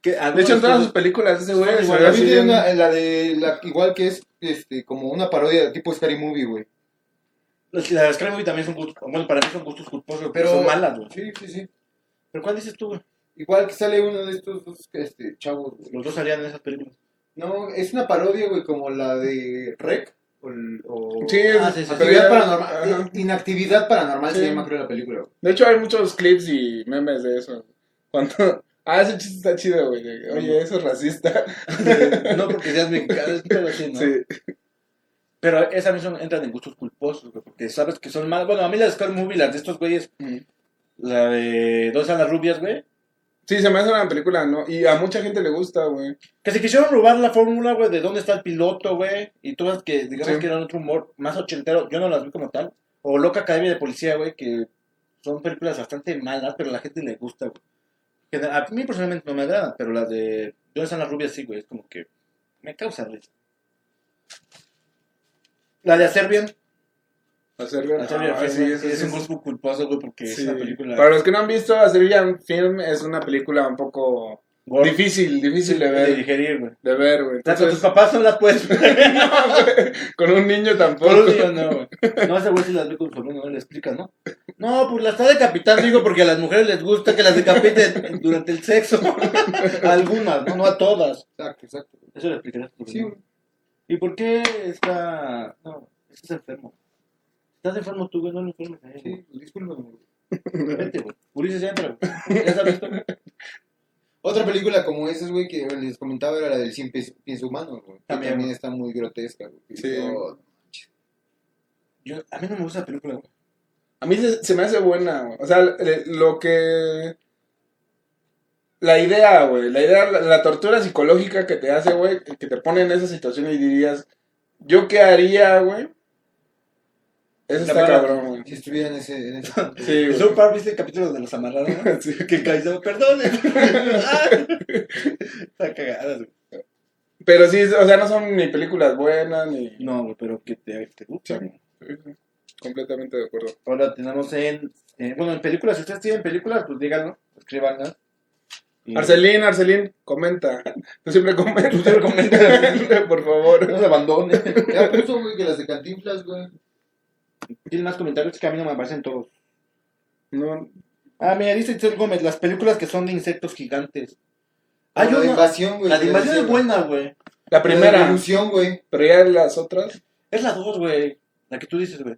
S2: Que
S3: De hecho, en
S2: algunas
S3: todas
S2: cosas-
S3: sus películas ese güey eh,
S2: Son
S3: se
S2: igual,
S3: ve
S4: A
S3: así
S4: mí tiene
S3: bien-
S4: una- la de la, igual que es este como una parodia de tipo Scary Movie, güey.
S2: Las, las Scary Movie también son gustos, bueno, para mí son gustos culposos, pero
S4: Pero-
S2: son malas, güey.
S4: Sí, sí, sí.
S2: ¿Pero cuál dices tú, güey?
S4: Igual que sale uno de estos dos este, chavos, güey.
S2: Los dos salían en
S3: *laughs*
S2: esas películas.
S4: No, es una parodia, güey, como la de Rec. O, el- o-
S3: Sí,
S2: Ah, sí, sí.
S3: pero
S4: Actividad
S3: ya-
S4: paranormal.
S3: Ajá.
S4: eh, Inactividad paranormal
S3: Sí.
S4: se llama, creo, la película, güey.
S3: De hecho, hay muchos clips y memes de eso. Cuando... *laughs* Ah, ese chiste está chido, güey. de que, Oye, eso es racista.
S2: no porque seas mexicano, es un pedo así, ¿no?
S3: Sí.
S2: Pero esas también son, entran en gustos culposos, güey, porque sabes que son malas. Bueno, a mí las Scary Movie, las de estos güeyes,
S3: Mm.
S2: la de Dos a las rubias, güey,
S3: Sí, se me hace una película, ¿no? Y a mucha gente le gusta, güey.
S2: que se quisieron robar la fórmula, güey, de dónde está el piloto, güey, y todas que, digamos
S3: Sí.
S2: que eran otro humor más ochentero, yo no las vi como tal. O Loca Academia de Policía, güey, que son películas bastante malas, pero a la gente le gusta, güey. Que A mí personalmente no me agradan, pero las de ¿Dónde están las rubias? Sí, güey, es como que me causa risa. La de hacer bien,
S3: Hacer bien.
S2: Hacer bien,
S3: Ah,
S2: sí,
S3: sí,
S2: güey,
S3: eso
S2: ¿eh? es
S3: sí
S2: un gusto culposo, güey, porque
S3: Sí.
S2: es una película
S3: Para los que no han visto, Hacer bien Film es una película un poco
S2: gorda,
S3: difícil, difícil de
S2: de
S3: ver.
S2: digerir, güey.
S3: De ver, güey.
S2: O sea, con
S3: Entonces,
S2: tus papás no las
S3: *laughs*
S2: puedes ver.
S3: no, güey, con un niño tampoco.
S2: Por un niño no, güey. No, ese güey si las ve con su alumno, no le explica, ¿no? No, pues las está decapitando, digo, porque a las mujeres les gusta que las decapiten durante el sexo. *laughs* A algunas, no, no a todas.
S4: Exacto, exacto.
S2: Eso lo explicarás tú,
S4: Sí,
S2: ¿no?
S4: güey.
S2: ¿Y por qué está...? No, estás enfermo. Estás enfermo tú, güey, no lo enfermes a él, güey.
S4: Sí, discúlpame, güey.
S2: Vete, pues, güey. Ulises ya entra, güey. Ya sabes tú.
S4: Otra película como esas, güey, que les comentaba era la del 100 pies, pies humanos, güey. que
S2: También,
S4: También,
S2: güey.
S4: está muy grotesca, güey.
S3: Sí.
S4: Oh,
S2: Yo- a mí no me gusta la película, güey.
S3: A mí se, se me hace buena, güey. O sea, le- lo que... La idea, güey. La idea, la, la tortura psicológica que te hace, güey. Que te pone en esa situación y dirías... ¿Yo qué haría, güey? Eso
S2: La
S3: está
S2: verdad,
S3: cabrón, güey.
S4: si estuviera en ese... En ese punto, güey.
S3: *laughs* Sí,
S2: En
S3: güey.
S2: South Park, ¿viste el capítulo de los amarrados, no? *laughs*
S3: Sí.
S2: Que el Kaizo, perdone. *laughs* Está cagada, güey.
S3: Pero sí, o sea, no son ni películas buenas ni.
S2: No, güey, pero que te, te gusta,
S3: Sí.
S2: güey.
S3: Completamente de acuerdo.
S2: Ahora tenemos en, en- Bueno, en películas, si ustedes tienen películas, pues díganlo, escríbanlas. Y-
S3: Arcelín, Arcelín, comenta. Tú siempre comentas. Tú
S2: siempre comentas.
S3: *laughs* Por
S2: No
S3: favor.
S2: se abandone.
S4: Ya puso, güey, que las de Cantinflas, güey.
S2: Tienen más comentarios que a mí no me aparecen todos.
S3: No.
S2: Ah, mira, dice Itzel Gómez, las películas que son de insectos gigantes.
S4: La
S2: Hay
S4: de
S2: una-
S4: invasión, güey.
S2: La de
S4: que
S2: invasión
S4: decía,
S2: es
S4: güey.
S2: buena, güey.
S3: La
S4: La de
S3: primera.
S4: Revolución, güey.
S3: Pero ya las otras.
S2: Es la dos, güey. La que tú dices, güey.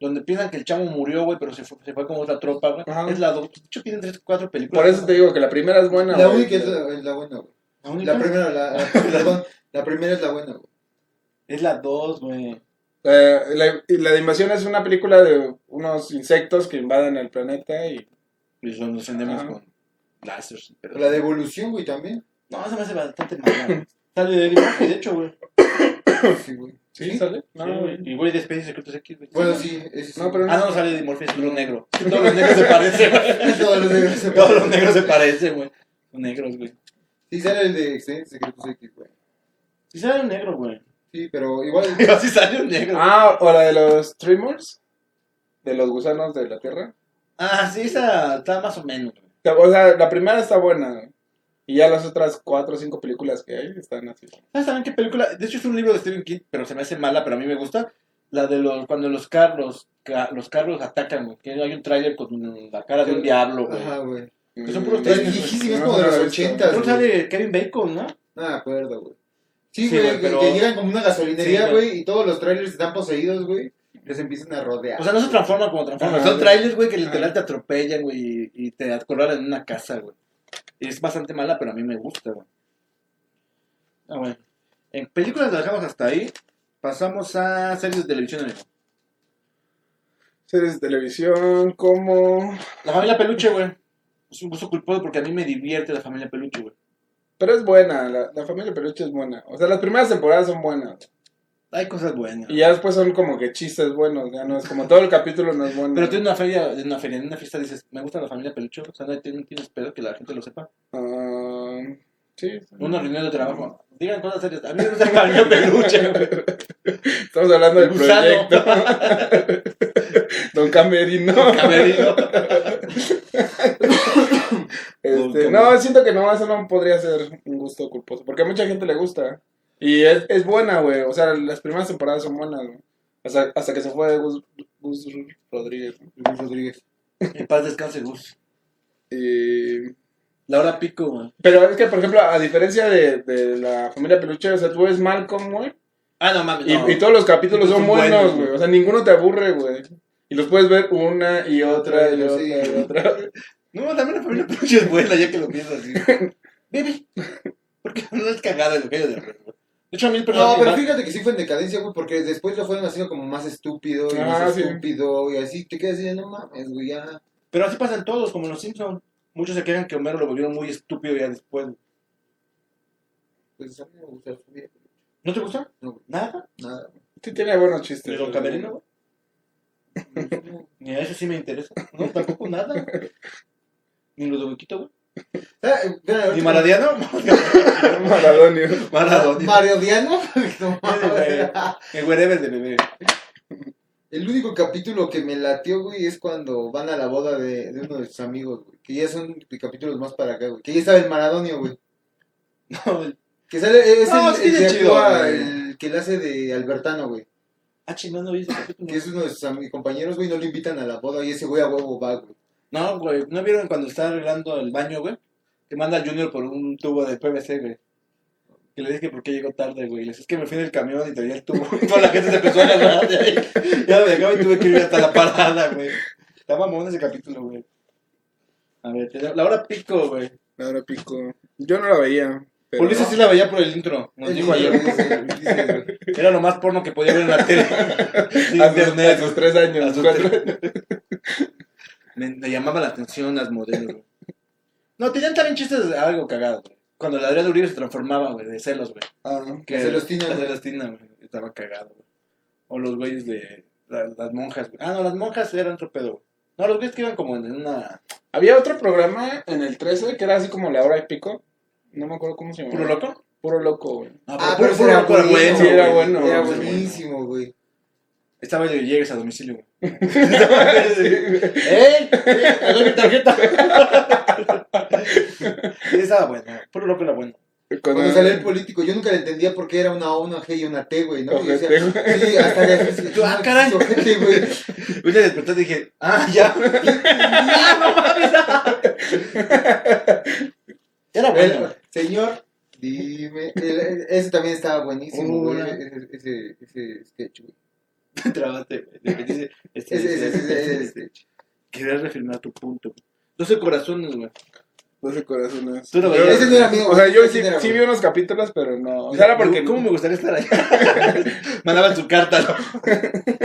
S2: Donde piensan que el chamo murió, güey, pero se fue, se fue con otra tropa, güey.
S3: Ajá.
S2: Es la dos. De hecho, tienen tres, cuatro películas.
S3: Por eso te digo que la primera es buena.
S4: La
S3: güey.
S4: única es la, es la buena, güey.
S2: La única
S4: La primera, la, la- *laughs* perdón, la primera es la buena, güey.
S2: es la dos, güey.
S3: Eh, la, y la de invasión es una película de unos insectos que invaden el planeta y.
S2: Y son los enemigos
S3: Ajá.
S2: con láseres. pero-
S4: La de Evolución, güey,
S3: *laughs*
S4: también.
S2: No, esa me hace bastante mala, güey. Sale de Eddie Murphy, de hecho, güey.
S4: Sí, güey.
S3: ¿Sí? ¿Sale? No,
S2: Sí, güey.
S3: güey.
S2: Y güey de Especies Secretos X, güey.
S4: Bueno, sí, es *laughs*
S3: No, pero
S2: Ah, no, sale de Morpheus, es un negro. Todos los negros se parecen. güey.
S4: Todos los negros se
S2: Todos los negros se parecen, güey. Los negros, güey.
S4: Sí, sale el de Excedentes Secretos X, güey.
S2: Sí sale un negro, *laughs* güey.
S4: Sí, pero igual.
S2: *laughs* Sí sale un negro. Ah,
S3: Ah, o la de los streamers. De los gusanos de la Tierra.
S2: Ah, sí, esa está más o menos, güey.
S3: O sea, la primera está buena. Y ya las otras cuatro o cinco películas que hay están así.
S2: ¿Sabes también qué película? De hecho, es un libro de Stephen King, pero se me hace mala, pero a mí me gusta. La de los, cuando los carros, ca- los carros atacan, güey. que Hay un tráiler con la cara de un diablo, güey.
S4: Ajá, güey.
S2: Que son puros
S3: Mm,
S4: Es
S2: trailers,
S3: es
S2: güey.
S4: viejísimo, es
S3: no,
S4: como de
S3: no
S4: los
S3: lo he visto.
S4: ochentas,
S2: ¿No
S4: güey.
S2: sale Kevin Bacon, no?
S4: No me acuerdo, güey.
S2: Sí,
S4: Sí, güey,
S2: güey,
S4: que-
S2: pero-
S4: que llegan como una gasolinería,
S2: Sí, güey.
S4: güey, y todos los trailers están poseídos, güey. Les empiezan a rodear.
S2: O sea, no se transforma como transforma.
S3: Ajá,
S2: Son
S3: güey.
S2: trailers, güey, que literal te atropellan, güey, y- y te acorralan en una casa, güey. Y es bastante mala, pero a mí me gusta, güey. Ah, bueno. En películas las dejamos hasta ahí. Pasamos a series de televisión, amigo.
S3: Series de televisión como...
S2: La familia Peluche, güey. Es un gusto culposo porque a mí me divierte la familia Peluche, güey.
S3: Pero es buena, la, la familia Peluche es buena. O sea, las primeras temporadas son buenas.
S2: Hay cosas buenas.
S3: Y ya después son como que chistes buenos. Ya no es como todo el capítulo no es bueno.
S2: Pero tú en una feria, en una feria, en una fiesta dices, me gusta la familia Peluche, o sea, no tienes, tienes pedo que la gente lo sepa.
S3: Ah, sí. *laughs*
S2: Una reunión de trabajo, digan cosas serias, a mí me gusta la familia Peluche, güey.
S3: Estamos hablando del
S2: El gusano.
S3: proyecto. *laughs* Don Camerino.
S2: *laughs* Camerino. Don
S3: Este,
S2: Camerino.
S3: no, siento que no, eso no podría ser un gusto culposo. Porque a mucha gente le gusta. Y es, es buena, güey. O sea, las primeras temporadas son buenas, güey. Hasta, hasta que se fue Gus, Gus Rodríguez. ¿no?
S4: Luis Rodríguez.
S2: En paz descanse, Gus.
S3: Y-
S2: La hora pico, güey.
S3: Pero es que, por ejemplo, a diferencia de, de la familia Peluche, o sea, tú ves Malcolm, güey.
S2: Ah, no mames.
S3: Y,
S2: no.
S3: y todos los capítulos
S2: Son
S3: son buenos,
S2: buenos,
S3: güey. O sea, ninguno te aburre, güey. Y los puedes ver una y otra y otra
S4: Sí.
S3: y otra. *laughs*
S2: No, también la *laughs* familia Peluche es buena, ya que lo piensas así. Baby, porque *laughs* no es cagada lo que yo de De hecho, a mí el
S4: No,
S2: personaje
S4: pero
S2: más-
S4: fíjate que sí fue en decadencia, güey, porque después lo fueron haciendo como más estúpido y
S3: Ah,
S4: más
S3: sí.
S4: estúpido y así. Te quedas diciendo, no mames, güey, ya.
S2: Pero así pasan todos, como en los Simpsons. Muchos se quejan que Homero lo volvieron muy estúpido ya después.
S4: Pues a mí no me gusta la familia,
S2: ¿No te gusta?
S4: No, güey,
S2: Nada.
S4: nada.
S3: Sí tiene buenos chistes.
S2: ¿De Don
S3: güey.
S2: Camerino?
S3: *laughs*
S2: güey. Ni a eso sí me interesa. No, tampoco nada. Ni Ludoviquito, güey.
S4: Ah, eh, espera,
S2: Ni
S4: ahorita-
S2: Maradiano. *laughs*
S3: Maradonio.
S4: *laughs*
S2: Maradonio.
S4: Mario Diano. No mames.
S2: El wherever de bebé.
S4: El único capítulo que me latió, güey, es cuando van a la boda de, de uno de sus amigos, güey. Que ya son de capítulos más para acá, güey. Que ya estaba el Maradonio, güey.
S2: No, el-
S4: Que sale, es
S2: No,
S4: el,
S2: sí,
S4: el
S2: de
S4: que
S2: chido,
S4: actúa,
S2: güey.
S4: el que le hace de Albertano, güey.
S2: Ah, chingando, no vi ese capítulo.
S4: Que es uno de sus am- compañeros, güey, no lo invitan a la boda y ese güey a huevo va, güey.
S2: No, güey. ¿No vieron cuando está arreglando el baño, güey? Que manda al Junior por un tubo de PVC, güey. Que le dije que por qué llegó tarde, güey. Le dije, es que me fui en el camión y traía el tubo. *laughs* Y toda la gente se empezó a agarrar de ahí. Ya me dejaba y tuve que ir hasta la parada, güey. Está mamón ese capítulo, güey. A ver, te- la hora pico, güey.
S3: Ahora pico. Yo no la veía. Pero...
S2: Ulises sí la veía por el intro, nos
S4: El
S2: dijo
S4: niño,
S2: ayer.
S4: dice- dice, güey.
S2: Era lo más porno que podía ver en la tele. Sí,
S3: A sus, a
S2: internet,
S3: sus tres años.
S2: A sus
S3: cuatro
S2: tres-
S3: años.
S2: *laughs* Me, me llamaba la atención las modelos, güey. No, tenían también chistes de algo cagado, güey. Cuando la Adriana Uribe se transformaba, güey, de celos, güey.
S3: Ah,
S2: Que
S4: Se los tina,
S2: la *laughs*
S4: güey.
S2: se los tina, güey. Estaba cagado, güey. O los güeyes de la- las monjas, güey. Ah, no, las monjas eran otro pedo, güey. No, los güeyes que iban como en una...
S3: Había otro programa en el 13 que era así como la hora y pico. No me acuerdo cómo se llamaba.
S2: ¿Puro loco?
S3: Puro loco, güey.
S2: No,
S4: Ah, pero ese era
S2: loco
S4: bueno,
S3: Sí, era
S2: güey.
S3: bueno,
S4: Era
S3: güey.
S4: buenísimo, güey.
S2: Estaba yo llegues a domicilio, *laughs* güey. ¡Ey! ¡Ey! ¡Te doy mi tarjeta! sí, estaba bueno. Puro loco era bueno.
S4: Cuando sale el político, yo nunca le entendía por qué era una O, una G y una T, güey, ¿no? Y
S3: Ojete,
S4: decía, sí, hasta de
S2: Tú, ah, caray. *laughs*
S4: Ojete, güey.
S2: Un día desperté y dije, ¡ah, ya! *laughs* ¡Ya, no mames! Era bueno.
S4: El- señor, dime. el- ese también estaba buenísimo, güey.
S2: Hola.
S4: Ese, ese, ese sketch, güey.
S2: Te trabaste, güey. De que dice, este,
S4: Ese, ese,
S2: este,
S4: ese,
S2: este,
S4: ese
S2: este.
S4: sketch.
S2: Querías reafirmar tu punto. 12 corazones, güey.
S3: 12 corazones.
S2: Tú lo
S3: Yo-
S2: veías.
S4: Ese no era mío,
S3: O sea,
S4: güey,
S3: yo
S4: ese
S3: sí,
S4: no era
S3: sí
S4: mío.
S3: vi unos capítulos, pero no. O sea, era porque.
S2: ¿Cómo me gustaría estar allá? *laughs* Mandaban su carta, ¿no?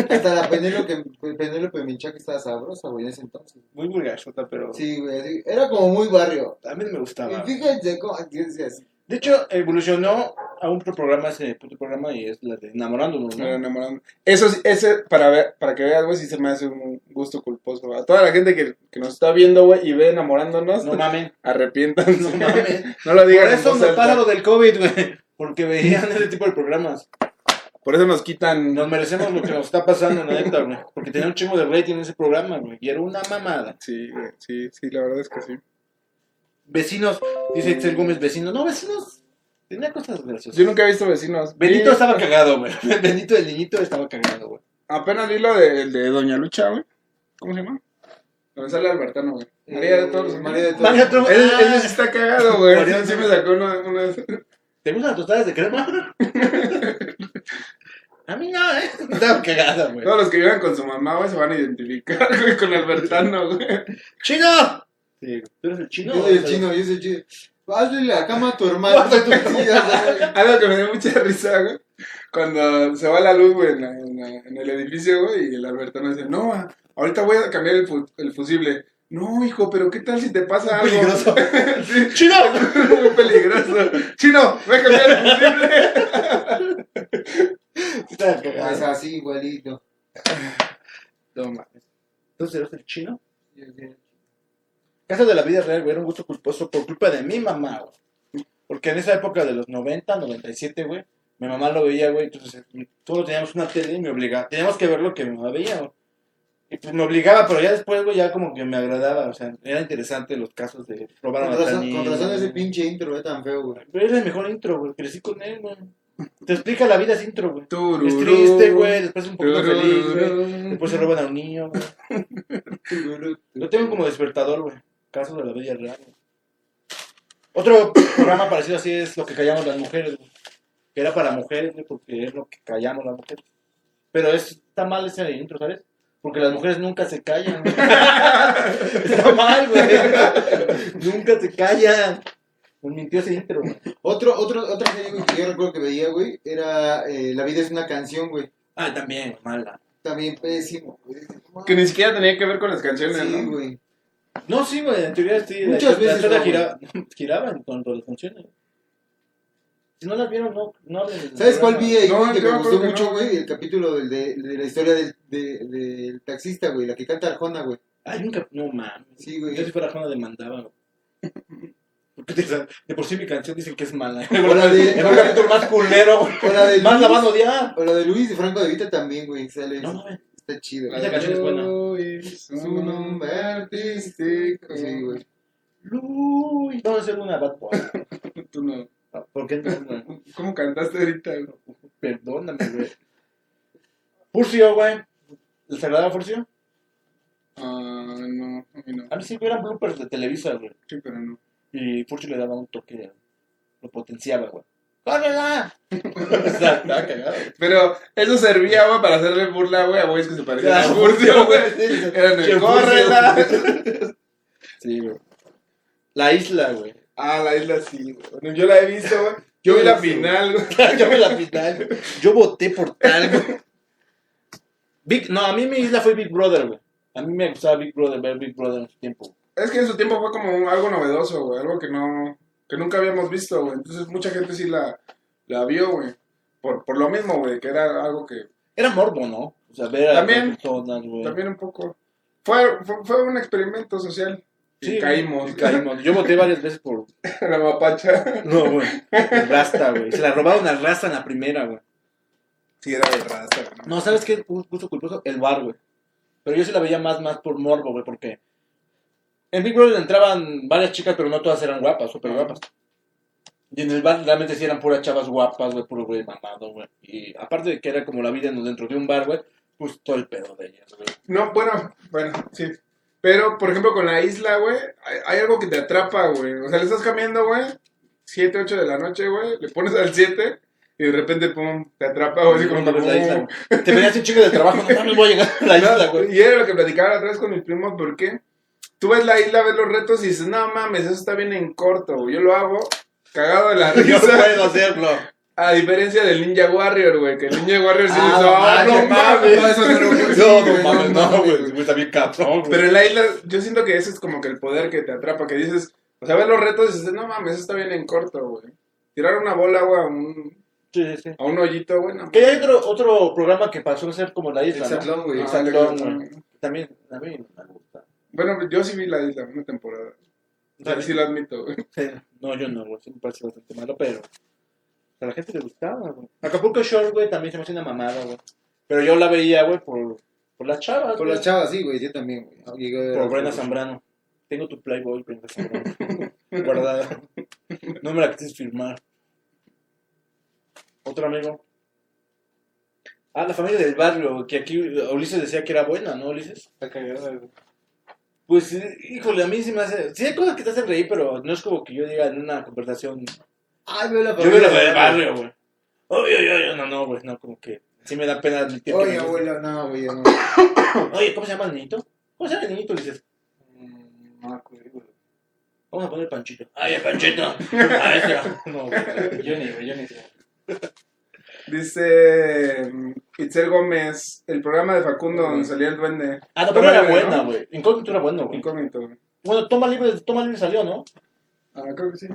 S4: Hasta la Penélope, Penélope Menchaca estaba sabrosa, güey, en ese entonces.
S2: Muy vulgarzota, pero
S4: Sí, güey, así- era como muy barrio.
S2: a mí me gustaba.
S4: Y fíjense cómo decías.
S2: De hecho, evolucionó a un programa, ese puto programa, y es la de Enamorándonos,
S3: Me
S2: ¿no?
S3: enamorando. Eso sí, ese, para, ver, para que veas, güey, sí se me hace un gusto culposo. A toda la gente que, que nos está viendo, güey, y ve enamorándonos, *laughs*
S2: No mamen,
S3: arrepiéntanse.
S2: no mamen.
S3: *laughs* No lo
S2: Por
S3: digan. en
S2: eso
S3: voz
S2: me
S3: alta.
S2: pasa lo del COVID, güey. Porque veían ese tipo de programas.
S3: Por eso nos quitan.
S2: Nos merecemos lo que nos está pasando, la neta, güey. Porque tenía un chingo de rating ese programa, güey. Y era una mamada.
S3: Sí, güey, sí, sí, la verdad es que sí.
S2: Vecinos, dice Excel Gómez, vecinos. No, vecinos. Tenía cosas graciosas.
S3: Yo nunca Eh. he visto vecinos.
S2: Benito
S3: Sí.
S2: *laughs* estaba cagado, güey. Benito el niñito estaba cagado, güey.
S3: Apenas vi lo de, de Doña Lucha, güey. ¿Cómo se llama? Donde sale Albertano, güey. María de todos. los
S4: María de todos.
S2: Eh, María de todos.
S3: Él, él sí está cagado, güey.
S2: Por eso.
S3: Sí, sí me sacó una, una vez.
S2: ¿Te gustan las tostadas de
S3: *laughs*
S2: crema? A mí no, ¿eh? Estaba cagada, güey.
S3: Todos los que vivan con su mamá, güey, se van a identificar, *laughs* güey, con Albertano, güey.
S2: ¡Chino! Sí, tú eres el chino.
S4: yo soy el chino, yo soy el chino. Hazle la cama a
S3: *laughs*
S4: tu hermano. a *laughs* tus tías,
S3: Algo que me dio mucha risa, güey. Cuando se va la luz, güey, en, la- en la- en el edificio, güey, y el Albertano dice, no, ah, ahorita voy a cambiar el, fu- el fusible. No, hijo, pero ¿qué tal si te pasa algo?
S2: *laughs* Peligroso.
S3: *laughs* Sí,
S2: ¡Chino!
S3: muy *laughs* peligroso. Chino, voy a cambiar el fusible.
S2: Estaba
S4: güey. Es
S2: cagada.
S4: así, igualito.
S3: No, ma.
S2: ¿Tú eres el chino? Caso de la vida real, güey, era un gusto culposo por culpa de mi mamá, güey. Porque en esa época de los 90, 97, güey, mi mamá lo veía, güey, entonces eh, todos teníamos una tele y me obligaba, teníamos que ver lo que mi mamá veía, güey. Y pues me obligaba, pero ya después, güey, ya como que me agradaba, o sea, era interesante los casos de robar a
S4: Con
S2: la
S4: razón, con razón ese pinche intro es tan feo, güey.
S2: Pero es el mejor intro, güey, crecí con él, güey. Te explica la vida ese intro, güey.
S3: Tururú.
S2: Es triste, güey, después un poquito
S3: Tururú.
S2: feliz, güey. Después se roban a un niño, güey. Lo tengo como despertador, güey. Casos de la bella real. güey. Otro programa parecido así es Lo que callamos las mujeres, güey. Que era para mujeres, güey, porque es lo que callamos las mujeres. Pero es, está mal ese intro, ¿sabes? Porque las mujeres nunca se callan. güey. *laughs* está mal, güey. nunca se callan. Nos mintió ese intro, güey.
S4: Otro, otro, otra serie güey, que yo recuerdo que veía, güey, era eh, La vida es una canción, güey.
S2: Ah, también, mala.
S4: También pésimo, güey.
S3: Que ni siquiera tenía que ver con las canciones,
S4: Sí,
S3: ¿no?
S4: güey.
S2: No, sí, güey, en teoría sí. la-
S4: Muchas
S2: la
S4: veces
S2: historia
S4: no,
S2: gira- *laughs* giraba en cuanto a las funciones. Si no las vieron, no. no hablen del
S4: ¿Sabes cuál
S2: programa.
S4: vi ahí,
S3: No,
S4: güey, que
S3: yo
S4: me gustó
S3: creo que
S4: mucho,
S3: no.
S4: güey? El capítulo del, de, de la historia del, de- del taxista, güey, la que canta Arjona, güey.
S2: Ay, nunca. No mames.
S4: Sí, güey.
S2: Yo si fuera Juana demandaba, güey. Porque de, de por sí mi canción dicen que es
S4: *laughs*
S2: mala. *laughs* Es
S4: O la de-
S2: el capítulo más culero, güey.
S4: O la de
S2: Más la
S4: Luis.
S2: van a odiar.
S4: O la de Luis y Franco de Vita también, güey, sale.
S2: No mames.
S4: Está chido.
S2: Esa canción es buena.
S3: Es
S4: Es un hombre artístico. Sí, güey.
S2: Luis. No, es una bad
S4: *laughs*
S2: boy.
S3: Tú no.
S2: ¿Por qué no? güey?
S3: ¿Cómo cantaste ahorita? güey?
S2: Perdóname, güey. Furcio, güey. ¿Les agradaba Furcio?
S3: Ah, no, a mí no.
S2: A mí sí eran bloopers de Televisa, güey.
S3: Sí, pero no.
S2: Y Furcio le daba un toque. Lo potenciaba, güey. ¡Córrela! Estaba cagado. güey.
S3: Pero eso servía, güey, para hacerle burla, güey, a güeyes que se parecían a
S2: Era
S3: Furcio, güey. Eran
S2: Che,
S3: el Córrela.
S2: Sí, güey. La isla, güey. *laughs*
S3: Ah, la isla sí, güey. Bueno, Yo la he visto, güey. Yo vi la
S2: Sí, sí.
S3: final, güey.
S2: Yo me la final, güey. Yo voté por tal, güey. Big, no, a mí mi isla fue Big Brother, güey. A mí me gustaba Big Brother, ver Big Brother en su tiempo. güey.
S3: Es que en su tiempo fue como un- algo novedoso, güey. Algo que no... Que nunca habíamos visto, güey. Entonces mucha gente sí la, la vio, güey. Por, por lo mismo, güey. Que era algo que...
S2: Era morbo, ¿no? O sea, ver a
S3: También.
S2: las personas, güey.
S3: También un poco... Fue, fue, fue un experimento social.
S2: Sí,
S3: y caímos.
S2: y caímos. Yo voté varias veces por.
S3: *laughs* la mapacha.
S2: No, güey. Rasta, güey. Se la robaron a Rasta en la primera, güey.
S3: Sí, era de raza, güey.
S2: No, ¿sabes qué? Gu- Gusto culposo, el bar, güey. Pero yo sí la veía más, más por morbo, güey, porque en Big Brother entraban varias chicas, pero no todas eran guapas, súper guapas. Y en el bar realmente sí eran puras chavas guapas, güey, puro güey mamado, güey. Y aparte de que era como la vida en- dentro de un bar, güey, pues todo el pedo de ellas, güey.
S3: No, bueno, bueno, sí. Pero, por ejemplo, con la isla, güey, hay, hay algo que te atrapa, güey. O sea, le estás cambiando, güey, 7, 8 de la noche, güey, le pones al 7 y de repente, pum, te atrapa, güey, así como...
S2: Otra vez la isla,
S3: pum.
S2: güey. Te venías un chingo de trabajo, no mames, voy a llegar a la isla, güey.
S3: Y era lo que platicaba la otra vez con mis primos, porque tú ves la isla, ves los retos y dices, no mames, eso está bien en corto, güey, yo lo hago cagado de la
S2: *laughs* Yo no
S3: risa.
S2: puedo hacerlo.
S3: A diferencia del Ninja Warrior, güey, que el Ninja Warrior sí
S2: Ah,
S3: dice,
S2: no
S3: "Ah, no mames.
S2: mames,
S4: No, eso
S3: *laughs*
S4: no era bueno. Sí,
S2: No,
S4: güey,
S2: no mames,
S4: no
S2: no,
S4: mames,
S2: güey. Está bien cabrón, güey.
S3: Pero en la isla, yo siento que ese es como que el poder que te atrapa, que dices, o sea, ves los retos y dices, no mames, eso está bien en corto, güey. Tirar una bola, güey, a un,
S2: Sí, sí.
S3: a un hoyito, güey, no.
S2: Que hay otro, otro programa que pasó a ser como la isla.
S4: El
S2: ¿no?
S4: Zatlón, güey.
S3: Ah,
S2: Zatlón,
S3: Zatlón,
S2: güey. También, a mí no me gusta.
S3: Bueno, yo sí vi la isla una temporada. O sea, sí lo admito, güey.
S2: No, yo no, güey. Sí me parece bastante malo, pero. A la gente le gustaba, güey. Acapulco Shore, güey, también se me hace una mamada, güey. Pero yo la veía, güey, por, por las chavas.
S4: Por
S2: güey.
S4: las chavas, sí, güey, yo también, güey. Llegué a ver-
S2: Por Brenda Zambrano. Tengo tu Playboy, Brenda Zambrano. Guardada. No me la quisiste firmar. Otro amigo. Ah, la familia del barrio, que aquí Ulises decía que era buena, ¿no, Ulises?
S3: Está cagada, güey.
S2: Pues, eh, híjole, a mí sí me hace... Sí hay cosas que te hacen reír, pero no es como que yo diga en una conversación...
S4: Ay, veo la
S2: Yo veo la del barrio, güey. Oye, oye, oye, no, no, güey, no, como que... Sí me da pena admitir que...
S4: Oye,
S2: me-
S4: abuelo, no, güey, no.
S2: Oye, ¿cómo se llama el niñito? ¿Cómo se llama el niñito, Ulises?
S3: Mm, No me acuerdo, güey.
S2: Vamos a poner Panchito. Ay, el Panchito. Ah, ese. No, güey.
S3: Johnny, güey, Johnny. sí. Dice mm, Itzel Gómez, el programa de Facundo donde salía el duende.
S2: Ah, no, pero era
S3: Libre,
S2: buena,
S3: ¿no?
S2: güey. Incógnito era buena, güey.
S3: Incógnito. güey.
S2: Bueno, Toma Libre, Toma Libre salió, ¿no?
S3: Ah, creo que sí.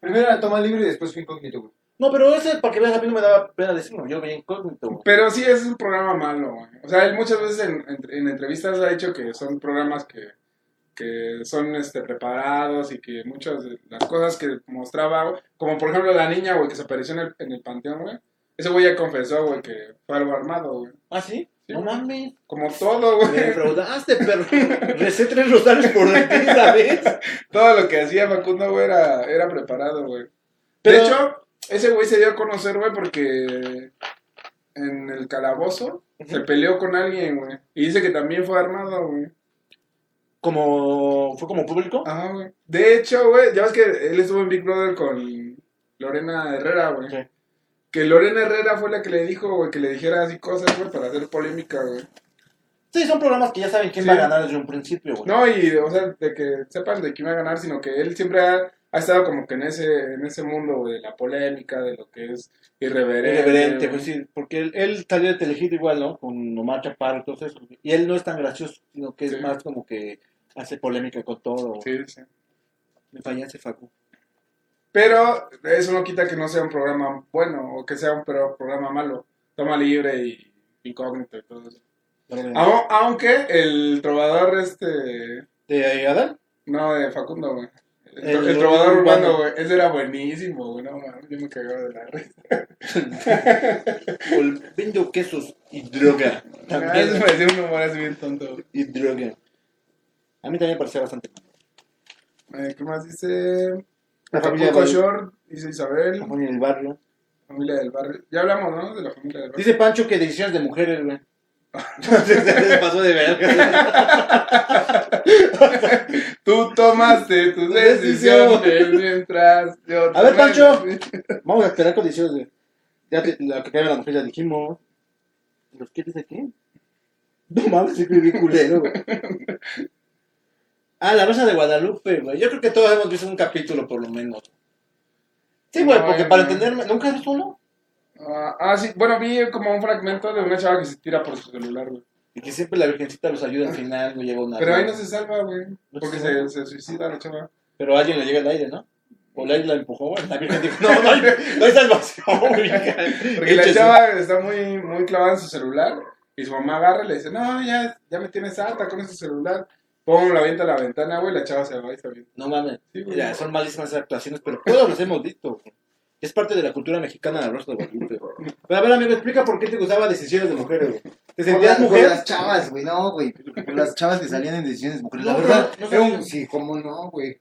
S4: Primero era toma libre y después fue incógnito, güey.
S2: No, pero ese, para que veas, a mí no me daba pena decirlo. Yo veía incógnito, güey.
S3: Pero sí es un programa malo, güey. O sea, él muchas veces en, en- en entrevistas ha dicho que son programas que, que son este, preparados y que muchas de las cosas que mostraba, güey, como por ejemplo la niña, güey, que se apareció en el, en el panteón, güey. Ese güey ya confesó, güey, que fue algo armado, güey.
S2: ¿Ah, sí?
S3: Sí.
S2: No mames.
S3: Como todo,
S2: Me
S3: güey.
S2: defraudaste, perro. Recé tres rosales por la vez.
S3: Todo lo que hacía Facundo, güey, era, era preparado, güey.
S2: Pero-
S3: De hecho, ese güey se dio a conocer, güey, porque en el calabozo se peleó con alguien, güey. Y dice que también fue armado, güey.
S2: Como, fue como público.
S3: Ah, güey. De hecho, güey, ya ves que él estuvo en Big Brother con Lorena Herrera, güey.
S2: Sí.
S3: Que Lorena Herrera fue la que le dijo, güey, que le dijera así cosas, güey, para hacer polémica, güey.
S2: Sí, son programas que ya saben quién
S3: Sí.
S2: va a ganar desde un principio, güey.
S3: No, y, o sea, de que sepan de quién va a ganar, sino que él siempre ha, ha estado como que en ese, en ese mundo, güey, de la polémica, de lo que es irreverente.
S2: Irreverente,
S3: güey.
S2: pues sí, porque él, él salió de Telehit igual, ¿no? Con Omar Chaparro, entonces, y él no es tan gracioso, sino que es
S3: Sí.
S2: más como que hace polémica con todo.
S3: Sí, sí.
S2: Me fallaste, Facu.
S3: Pero eso no quita que no sea un programa bueno o que sea un pro- programa malo. Toma libre y incógnito y todo eso.
S2: Pero bueno.
S3: Au- Aunque el trovador, este.
S2: ¿De Adán?
S3: No, de Facundo, güey. El,
S2: El-
S3: el trovador urbano,
S2: urbano.
S3: güey. Ese era buenísimo, güey. No, mames, yo me cagaba de la risa.
S2: Volviendo quesos y droga.
S3: Ah, *laughs* Eso
S2: También.
S3: me parecía un humor así bien tonto, güey.
S2: y droga. A mí también me parecía bastante.
S3: Eh, ¿Qué más dice?
S2: La familia
S3: Acapulco
S2: del-
S3: Shore, dice Isabel.
S2: Como en el barrio.
S3: Familia del barrio. Ya hablamos, ¿no? De la familia del barrio.
S2: Dice Pancho que decisiones de mujeres, güey. Se pasó de verga.
S3: Tú tomaste tu
S2: Decisión.
S3: decisión mientras yo.
S2: A ver,
S3: tomé-
S2: Pancho. Vamos a esperar con decisiones, güey. Ya te, la que cae la mujer ya dijimos. ¿Los qué dice qué? No mames, escribí culero, güey. Ah, la Rosa de Guadalupe, güey. Yo creo que todos hemos visto un capítulo, por lo menos. Sí, güey,
S3: No,
S2: porque
S3: yo
S2: para
S3: no.
S2: entenderme... ¿Nunca has visto uno?
S3: Ah, ah, sí. Bueno, vi como un fragmento de una chava que se tira por su celular, güey.
S2: Y que siempre la Virgencita los ayuda al final, güey, llega una...
S3: Pero ahí no se salva, güey.
S2: Ah, No
S3: Porque
S2: se
S3: se,
S2: salva.
S3: se suicida la chava.
S2: Pero alguien le llega el aire, ¿no? O la la empujó, güey. La Virgen dijo, no, no hay, no hay
S3: *laughs*
S2: salvación, güey.
S3: Porque la
S2: Échese.
S3: chava está muy, muy clavada en su celular y su mamá agarra y le dice, no, ya, ya me tienes harta con ese celular. Pum, la avienta a la ventana, güey, la chava se va y se avienta.
S2: No mames.
S3: Sí, güey.
S2: Mira, son malísimas esas actuaciones, pero todos los hemos visto, güey. Es parte de la cultura mexicana de Rosa de Guadalupe, güey. Pero a ver, amigo, explica por qué te gustaba decisiones de mujeres, güey. ¿Te
S4: Por
S2: sentías
S4: las, por
S2: mujer?
S4: las chavas, güey, no, güey. Por las chavas que salían en decisiones mujeres.
S2: No,
S4: la verdad,
S2: no, no
S4: era un-
S2: sabía.
S4: Sí, cómo no, güey.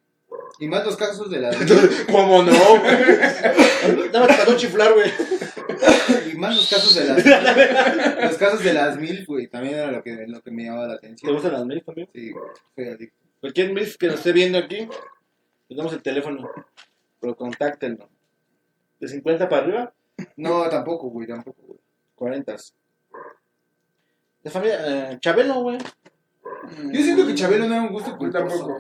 S4: Y más los casos de las
S2: *laughs* ¿Cómo no, güey? *laughs* Nada más te faltó chiflar, güey.
S4: y más
S2: *laughs*
S4: los casos de las los casos de las mil, güey, también era lo que lo que me llamaba la
S2: ¿Te
S4: atención.
S2: gustan las mails también?
S4: Sí, güey, soy adicto.
S2: Cualquier MILF que nos esté viendo aquí, tenemos el teléfono, pero contáctenlo. ¿De 50 para arriba?
S4: No, tampoco, güey, tampoco, güey.
S2: 40. La familia, eh, Chabelo, güey. Mm.
S4: Yo siento que Chabelo no era un gusto
S3: Yo
S4: culposo.
S3: tampoco.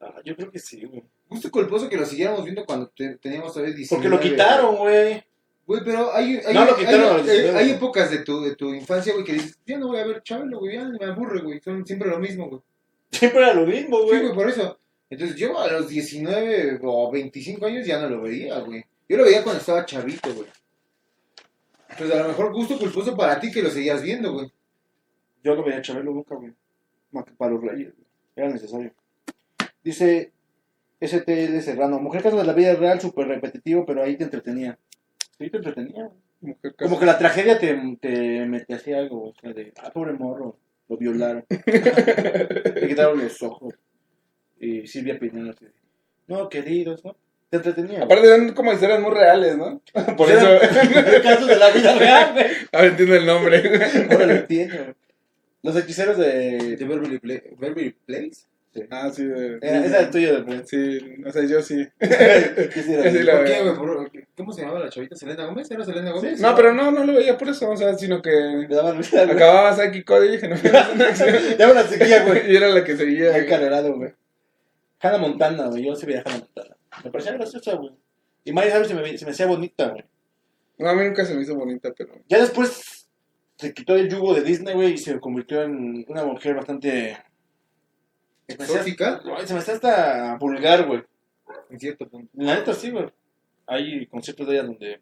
S2: Ah, yo creo que sí, güey.
S4: Gusto culposo que lo siguiéramos viendo cuando te- teníamos todavía 19.
S2: Porque lo quitaron, güey.
S4: Güey, pero hay, hay,
S2: No, lo
S4: hay-
S2: quitaron a los
S4: hay-
S2: 19.
S4: hay épocas de tu, de tu infancia, güey, que dices, ya no voy a ver Chabelo, güey, ya me aburre, güey, son siempre lo mismo, güey.
S2: Siempre era lo mismo,
S4: Sí,
S2: güey.
S4: güey, por eso. Entonces yo a los 19 o 25 años ya no lo veía, güey. Yo lo veía cuando estaba chavito, güey. Entonces a lo mejor gusto culposo para ti que lo seguías viendo, güey.
S2: Yo no veía a Chabelo nunca, güey. Más que para los reyes, güey. Era necesario. Dice STL Serrano. Mujer caso de la vida real, súper repetitivo, pero ahí te entretenía. Sí, te entretenía. güey.
S3: Mujer
S2: Como que la tragedia te, te, me- te hacía algo, o sea, de, ah, pobre morro, lo violaron. Le quitaron los ojos. Y Silvia Pinal así de, no, queridos, ¿no? te entretenía.
S3: Aparte son como historias muy reales, ¿no? *laughs* Ah, Por
S2: Sí,
S3: eso
S2: *laughs* eran casos de la vida real, güey.
S3: ahora entiendo el nombre.
S2: Ahora lo entiendo. Los hechiceros de.
S4: ¿De Beverly, Pla- Beverly Place?
S3: *laughs* Ah, sí. de-
S2: Era- Esa es tuya de
S3: *laughs*
S2: Prince.
S3: Sí, o sea, yo sí.
S2: Sí, sí, era
S3: Sí,
S2: tuya.
S3: la
S4: ¿Por qué,
S3: verdad.
S4: güey? ¿Por- ¿Cómo se llamaba la chavita? ¿Selena Gómez? ¿Era Selena Gómez?
S3: No, pero no, no lo veía por eso, o sea, sino que
S2: Me daban risa, güey.
S3: acababas aquí Cody *laughs* y dije,
S2: *laughs*
S3: no, no, no,
S2: Ya me la seguía,
S3: *laughs*
S2: güey.
S3: Y era la que seguía.
S2: Muy calorado, güey. Hannah Montana, güey. Yo sí veía a Hannah Montana. Me parecía graciosa, güey. Y Miley Cyrus se me, se me hacía bonita, güey.
S3: No, a mí nunca se me hizo bonita, pero.
S2: Ya después se quitó el yugo de Disney, güey, y se convirtió en una mujer bastante... se me hacía-
S4: ¿Exótica?
S2: Ay, Se me hacía hasta vulgar, güey.
S4: En cierto punto.
S2: La neta sí, güey. Hay conciertos de ella donde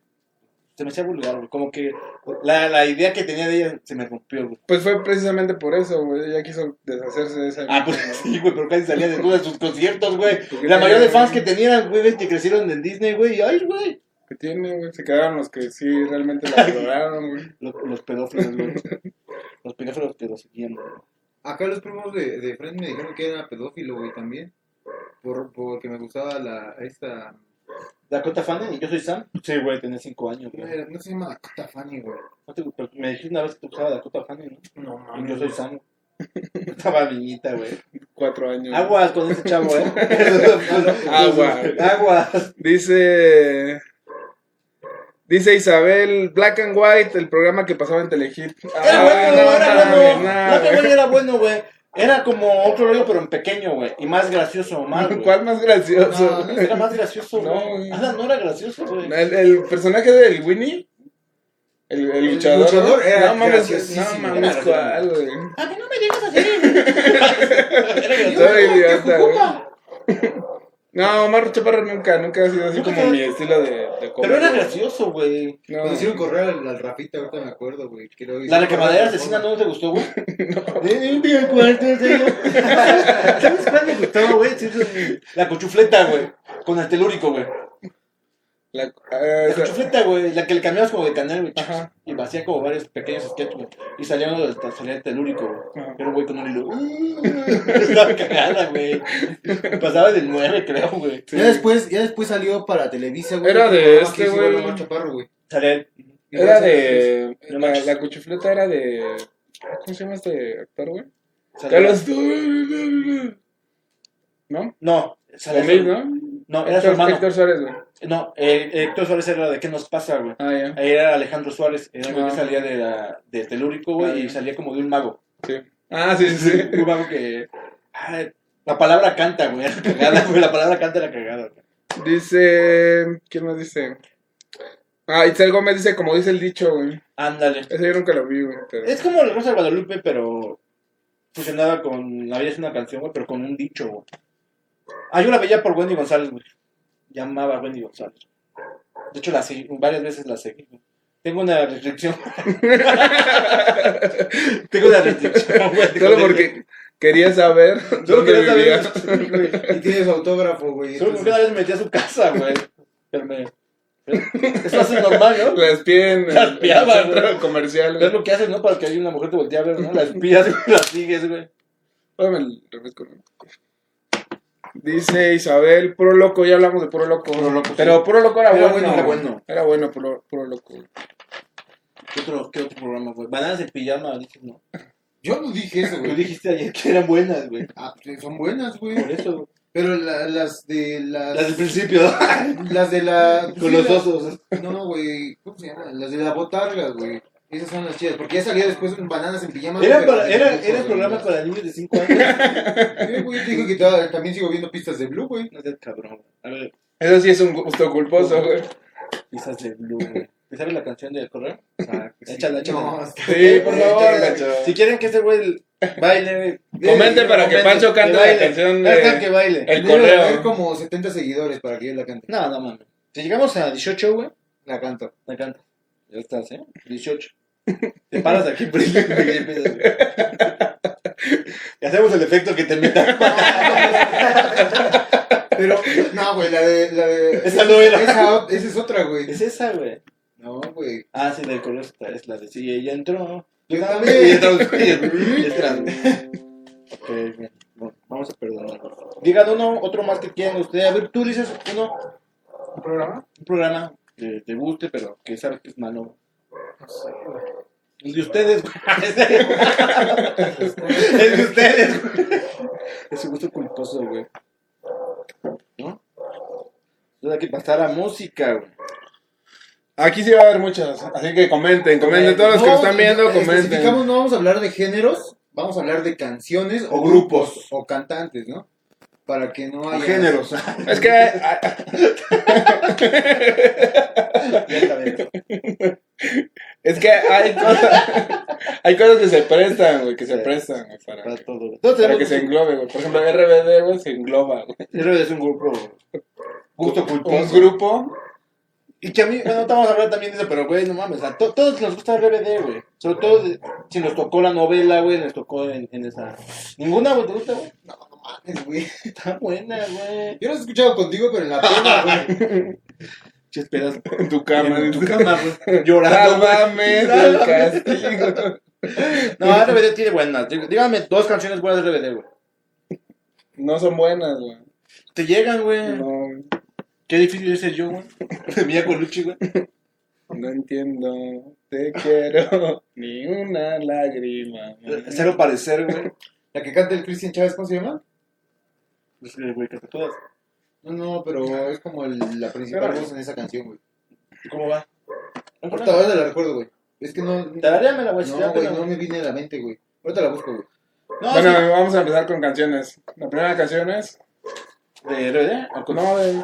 S2: se me hacía vulgar, güey. Como que la, la idea que tenía de ella se me rompió, güey.
S3: Pues fue precisamente por eso, güey. Ella quiso deshacerse de esa.
S2: Ah, *laughs* pues sí, güey, pero casi salía desnuda de sus conciertos, güey.
S3: Porque
S2: La mayoría de
S3: tenía-
S2: fans que tenían, güey, ven que crecieron en Disney, güey. y, Ay, güey.
S3: Que tiene, güey. Se quedaron los que sí realmente la *laughs* valoraron, güey.
S2: Los, los pedófilos, güey. Los pedófilos que lo seguían, güey.
S4: Acá los primos de, de Friends me dijeron que era pedófilo, güey, también. Por, porque me gustaba la, esta...
S2: Dakota Fanning y yo soy Sam. Sí, güey, tenía 5 años,
S4: No,
S2: güey.
S4: era- no se llama Dakota Fanny, güey.
S2: No te- pero me dijiste una vez que te gustaba Dakota Fanning,
S4: No,
S2: ¿no? Y yo soy Sam. Estaba niñita, güey.
S3: Cuatro años.
S2: Aguas con ese chavo, *laughs* ¿eh?
S3: Agua.
S2: Aguas.
S3: Dice. Dice Isabel, Black and White, el programa que pasaba en Telehit.
S2: Era
S3: Ah,
S2: bueno,
S3: no
S2: era
S3: mames,
S2: bueno.
S3: nah,
S2: Black and
S3: güey.
S2: White era bueno, güey. Era como otro rollo, pero en pequeño, güey. Y más gracioso, *laughs* más, güey.
S3: ¿Cuál más gracioso?
S4: No,
S2: Era más gracioso,
S3: No,
S2: güey.
S3: güey.
S2: Alan no era gracioso, güey.
S3: *laughs* El, el personaje del Winnie, el, el
S4: El
S3: luchador.
S4: luchador era
S3: no mames, no
S4: graciosísimo.
S3: mames,
S2: Era
S3: cuál, güey.
S2: A mí no me digas así. *laughs* Era gracioso.
S3: Todo idiota, güey.
S2: Ocupa.
S3: *laughs* No, Omar Chaparro nunca, nunca ha sido así
S2: Nunca
S3: como
S2: fue-
S3: mi estilo de, de
S2: Pero era
S3: comedia.
S2: gracioso, Pues güey.
S3: No,
S4: Cuando hicieron correr al, al Rafita, ahorita me acuerdo, güey. que lo
S2: La
S4: hicieron correr
S2: recamadera
S4: al
S2: asesina
S4: fondo.
S2: no te gustó, güey. No. el cuarto, en serio. ¿Sabes cuál me gustó, güey? Sí, sí, La cochufleta, güey. Con el telúrico, güey.
S3: la- ah,
S2: La
S3: esa-
S2: cochufleta, güey. La que le cambiabas como de canal, güey.
S3: Ajá.
S2: Y hacía como varios pequeños sketches, güey. Y salía uno del salía el telúrico, güey.
S3: Ajá.
S2: Pero, güey, con un hilo.
S3: *laughs*
S2: *laughs* Estaba cagada, güey. Pasaba del 9, creo, güey.
S4: Ya después, ya después salió para Televisa, güey.
S3: Era
S4: otro
S3: de
S4: programa
S3: este,
S4: que es igual
S3: güey.
S4: a Omar Chaparro, güey.
S2: Salía el-
S3: era de. eh,
S2: No
S3: La,
S2: manches.
S3: la cuchufleta era de. ¿Cómo se llama este actor, güey?
S2: salía-
S3: Carlos tú. ¿No?
S2: No, salía.
S3: Omid, ¿no?
S2: No, era su
S3: Héctor-
S2: hermano.
S3: Héctor Suárez, güey.
S2: No, eh, Héctor Suárez era de ¿Qué nos pasa, güey?
S3: Ah, ya.
S2: Ahí era Alejandro Suárez, era el
S3: Ah.
S2: que salía de, la, de Telúrico,
S3: Ah,
S2: güey,
S3: ya.
S2: y salía como de un mago.
S3: Sí. Ah, *laughs* sí, sí, sí.
S2: *laughs* Un mago que. ah, la palabra canta, güey, era cagada, *laughs* güey, la palabra canta era cagada. güey.
S3: Dice. ¿Quién más dice? Ah, Itzel Gómez dice, como dice el dicho, güey.
S2: Ándale.
S3: Ese yo nunca lo vi, güey. pero-
S2: Es como La Rosa de Guadalupe, pero fusionada con. La vida es una canción, güey, pero con un dicho, güey. Ah, yo la veía por Wendy González, güey. Llamaba a Wendy González. De hecho, la seguí, varias veces la seguí. güey. Tengo una restricción. *laughs* Tengo una restricción,
S3: *laughs*
S2: güey.
S3: Solo porque quería saber.
S2: Solo
S3: dónde
S2: quería saber.
S3: vivía. *laughs*
S2: sí, güey.
S4: Y tiene su autógrafo, güey.
S2: Solo porque
S4: entonces-
S2: una vez me metí a su casa, güey. Pero me. Eso hace normal, ¿no?
S3: La espié en el,
S2: La espiaba,
S3: en el centro
S2: güey.
S3: comercial,
S2: Es
S3: güey.
S2: lo que haces, ¿no? Para que haya una mujer te voltee a ver, ¿no? La espías, güey, la sigues, güey.
S3: Pásame el refresco, ¿no? Dice Isabel, puro loco, ya hablamos de puro loco.
S2: Puro Loco,
S3: Pero
S2: sí.
S3: puro loco era, bueno.
S2: Era bueno, era
S3: güey.
S2: bueno.
S3: Era bueno, puro, puro loco.
S2: ¿Qué otro, qué otro programa, güey? Bananas en pijama, dije, no.
S4: Yo no dije eso,
S2: Tú
S4: güey.
S2: dijiste ayer que eran buenas, güey.
S4: Ah, pues, son buenas,
S2: Por
S4: güey.
S2: eso, güey.
S4: Pero la- las de las...
S2: Las del principio, ¿no?
S4: Las de
S2: *laughs*
S4: la...
S2: Con
S4: sí,
S2: los
S4: las-
S2: osos.
S4: No, güey. ¿Cómo se llama? Las de la botarga, güey. Esas son las chidas. Porque ya salía después un bananas en pijama.
S2: Era,
S4: güey,
S2: para,
S4: pero-
S2: era, era programa para niños de 5 años. *laughs*
S4: Sí, güey, te digo que ta- también sigo viendo pistas de Blue, güey.
S2: No seas cabrón. A ver,
S3: Eso sí es un gusto culposo, güey.
S2: quizás de Blue, güey. ¿Te sabes la canción del correo?
S3: Ah,
S4: Sí.
S2: Échala, échala.
S4: No, este, es que-
S3: Sí, por favor, gacho.
S2: Si quieren que ese güey baile,
S3: *laughs*
S2: güey.
S3: Comenten para que
S2: comenten,
S3: Pancho cante
S2: que
S3: la
S2: baile.
S3: canción de-
S2: Hashtag que baile.
S3: El
S4: Debe de haber
S3: correo.
S4: como 70 seguidores para que yo la cante.
S2: No, no mames. Si llegamos a 18, güey,
S4: La canto.
S2: me encanta. Ya estás, ¿eh? 18. *laughs* Te paras aquí, *laughs* por ejemplo, y empiezas, güey. Y hacemos el efecto que te meta.
S4: Pero, no, güey, la de... La de
S2: *laughs* Esa no era.
S4: Esa, esa es otra, güey.
S2: Es esa, güey.
S4: No, güey.
S2: Ah, sí, del color está. Es la de sí, ella entró.
S4: Yo
S2: Y
S4: también.
S2: entramos, y *laughs* entramos. Ok, bien. Bueno, vamos a perdonar. Digan uno, otro más que quieran ustedes. A ver, tú dices uno.
S3: ¿Un programa?
S2: un programa que te guste, pero que sabes que es malo. El de ustedes, *laughs* güey. El de ustedes, güey. Ese gusto culposo, güey. ¿No? Entonces hay que pasar a música, güey.
S3: Aquí sí va a haber muchas, así que comenten, comenten. Todos los que lo están viendo, comenten.
S4: especificamos, no vamos a hablar de géneros, vamos a hablar de canciones o,
S2: O grupos.
S4: grupos o cantantes, ¿no? Para que no
S2: O
S4: haya...
S2: géneros.
S3: Es que ah, ah,
S2: Ya sabes.
S3: es que hay cosas, *laughs* hay cosas que se prestan, güey, que se
S2: Sí.
S3: prestan güey, para,
S2: *laughs* Para todo, güey.
S3: para
S2: Todos tenemos
S3: que se englobe, güey. Por ejemplo, RBD, güey, se engloba, güey.
S2: Eso es un grupo. Gusto
S3: Un
S2: culposo.
S3: grupo,
S2: Y que a mí, bueno, estamos hablando también de eso, pero güey, no mames. A to- todos nos gusta RBD, güey. Sobre todo de- si nos tocó la novela, güey, nos tocó en, en esa. ¿Ninguna, güey, te gusta, güey?
S4: No, no mames, güey.
S2: *laughs* Está buena, güey.
S4: Yo los he escuchado contigo, pero en la pena, güey.
S2: Ches pedazo.
S3: en tu cama,
S2: En tu
S3: dice. *laughs*
S2: cama, güey. Llorando,
S3: Sálvame
S2: güey.
S3: del castigo.
S2: No, RBD tiene buenas. Dí- Dígame dos canciones buenas de RBD, güey.
S3: No son buenas, güey.
S2: Te llegan, güey.
S3: No,
S2: Qué difícil es ser yo, güey. *laughs* Mía con Luchi, güey.
S3: no entiendo. Te *laughs* quiero. Ni una lágrima. más.
S2: Cero parecer, güey.
S4: La que canta el Cristian Chávez, ¿cómo se llama?
S2: Es que, güey, casi todas.
S4: No, no, pero es como el- la principal voz en esa canción, güey.
S2: ¿Cómo va?
S4: Ahorita ahora la recuerdo, güey. Es que no...
S2: Tararéamela, güey. si ya
S4: No,
S2: te
S4: güey,
S2: la-
S4: no me viene a la mente, güey. Ahorita la busco, güey.
S2: No,
S3: Bueno, vamos a empezar con canciones. La primera canción es.
S2: sí. ¿De RBD? ¿O con-
S3: No, de.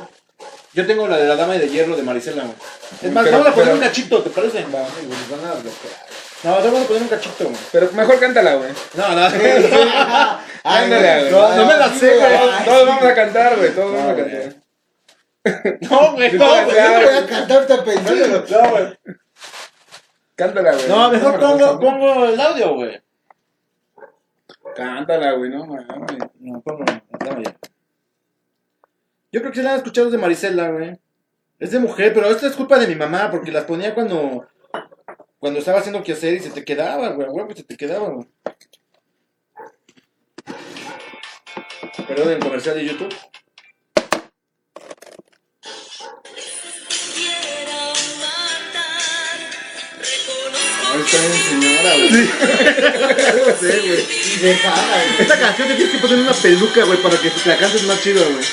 S2: Yo tengo la de la dama de hierro de Marisela, güey. Es más,
S3: Pero-
S2: vamos a poner
S3: pero-
S2: un cachito, ¿te parece? No,
S4: Ay, güey, nos van a bloquear.
S2: vamos a poner un cachito, güey.
S3: Pero mejor cántala, güey.
S2: No, no, no.
S3: Ándale, güey.
S2: No, no me la sé, güey.
S3: Todos, todos vamos a cantar, güey. Todos vamos a
S2: güey.
S3: cantar.
S2: No, güey, no,
S3: No,
S2: güey.
S3: ya.
S4: Yo voy a cantar ahorita pensándolo.
S2: No, güey.
S3: Cántala, güey.
S2: No, mejor
S3: me la
S2: pongo,
S3: sé.
S2: pongo el audio, güey.
S3: Cántala, güey, no mames.
S2: No, pongo el audio. Yo creo que se la han escuchado de Marisela, güey. Es de mujer, pero esta es culpa de mi mamá, porque las ponía cuando. Cuando estaba haciendo que hacer y se te quedaba, güey, güey, pues se te quedaba, güey. Perdón, el comercial de YouTube.
S5: Quiero matar, reconozco
S3: Ahí está bien, señora, güey.
S4: *laughs* Y dejada, güey.
S2: Esta canción te tienes que poner una peluca, güey, para que la cantes más chido, güey.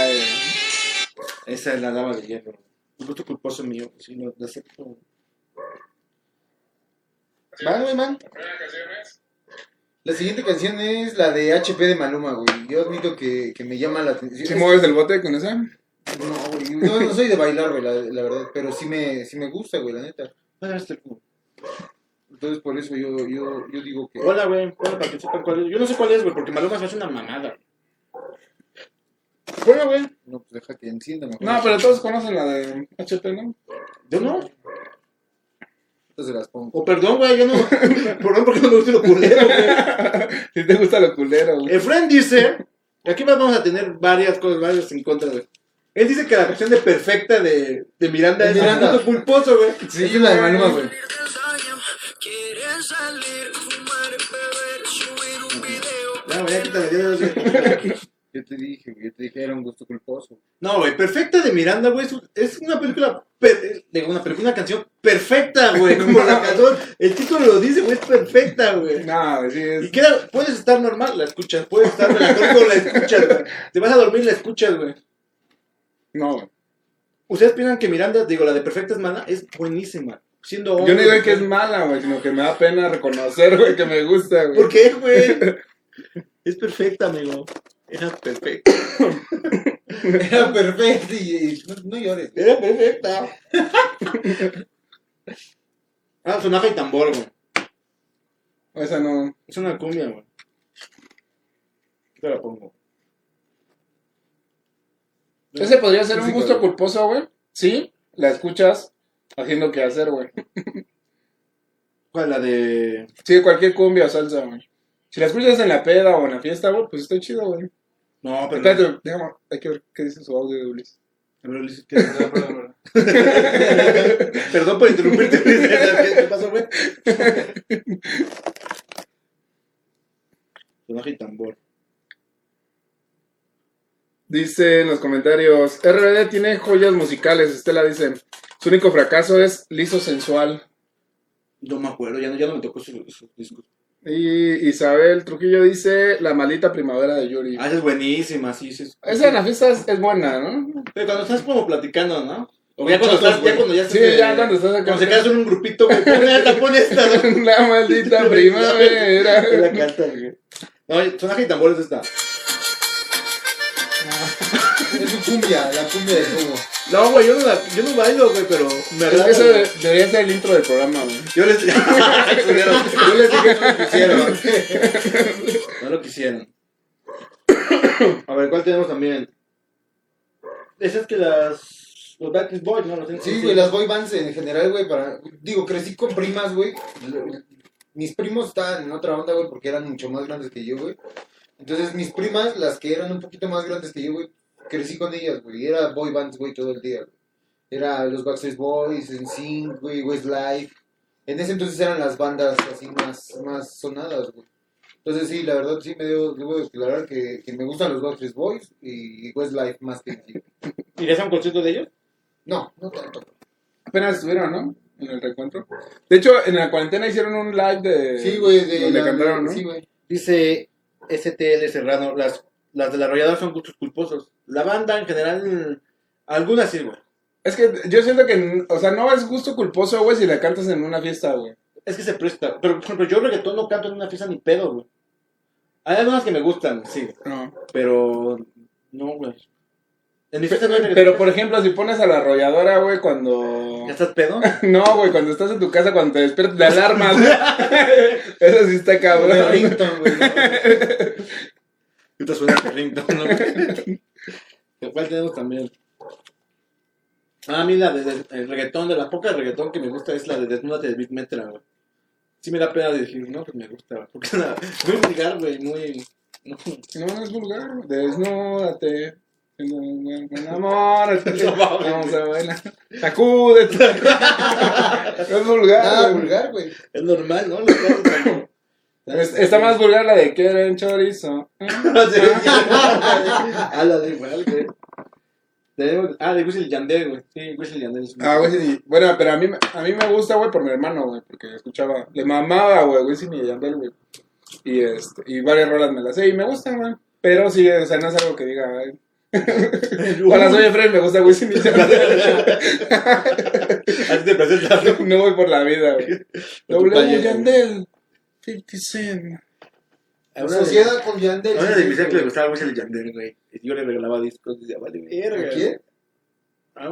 S3: Ay,
S2: Esa es la dama de hierro. Un gusto culposo mío, si no, de acepto. Man, güey, man.
S4: La siguiente canción es la de HP de Maluma, güey. Yo admito que, que me llama la atención.
S3: ¿Sí mueves el bote con esa?
S4: No, güey. No, no soy de bailar, güey, la, la verdad. Pero sí me, sí me gusta, güey, la neta.
S2: No debes ser tú.
S4: Entonces por eso yo, yo, yo digo que.
S2: Hola, güey. Hola, para que sepan cuál es. Yo no sé cuál es, güey, porque Maluma se hace una mamada. Bueno, güey.
S4: No, pues deja que encienda mejor.
S3: No, pero todos conocen la de HP, ¿no?
S2: Yo no.
S4: Entonces se las pongo.
S2: O perdón, güey, yo no. *laughs* perdón porque no me gusta lo culero, güey.
S3: Si te gusta lo culero, güey.
S2: Efren dice. y Aquí vamos a tener varias cosas, varias en contra, güey. Él dice que la canción de perfecta de, de Miranda
S4: De
S2: es
S4: Miranda.
S2: un gusto culposo, güey.
S4: Sí, es la de Maluma, güey.
S5: salir del daño. Quieren salir, fumar, beber, subir un video.
S2: Ya, güey, ya quítame, ya, ya, ya.
S4: Yo te dije, güey. Yo te dije, era un gusto culposo.
S2: No, güey, Perfecta de Miranda, güey, es, un- es una película, per- eh, digo, una película, una canción perfecta, güey, como la canción, el título lo dice, güey, es perfecta, güey.
S3: No, güey, sí
S2: Y
S3: es.
S2: queda, puedes estar normal, la escuchas, puedes estar melancólico, la escuchas, güey. Te vas a dormir, la escuchas, güey.
S3: No, güey.
S2: ¿Ustedes piensan que Miranda, digo, la de Perfecta es mala? Es buenísima, siendo
S3: Yo
S2: hombre,
S3: no digo que es
S2: güey.
S3: mala, güey, sino que me da pena reconocer, güey, que me gusta, güey.
S2: ¿Por qué, güey? *laughs* Es perfecta, amigo. Era perfecta.
S4: *laughs* Era perfecto y, y no, no llores. güey.
S2: Era perfecta. *laughs* ah, sonaja y tambor, güey.
S3: Esa no.
S2: Es una cumbia, güey. Yo Te la pongo.
S3: Ese podría ser un
S4: Sí,
S3: gusto
S4: güey.
S3: culposo, güey. Sí, la escuchas haciendo que hacer, güey.
S2: ¿Cuál? La de.
S3: Sí, cualquier cumbia o salsa, güey. Si la escuchas en la peda o en la fiesta, güey, pues está chido, güey.
S2: No, pero.
S3: Espérate, déjame, hay que ver qué dice su audio de Ulises.
S2: Pero le hice que- perdón, perdón, perdón. *laughs* Perdón por interrumpirte. Luis. ¿Qué pasó, güey? Sonaja y tambor.
S3: Dice en los comentarios, RBD tiene joyas musicales. Estela dice, su único fracaso es liso sensual.
S2: No me acuerdo, ya no, ya no me tocó su, su disco.
S3: Y Isabel Trujillo dice, la maldita primavera de Yuri.
S2: Ah, esa es buenísima, sí, sí. es-
S3: Esa en la fiesta es, es buena, ¿no?
S2: Pero cuando estás como platicando, ¿no? O
S4: Con
S2: ya cuando estás,
S4: chatos,
S2: ya
S4: güey.
S2: cuando ya
S3: Sí,
S2: estás-
S3: ya cuando estás acá.
S2: Cuando se quedas en un grupito, güey, pon esta, pon esta.
S3: *laughs*
S2: ¿no?
S3: La
S2: *laughs*
S3: maldita
S2: Te *laughs* la
S3: primavera.
S2: cantas, güey. No, sonaje y tambores esta.
S4: Es su cumbia, la cumbia de Cubo.
S2: No, güey, yo no, la, yo no bailo, güey, pero me
S3: Es
S2: agrada.
S3: que eso
S2: güey.
S3: de- debería ser el intro del programa, güey.
S2: Yo les, *laughs* yo les dije que no lo quisieron. *laughs* No lo quisieron. A ver, ¿cuál tenemos también? Esas que las. Los Backstreet Boys, ¿no? Los
S4: Sí,
S2: NCT.
S4: güey, las boy bands en general, güey, para... Digo, crecí con primas, güey. Mis primos estaban en otra onda, güey, porque eran mucho más grandes que yo, güey. Entonces, mis primas, las que eran un poquito más grandes que yo, güey, crecí con ellas, güey. Y Era boy bands, güey, todo el día, güey. Era los Backstreet Boys, NSYNC, güey, Westlife. En ese entonces eran las bandas así más, más sonadas, güey. Entonces, sí, la verdad, sí me debo, debo declarar que, que me gustan los Backstreet Boys y Westlife más que NSYNC.
S2: ¿Irías a un concierto de ellos?
S4: No, no tanto.
S3: Apenas estuvieron, ¿no? En el reencuentro. De hecho, en la cuarentena hicieron un live de.
S4: Sí, güey, de...
S3: Donde
S4: la-
S3: cantaron, ¿no?
S4: Sí, güey.
S2: Dice STL Serrano, las, las de la arrolladora son gustos culposos. La banda en general, algunas sí, güey.
S3: Es que yo siento que, o sea, no es gusto culposo, güey, si la cantas en una fiesta, güey.
S2: Es que se presta. Pero, por ejemplo, yo reggaetón no canto en una fiesta ni pedo, güey. Hay algunas que me gustan, sí,
S3: No.
S2: pero no, güey. En mi fiesta no hay reggaetón.
S3: Pero, por ejemplo, si pones a la arrolladora, güey, cuando...
S2: ¿Ya estás pedo?
S3: No, güey, cuando estás en tu casa, cuando te despiertas de alarma, güey.
S2: *laughs*
S3: Eso sí está
S4: Bueno,
S3: cabrón.
S4: Ringtone, güey.
S3: *laughs*
S2: Y te suena el ringtone, *laughs* ¿no? ¿De cuál tenemos también? Ah, a mí la de, de- el reggaetón, de las pocas reggaetón que me gusta es la de Desnúdate de Big Metra, güey. Sí me da pena decir, no, pues me gusta, güey. Porque *laughs* es una- muy vulgar, güey, muy... No,
S3: No, no es vulgar, güey. Desnúdate. Enamórate.
S2: *laughs* No mames,
S3: Vamos a bailar. Sacúdete. *laughs* No es vulgar,
S4: Nada
S3: güey.
S4: vulgar, güey.
S2: es normal, ¿no? Lo que
S3: *laughs*
S2: hago cuando-
S3: Es- Pues, Está más vulgar la de quieren chorizo.
S2: *laughs* Háblale igual, güey. Tenemos- Ah, de Wisin y Yandel, güey. Sí, Wisin y Yandel. es un-
S3: Ah, güey, sí. Bueno, pero a mí, a mí me gusta, güey, por mi hermano, güey, porque escuchaba, le mamaba, güey, Wisin y Yandel, güey. Y, este, y varias rolas me las sé y me gustan, güey. Pero sí, o sea, no es algo que diga, ay.
S2: *laughs*
S3: Para soy Fred, me gusta Wisin y Yandel.
S2: Así te presentas, ¿no?
S3: no voy por la vida, güey.
S2: Por tu
S3: W
S2: calle,
S3: Yandel, 50 Cent.
S4: Asociada con Yandel.
S2: Ahora
S4: sí,
S2: de mi
S4: güey.
S2: que le gustaba mucho el Yandel, güey. Y Yo le regalaba discos y decía, vale, verga.
S4: ¿A quién?
S2: A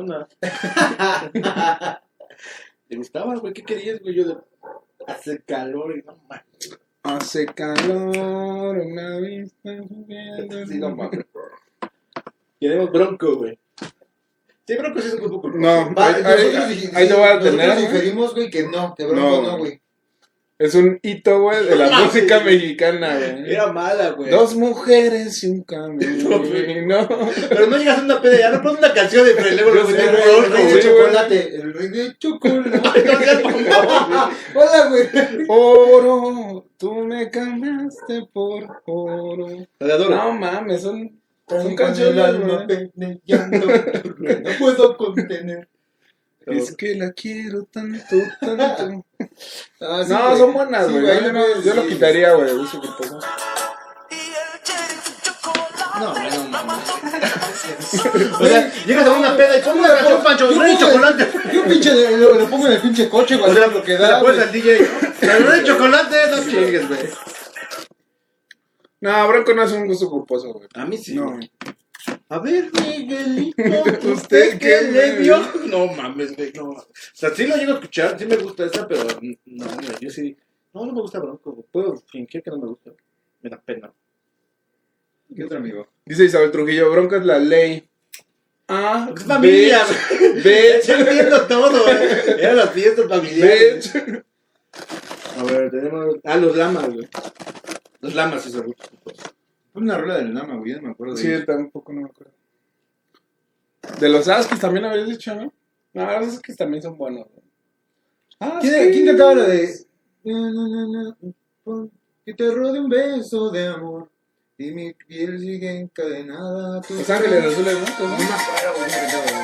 S2: *laughs* una. ¿Te gustaba, güey? ¿Qué querías, güey? Yo de... Hace calor y no mames.
S3: Hace calor, una vista.
S4: Sí, no mames.
S2: Queremos Bronco, güey. Sí, Bronco sí es un grupo culposo.
S3: No,
S4: Va,
S3: ahí, ahí-
S4: nosotros dij-
S3: ahí te voy a
S4: nosotros
S3: tener. güey.
S4: diferimos, güey, que no, que bronco
S3: No,
S4: no, güey.
S3: Es un hito, güey, de la
S2: Sí.
S3: música mexicana, güey.
S2: Era mala, güey.
S3: Dos mujeres y un camino.
S2: No, güey. Pero no llegas a una peda, ya no pones una canción de Frelevo, luego
S3: Yo
S2: te
S3: sé,
S2: digo
S3: güey,
S2: Bronco,
S4: El rey de
S3: güey,
S2: *laughs*
S4: chocolate, el rey de chocolate.
S2: güey. No
S3: *laughs*
S2: seas mamón, güey.
S4: Hola, güey.
S3: Oro, tú me cambiaste por oro.
S2: La de Adoro.
S3: No mames, son, son
S4: Con el
S3: canciones.
S4: alma
S3: güey.
S4: penellando, no
S2: *laughs*
S4: puedo contener.
S3: Es que la quiero tanto, tanto.
S4: *laughs* Ah, sí,
S3: No,
S4: güey.
S3: son buenas,
S4: Sí,
S3: güey.
S4: güey,
S3: yo
S4: ahí
S3: no-
S4: lo
S3: yo lo
S4: sí.
S3: quitaría, güey. de su grupo.
S2: No, güey, no mames. O sea, llegas a una peda y pones una canción Pancho
S4: Yo
S2: Rey y
S4: pongo-
S2: Chocolate.
S4: *laughs* Yo pinche de- lo, lo pongo en el pinche coche, güey.
S2: O sea,
S4: lo que
S2: se
S4: da.
S2: la pones
S4: güey.
S2: al DJ. La verdad de chocolate, no chingues, güey.
S3: No, Bronco no es un gusto culposo, güey.
S2: A mí sí.
S3: No.
S2: A ver, *laughs* Miguelito,
S3: ¿Usted
S2: ¿usted
S3: qué
S2: qué le
S3: me-
S2: dio? No mames, güey, no. O sea, sí la llego a escuchar, sí me gusta esa, pero mm, no, mira, yo sí. No, no me gusta Bronco, güey. Puedo fingir que no me gusta. Me da pena.
S4: ¿Qué otro amigo?
S3: Dice Isabel Trujillo, Bronco es la ley. Ah,
S2: Es familia,
S3: bitch,
S2: güey.
S4: *laughs*
S2: Yo
S3: Bitch,
S2: entiendo todo, eh. güey. Eran las fiestas familiares.
S3: bitch.
S2: A ver, tenemos. Ah, los lamas, güey. Los lamas, sí, seguro.
S4: Fue una rola del Nama, güey. Ya no me acuerdo. de ella.
S3: Sí, tampoco no me acuerdo. De los Askis también habías dicho, ¿no? No, los Askis también son buenos. Ah, güey.
S4: ¿Quién, ¿quién cantaba la de.? Que te rode un beso de amor. Y mi piel sigue encadenada. a tu
S3: Los Ángeles
S4: cuello.
S3: Azules, ¿no?
S4: No me acuerdo, güey, no me acuerdo, güey.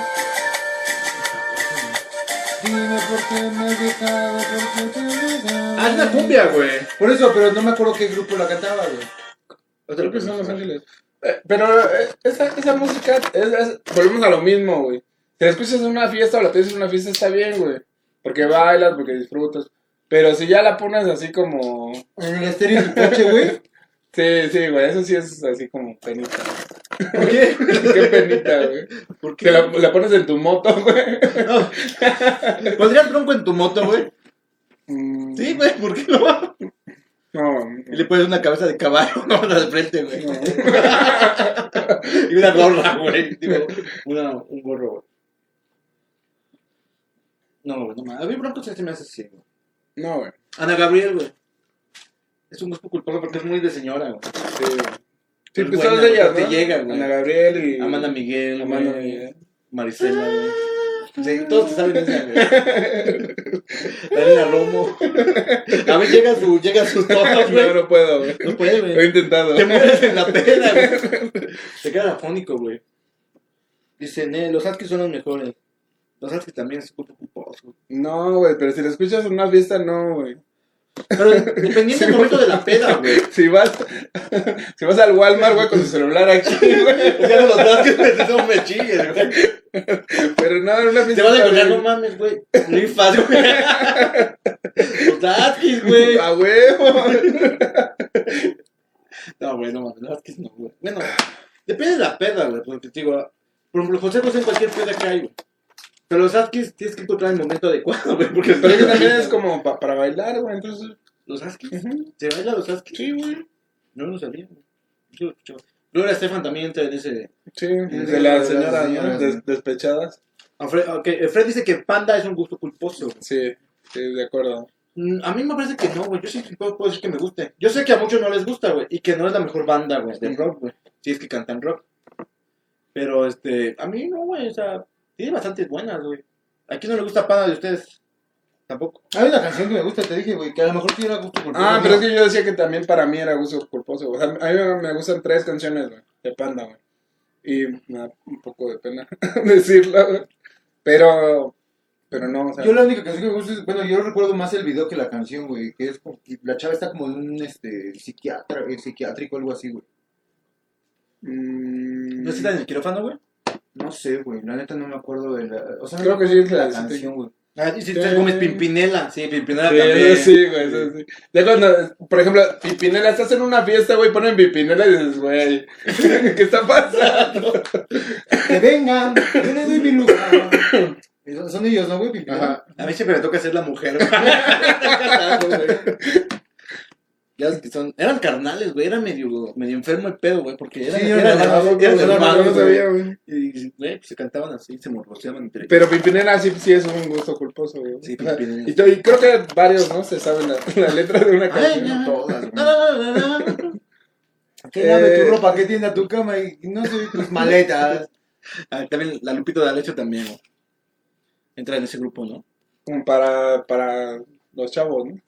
S4: Dime por qué me has dejado, por qué te he dejado.
S2: Ah, es una cumbia, güey.
S4: Por eso, pero no me acuerdo qué grupo la cantaba, güey.
S3: Creo que son Los Ángeles. Eh, Pero eh, esa, esa música, es- es- volvemos a lo mismo, güey. Si la escuchas en una fiesta o la tienes en una fiesta, está bien, güey. Porque bailas, porque disfrutas. Pero si ya la pones así como...
S4: En el estéreo del coche, güey.
S3: Sí, sí, güey, eso sí es así como penita. *laughs*
S4: ¿Por qué?
S3: Qué
S2: *laughs*
S3: penita, güey.
S4: ¿Por
S3: Que la, la pones en tu moto, *laughs* güey.
S2: ¿Pondrías tronco en tu moto, güey?
S3: Mm,
S2: Sí, güey, ¿por qué no?
S3: No,
S2: Y le pones una cabeza de caballo, *laughs* una mano de frente, güey. *laughs* y una gorra, güey. Digo, una, un gorro, güey. No, güey, no mames. A mí Bronco se me hace así, güey.
S3: no, güey.
S2: Ana Gabriel, güey. Es un gusto culposo porque es muy de señora, güey.
S3: Sí, güey. Sí,
S2: Pero
S3: pues
S2: buena,
S3: todas ellas,
S2: porque
S3: ¿no?
S2: te llegan, güey.
S3: Ana Gabriel y...
S2: Amanda Miguel,
S3: Amanda
S2: güey.
S3: Miguel.
S2: Marisela, güey. Sí, todos te saben esa, güey. Daniela Romo. A ver, llega su, llega sus
S3: *laughs*
S2: *laughs* tomas,
S3: No,
S2: güey.
S3: no puedo, güey.
S2: No puede,
S3: Lo he
S2: güey.
S3: intentado.
S2: Te mueres en la pena, güey. *laughs* Te quedas afónico, güey. Dicen, eh, los Atkins son los mejores. Los Atkins también es culpo culposo, güey.
S3: No, güey, pero si la escuchas en una fiesta, no, güey.
S2: Pero dependiendo del momento de la peda, güey.
S3: Si vas, *laughs* si vas al Walmart, güey, con tu celular aquí, *laughs* güey.
S2: O sea, los Atkins *laughs* no me chilles, güey.
S3: Pero no, en una fiesta.
S2: Te vas a
S3: está
S2: encontrar, no
S3: bien.
S2: mames, güey. Muy fácil,
S3: *laughs*
S2: güey. Los Atkins, güey.
S3: A huevo.
S2: No, güey, no mames, la verdad es que no, güey. Bueno, depende de la peda, güey, porque te digo, por ejemplo, José José en cualquier peda que hay, güey. Pero los Atkins tienes que encontrar el momento adecuado, güey,
S3: *laughs*
S2: porque
S3: Pero es que también es como pa- para bailar, güey. Entonces,
S2: ¿Los Atkins?
S3: ujú.
S2: ¿Se baila los Atkins?
S3: sí, güey.
S2: No lo sabía, güey. Yo lo escuchaba. Luego era Estefan también entra en ese.
S3: Sí,
S4: de
S3: de las
S4: las
S3: señoras ¿no?
S4: señoras,
S3: Des-
S4: ¿no?
S3: despechadas.
S2: Ah, Fred, ok, eh, Fred dice que Panda es un gusto culposo. güey.
S3: Sí, sí, de acuerdo.
S2: Mm, A mí me parece que no, güey. Yo sí que puedo, puedo decir que me guste. Yo sé que a muchos no les gusta, güey. Y que no es la mejor banda, güey, de rock, güey. Si es que cantan rock. Pero, este, a mí no, güey. O sea, tiene bastantes buenas, güey. ¿A quién no le gusta pana de ustedes? Tampoco.
S4: Hay una canción que me gusta, te dije, güey, que a lo mejor tiene era gusto por
S3: Ah, pero es que yo decía que también para mí era gusto culposo. O sea, a mí me gustan tres canciones, güey, de Panda, güey. Y me da un poco de pena *laughs* decirlo, güey. Pero, pero no, o sea.
S4: Yo la única canción que me gusta es, bueno, yo recuerdo más el video que la canción, güey, que es como que la chava está como en un este psiquiatra, eh, psiquiátrico algo así, güey.
S3: mm,
S2: ¿No está en el quirófano, güey?
S4: No sé, güey, la neta no me acuerdo de la, o sea,
S3: Creo
S4: no
S3: que
S4: me
S3: sí es
S4: acuerdo de
S3: la-
S4: la canción, güey.
S2: Ah, y si
S3: Sí.
S2: te comes Pimpinela. Sí, Pimpinela
S3: Sí,
S2: también.
S3: eso sí, güey, eso sí. Ya cuando, por ejemplo, Pipinela, estás en una fiesta, güey, ponen Pipinela y dices, güey, *laughs* ¿qué está pasando?
S4: Que vengan, yo les doy mi lugar. *coughs* Esos Son ellos, ¿no, güey? Pimpinela.
S3: Ajá.
S2: A mí siempre me toca ser la mujer,
S4: *laughs*
S2: güey. Está casado, güey. Ya ves que son. Eran carnales, güey. Era medio, medio enfermo el pedo, güey. Porque eran,
S4: Sí,
S2: eran
S4: eran
S2: hermanos,
S4: hermanos,
S2: eran
S4: güey,
S2: hermanos,
S3: no
S2: güey.
S3: sabía, güey.
S2: Y, güey, pues, se cantaban así, se morroceaban entre ellos.
S3: Pero Pimpinela sí, sí es un gusto culposo, güey.
S2: Sí, Pimpinela.
S3: Y, yo- y creo que varios, ¿no? Se saben la, la letra de una
S2: Ay,
S3: canción.
S2: ya. Na,
S4: Todas, güey.
S2: na, na, na, na.
S4: Que lave
S3: Eh.
S4: tu ropa, que tienda tu cama y no sé, tus *laughs* maletas.
S2: Ah, también la Lupito de Alecho también, güey. Entra en ese grupo, ¿no?
S3: Como para, para los chavos, ¿no?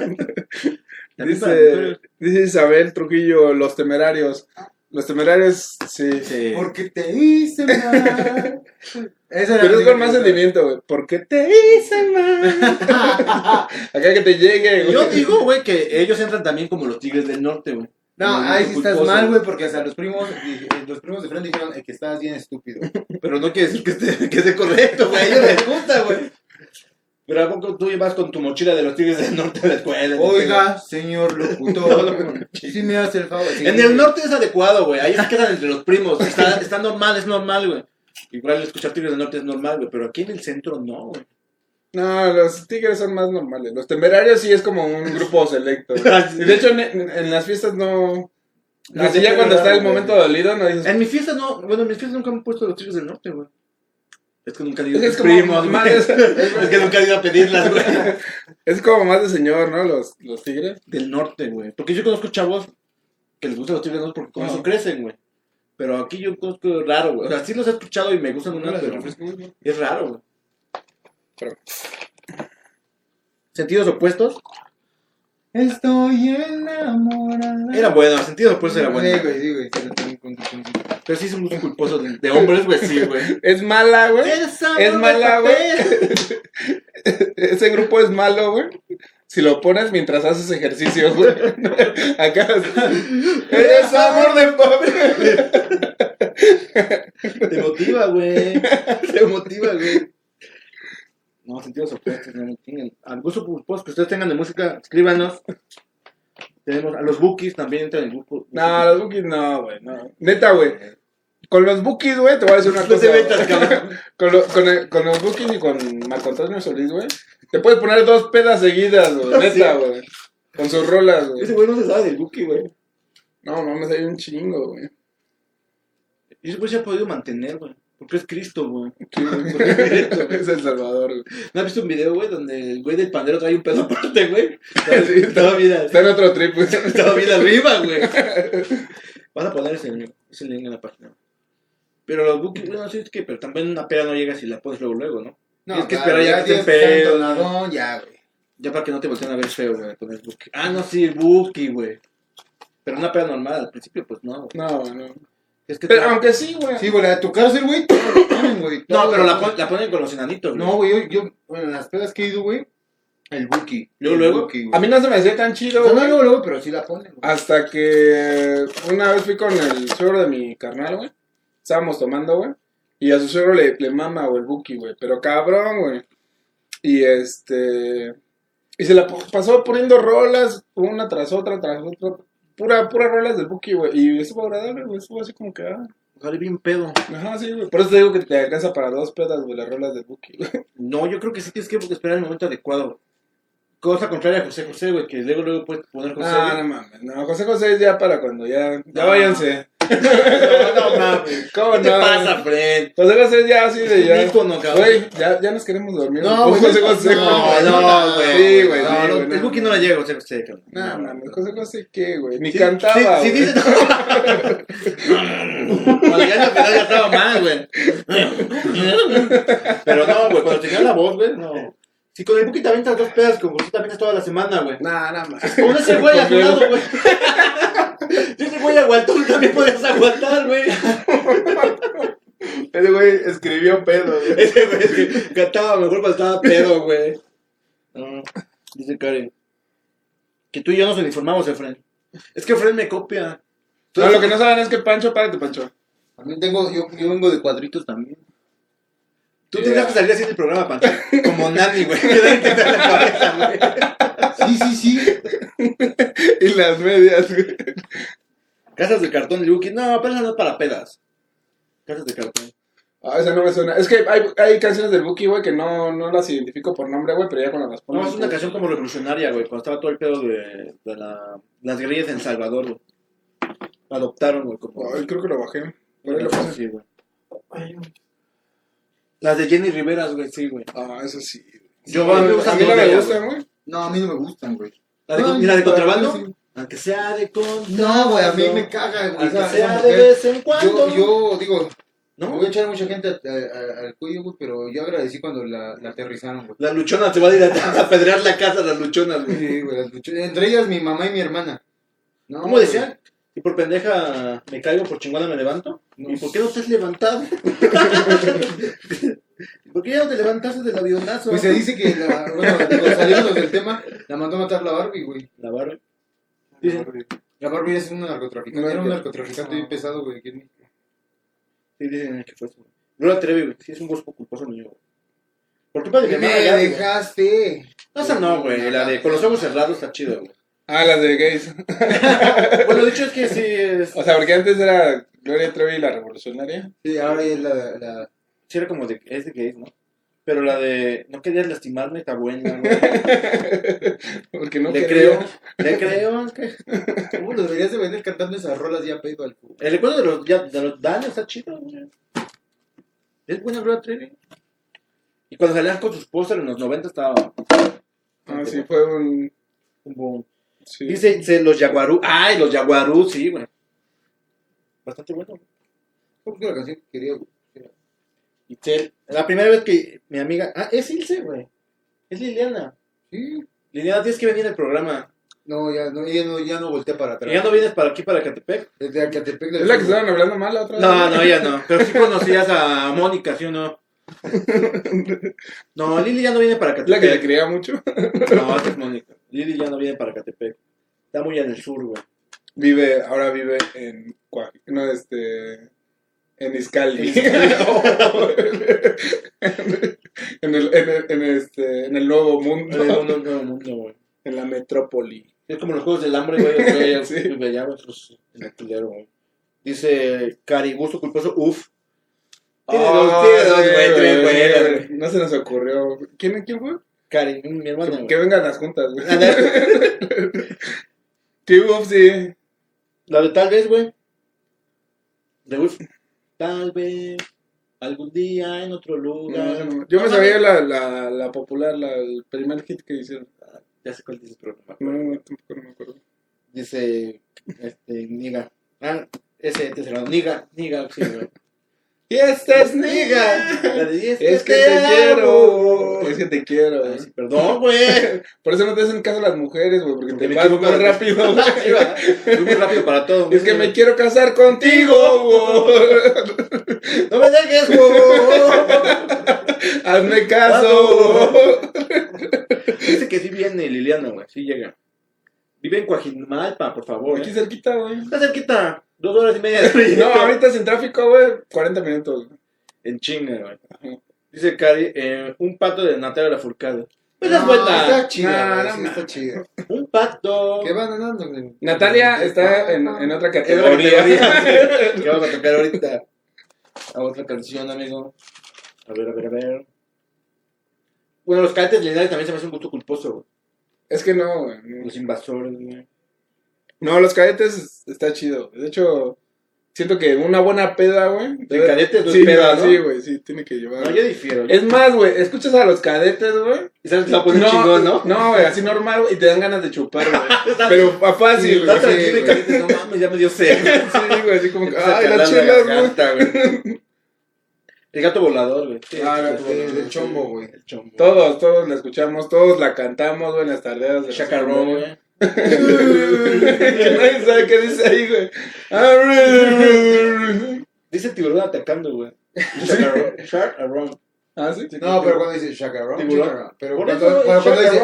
S2: También para
S3: Dice,
S2: mujeres.
S3: dice Isabel Trujillo, Los Temerarios. Los Temerarios, sí.
S2: Sí.
S4: Porque te hice mal. Esa era
S3: Pero es
S4: la
S3: con más
S4: canción que
S3: sentimiento, güey. ¿Por qué te hice
S2: *laughs*
S3: mal? Acá que te llegue, güey.
S2: Yo digo, güey, que ellos entran también como los Tigres del Norte, güey.
S4: No,
S2: Como
S4: ahí
S2: los
S4: sí estás
S2: culposos.
S4: mal, güey, porque hasta los primos, dije- los primos de frente dijeron eh, que estabas bien *laughs* estúpido.
S2: Pero no quiere decir que esté, que esté correcto, güey. A ellos les gusta, güey. Pero a poco tú vas con tu mochila de los Tigres del Norte a la escuela.
S4: Oiga, señor locutor,
S2: *laughs*
S4: si me hace el favor. sí.
S2: En el norte es adecuado, güey. Ahí se quedan entre los primos. Está, está normal, es normal, güey. Igual escuchar Tigres del Norte es normal, güey. Pero aquí en el centro no, güey.
S3: No, los tigres son más normales. Los temerarios sí es como un
S2: *laughs*
S3: grupo selecto. güey.
S2: Ah, sí.
S3: Y *laughs* de hecho, en, en- en las fiestas no.
S2: No,
S3: Así
S2: sí,
S3: ya cuando
S2: claro,
S3: está el
S2: güey.
S3: momento dolido, no dices.
S2: En mis fiestas no. Bueno, en mis fiestas nunca me han puesto los Tigres del Norte, güey. Es que nunca han ido
S3: Es, que
S2: mis
S3: es como
S2: primos,
S3: más,
S2: güey. *laughs* Es que nunca han ido a pedirlas, güey.
S3: es como más de señor, ¿no? Los, los tigres.
S2: Del norte, güey. Porque yo conozco chavos que les gustan los Tigres del Norte porque con
S3: Ajá.
S2: eso crecen, güey. Pero aquí yo conozco raro, güey. O sea, sí los he escuchado y me gustan unas, pero es raro, güey.
S3: Pero-
S2: ¿Sentidos opuestos?
S4: Estoy enamorada.
S2: Era bueno, sentido por eso era bueno.
S4: Sí, güey, sí, güey. sí, lo tengo en cuenta, en cuenta.
S2: Pero sí es un gusto culposo de, de hombres, güey, sí, güey.
S3: Es mala, güey.
S2: Es
S3: Es mala, güey. Ese grupo es malo, güey. Si lo pones mientras haces ejercicio, güey. *laughs* Acá. Eres amor de papel.
S4: *laughs*
S2: Te motiva, güey.
S4: Te motiva, güey.
S2: No, sentidos opuestos, no tengan. Al gusto culposo que ustedes tengan de música, escríbanos. Tenemos a los bookies también entran en el grupo.
S3: No, los bookies no, güey. No. Neta, güey. Con los bookies, güey, te voy a decir una
S2: No
S3: cosa.
S2: te
S3: güey.
S2: metas, cabrón.
S3: Con, lo- con, el- con los bookies y con Marco Antonio Solís, güey. Te puedes poner dos pedas seguidas, güey. Neta, güey. Con sus rolas,
S2: Ese
S3: güey.
S2: güey no se sabe del bookie, güey.
S3: No, mames, hay un chingo, güey. *laughs*
S2: Y ese güey se ha podido mantener, güey. Porque es Cristo, güey.
S3: Sí, güey. Es El Salvador, güey.
S2: *laughs* ¿No has visto un video, güey, donde el güey del pandero trae un pedo aparte, *laughs* güey? Estaba bien,
S3: Está en otro trip, güey. *laughs*
S2: estaba bien arriba,
S4: *laughs*
S2: güey. Vas a poner ese, link- ese link en la página. Pero los bookies, bueno, sí es que, pero también una peda no llega si la pones luego, luego, ¿no? Tienes que esperar ya que
S4: tienes
S2: esté
S4: estar
S2: pedo.
S4: entonadón, ya, güey.
S2: Ya para que no te volteen a ver feo, güey, con el bookie. Ah, no, sí, el bookie, güey. Pero una peda normal, al principio, pues no, güey.
S3: No, no.
S2: Es que
S3: Pero
S2: te-
S3: aunque sí, güey.
S4: Sí, güey, la de tu cárcel, güey. todo lo ponen, güey,
S2: No,
S4: todo
S2: pero
S4: lo
S2: la,
S4: ponen.
S2: pon- la ponen con los enanitos, güey.
S4: No, güey, yo, yo, bueno, en las pedas que he ido, güey, el Buki.
S2: Luego,
S4: el
S2: luego. Ah,
S4: Buki,
S3: A
S4: güey.
S3: mí no se me hacía tan chido,
S4: No, no,
S3: güey.
S4: luego, luego, pero sí la ponen, güey.
S3: Hasta que una vez fui con el suegro de mi carnal, güey. Estábamos tomando, güey. Y a su suegro le, le mama, güey, el buki, güey. Pero cabrón, güey. Y este. Y se la po- pasó poniendo rolas, una tras otra, tras otra. Pura, pura rolas del buki, güey. Y estuvo agradable, güey. Estuvo así como que. ah,
S2: Sale bien pedo.
S3: Ajá, sí, güey. Por eso te digo que te alcanza para dos pedas, güey, las rolas del buki, güey.
S2: No, yo creo que sí tienes que esperar el momento adecuado. güey. Cosa contraria a José José, güey, que luego luego puedes poner José.
S3: No, Ah, no
S2: güey.
S3: mames. No, José José es ya para cuando ya. Ya
S2: No.
S3: váyanse.
S2: no, no, *laughs* mames.
S3: ¿Cómo
S2: ¿Qué
S3: no?
S2: te pasa, Fred?
S3: José José ya así de ya.
S2: Un ícono, cabrón.
S3: Güey, ya, ya nos queremos dormir. *laughs*
S4: No,
S3: Con
S4: güey,
S3: José
S4: no,
S3: José.
S2: No,
S3: güey.
S2: no, güey.
S3: Sí, güey,
S2: No,
S3: sí,
S2: no,
S3: güey,
S2: el
S3: no.
S2: Buki no le llega a José José, cabrón.
S3: No,
S2: no.
S3: mames, José José qué, güey. Ni
S2: Sí,
S3: cantaba.
S2: Sí, sí,
S3: güey.
S2: dices. *laughs* Cuando ya en la final ya estaba mal, güey. Pero no, güey, cuando tenía la voz, güey, no. Si con el Buki también estás dos pedas, con José también estás toda la semana, güey.
S3: Nah, nada más.
S2: Con ese güey a tu
S3: Con
S2: lado, güey. *laughs* Si ese güey aguantó, tú también podías aguantar, güey.
S3: *laughs* Ese güey escribió pedo, güey.
S2: *laughs* Ese güey es que cantaba mejor cuando estaba pedo, güey. *laughs* No, dice Karen. Que tú y yo nos uniformamos, Efren. Es que Efren me copia.
S3: No, lo que no saben es que Pancho, párate, Pancho.
S4: También tengo, yo, yo vengo de cuadritos también.
S2: Tú tendrías que salir así del programa, Pancho.
S3: *laughs*
S2: Como Nani, güey. Que nadie te da la cabeza, güey.
S4: Sí, sí, sí.
S3: Y las medias, güey.
S2: Casas de cartón, Luki. No, pero esa no es para pedas. Casas de cartón.
S3: Ah, esa no me suena. Es que hay, hay canciones del Buki, güey, que no, no las identifico por nombre, güey, pero ya cuando las pones.
S2: No, es una canción como revolucionaria, güey. Cuando estaba todo el pedo de, de la- las guerrillas en El Salvador, güey. La adoptaron, güey. Como...
S3: Ay, creo que lo bajé. Por ahí lo puse.
S2: Sí, güey. Las de Jenny Riveras, güey, sí, güey.
S3: Ah, eso sí.
S2: Yo
S3: a
S2: a mí me
S3: mí
S2: gustan
S3: no
S2: dos de
S3: me
S2: ellas,
S3: gustan, güey.
S4: No, a mí no me gustan, güey.
S2: ¿La de,
S4: No,
S2: ¿Y la de
S4: para mí
S2: contrabando?
S4: sí.
S2: Aunque sea de contrabando.
S4: No, güey, a mí me caga, güey.
S2: Aunque
S4: esa- esa
S2: sea de
S4: mujer.
S2: vez en cuando.
S4: Yo, yo digo, me
S2: ¿No?
S4: voy a echar mucha gente a- a- a- al cuello, güey, pero yo agradecí cuando la, la aterrizaron, güey.
S2: Las luchonas se van a ir a, a pedrear la casa, las luchonas, güey.
S4: Sí, güey, las luchó- Entre ellas mi mamá y mi hermana. No,
S2: ¿Cómo decían? Y por pendeja me caigo, por chingona me levanto.
S4: No.
S2: ¿Y por qué no te has
S4: *laughs*
S2: levantado? ¿Por qué ya no te levantaste del avionazo?
S4: Pues se dice que, la, bueno, digo, saliéndonos del tema, la mandó a matar la Barbie, güey.
S2: La barra. Dicen,
S4: La Barbie es una narcotraficante. Era un narcotraficante bien pesado, güey. que-
S2: sí, dicen que fue eso. No lo atreví, güey. Sí, es un gozo culposo mío. güey. Por culpa de mi
S4: Me
S2: hermana. ya, güey.
S4: dejaste.
S2: No, esa no, güey. La de con los ojos cerrados está chido, güey.
S3: Ah, las de gays.
S2: Bueno, de hecho es que sí es.
S3: O sea, porque antes era Gloria Trevi la revolucionaria.
S4: Sí, ahora es la, la...
S2: Sí, era como de. Es de gays, ¿no? Pero la de. No querías lastimarme, está buena,
S4: *laughs*
S2: güey.
S3: Porque no
S2: Le
S3: quería.
S2: creo. Le creo. es que-
S4: ¿Cómo lo deberías de venir cantando esas rolas ya pedo al cubo?
S2: El recuerdo de los, ya- de los daños está chido, güey. Es buena Gloria Trevi. Y cuando salían con sus pósteres en los 90 estaba
S3: Ah, sí, fue un.
S2: un boom.
S3: Sí.
S2: Dice dice, los Yaguarú. Ay, los Yaguarú, sí, güey. Bastante bueno. güey.
S4: ¿Cómo que la canción que quería, güey?
S2: Y Tel- La primera vez que mi amiga. Ah, es Ilse, güey. Es Liliana.
S4: Sí.
S2: Liliana, tienes que venir al programa.
S4: No, ya no, ya no, ya no volteé para atrás.
S2: ¿Y ya no vienes para aquí, para Catepec?
S4: Desde Acatepec del
S3: ¿Es la que
S4: Sur.
S3: estaban hablando mal la otra vez?
S2: No, no, ya no. *laughs* Pero sí conocías a Mónica, ¿sí o no? No, Lili ya no viene para
S3: ¿Es la que le
S2: Catepec.
S3: creía mucho? *laughs*
S2: No, esa es Mónica. Lili ya no viene para Catepec. Está muy en el sur, güey.
S3: Vive, ahora vive en Coaj- no, este, en *laughs* Iscali. en, el, en, el, en este, en el nuevo
S2: No, no,
S3: mundo,
S2: no, no, no, güey.
S3: en la metrópoli.
S2: Es como los juegos del
S3: *laughs*
S2: hambre, güey. güey,
S3: Sí.
S2: güey, allá, güey, pues, en el culero, güey. Dice Cari, gusto culposo, uf. Tiene dos,
S3: Ah,
S2: tiene dos,
S3: sí,
S2: güey, tres, güey, güey.
S3: No se nos ocurrió. ¿Quién, quién fue?
S2: Cari, mi hermana,
S3: que,
S2: güey.
S3: que vengan las juntas, güey.
S2: Ándale.
S3: Que hubo, *laughs* sí.
S2: La de tal vez, güey. De Wolf. Tal vez. Algún día en otro
S3: No,
S2: lugar.
S3: no, no. Mm, Yo me sabía la, la, la popular, la, el primer hit que hicieron.
S2: Ya sé cuál dice el programa.
S3: No, no, tampoco no me acuerdo.
S2: Dice. Este. Niga. Ah, ese tercero. Niga. Niga. Sí, güey.
S3: ¡Y esta es
S2: Pues La
S3: *laughs*
S2: *laughs*
S3: Niga!
S2: de, pues, "Y
S3: Es que te Ah, quiero. Es que te quiero.
S2: Ay, sí, *laughs* Perdón, güey.
S3: Por eso no te hacen caso las mujeres, güey, porque
S2: Porque
S3: te
S2: me
S3: vas muy
S2: equivoco de-
S3: *laughs*
S2: *laughs*
S3: rápido. güey.
S2: Sí, va. Fui muy rápido para todo. güey.
S3: es que me quiero casar contigo, *laughs* güey.
S2: No me dejes, güey.
S3: Hazme caso.
S2: *laughs* Dice que sí viene Liliana, güey. Sí llega. Vive en Coajimalpa, por favor.
S3: Aquí
S2: ¿eh?
S3: cerquita, güey.
S2: Está cerquita. Dos horas y *laughs* media. de trayecto.
S3: No, ahorita sin tráfico, güey, 40 minutos.
S2: En chinga, güey.
S3: Ajá.
S2: Dice Cari, eh, un pato de Natalia Lafourcade. Pues es
S4: No,
S2: buena.
S4: Está chida,
S3: No,
S4: güey,
S3: no
S4: sí,
S3: mames.
S4: está chida.
S2: Un pato.
S4: ¿Qué va ganando? güey?
S3: Natalia está en, en otra categoría.
S2: ¿Qué vamos a tocar ahorita? A otra canción, amigo. A ver, a ver, a ver. Bueno, los cadetes legendarios también se me hace un gusto culposo, güey.
S3: *laughs* Es que no, güey.
S2: Los invasores, güey.
S3: No, los cadetes está chido. De hecho, siento que una buena peda, güey.
S2: De cadetes, dos
S3: sí,
S2: pedas, ¿no?
S3: Sí, güey, sí, tiene que llevar.
S2: No, yo difiero.
S3: Es más, güey, escuchas a los cadetes, güey.
S2: Y sabes que se va a poner Ah, pues chingón, ¿no?
S3: No, güey, así normal, güey, y te dan ganas de chupar,
S2: *laughs*
S3: güey. Pero a fácil, güey.
S2: Está
S4: sí,
S2: tranquilo y
S4: güey.
S2: cadetes, no mames, ya me dio *laughs* sed.
S3: *laughs* Sí, güey, así como que,
S2: Empieza a
S3: ay, las
S2: calar la
S3: chelas, güey.
S2: garganta, güey. El gato volador, güey. Sí,
S3: Ah,
S2: sí,
S3: gato
S2: sí,
S4: Sí,
S2: sí,
S4: del
S2: sí.
S4: chombo, güey.
S2: El chombo.
S3: Todos, todos la escuchamos, todos la cantamos, güey, en las tardeadas de
S2: Chacarrón,
S3: *laughs* güey.
S2: güey.
S3: que nadie sabe qué dice ahí, güey.
S2: Dice tiburón atacando, *laughs* güey. Chacarrón. Shark around.
S3: ah, sí.
S4: No, pero cuando dice Shakarón,
S2: Tiburón.
S4: Pero
S2: Por
S4: cuando,
S2: eso,
S4: cuando- cuando dice.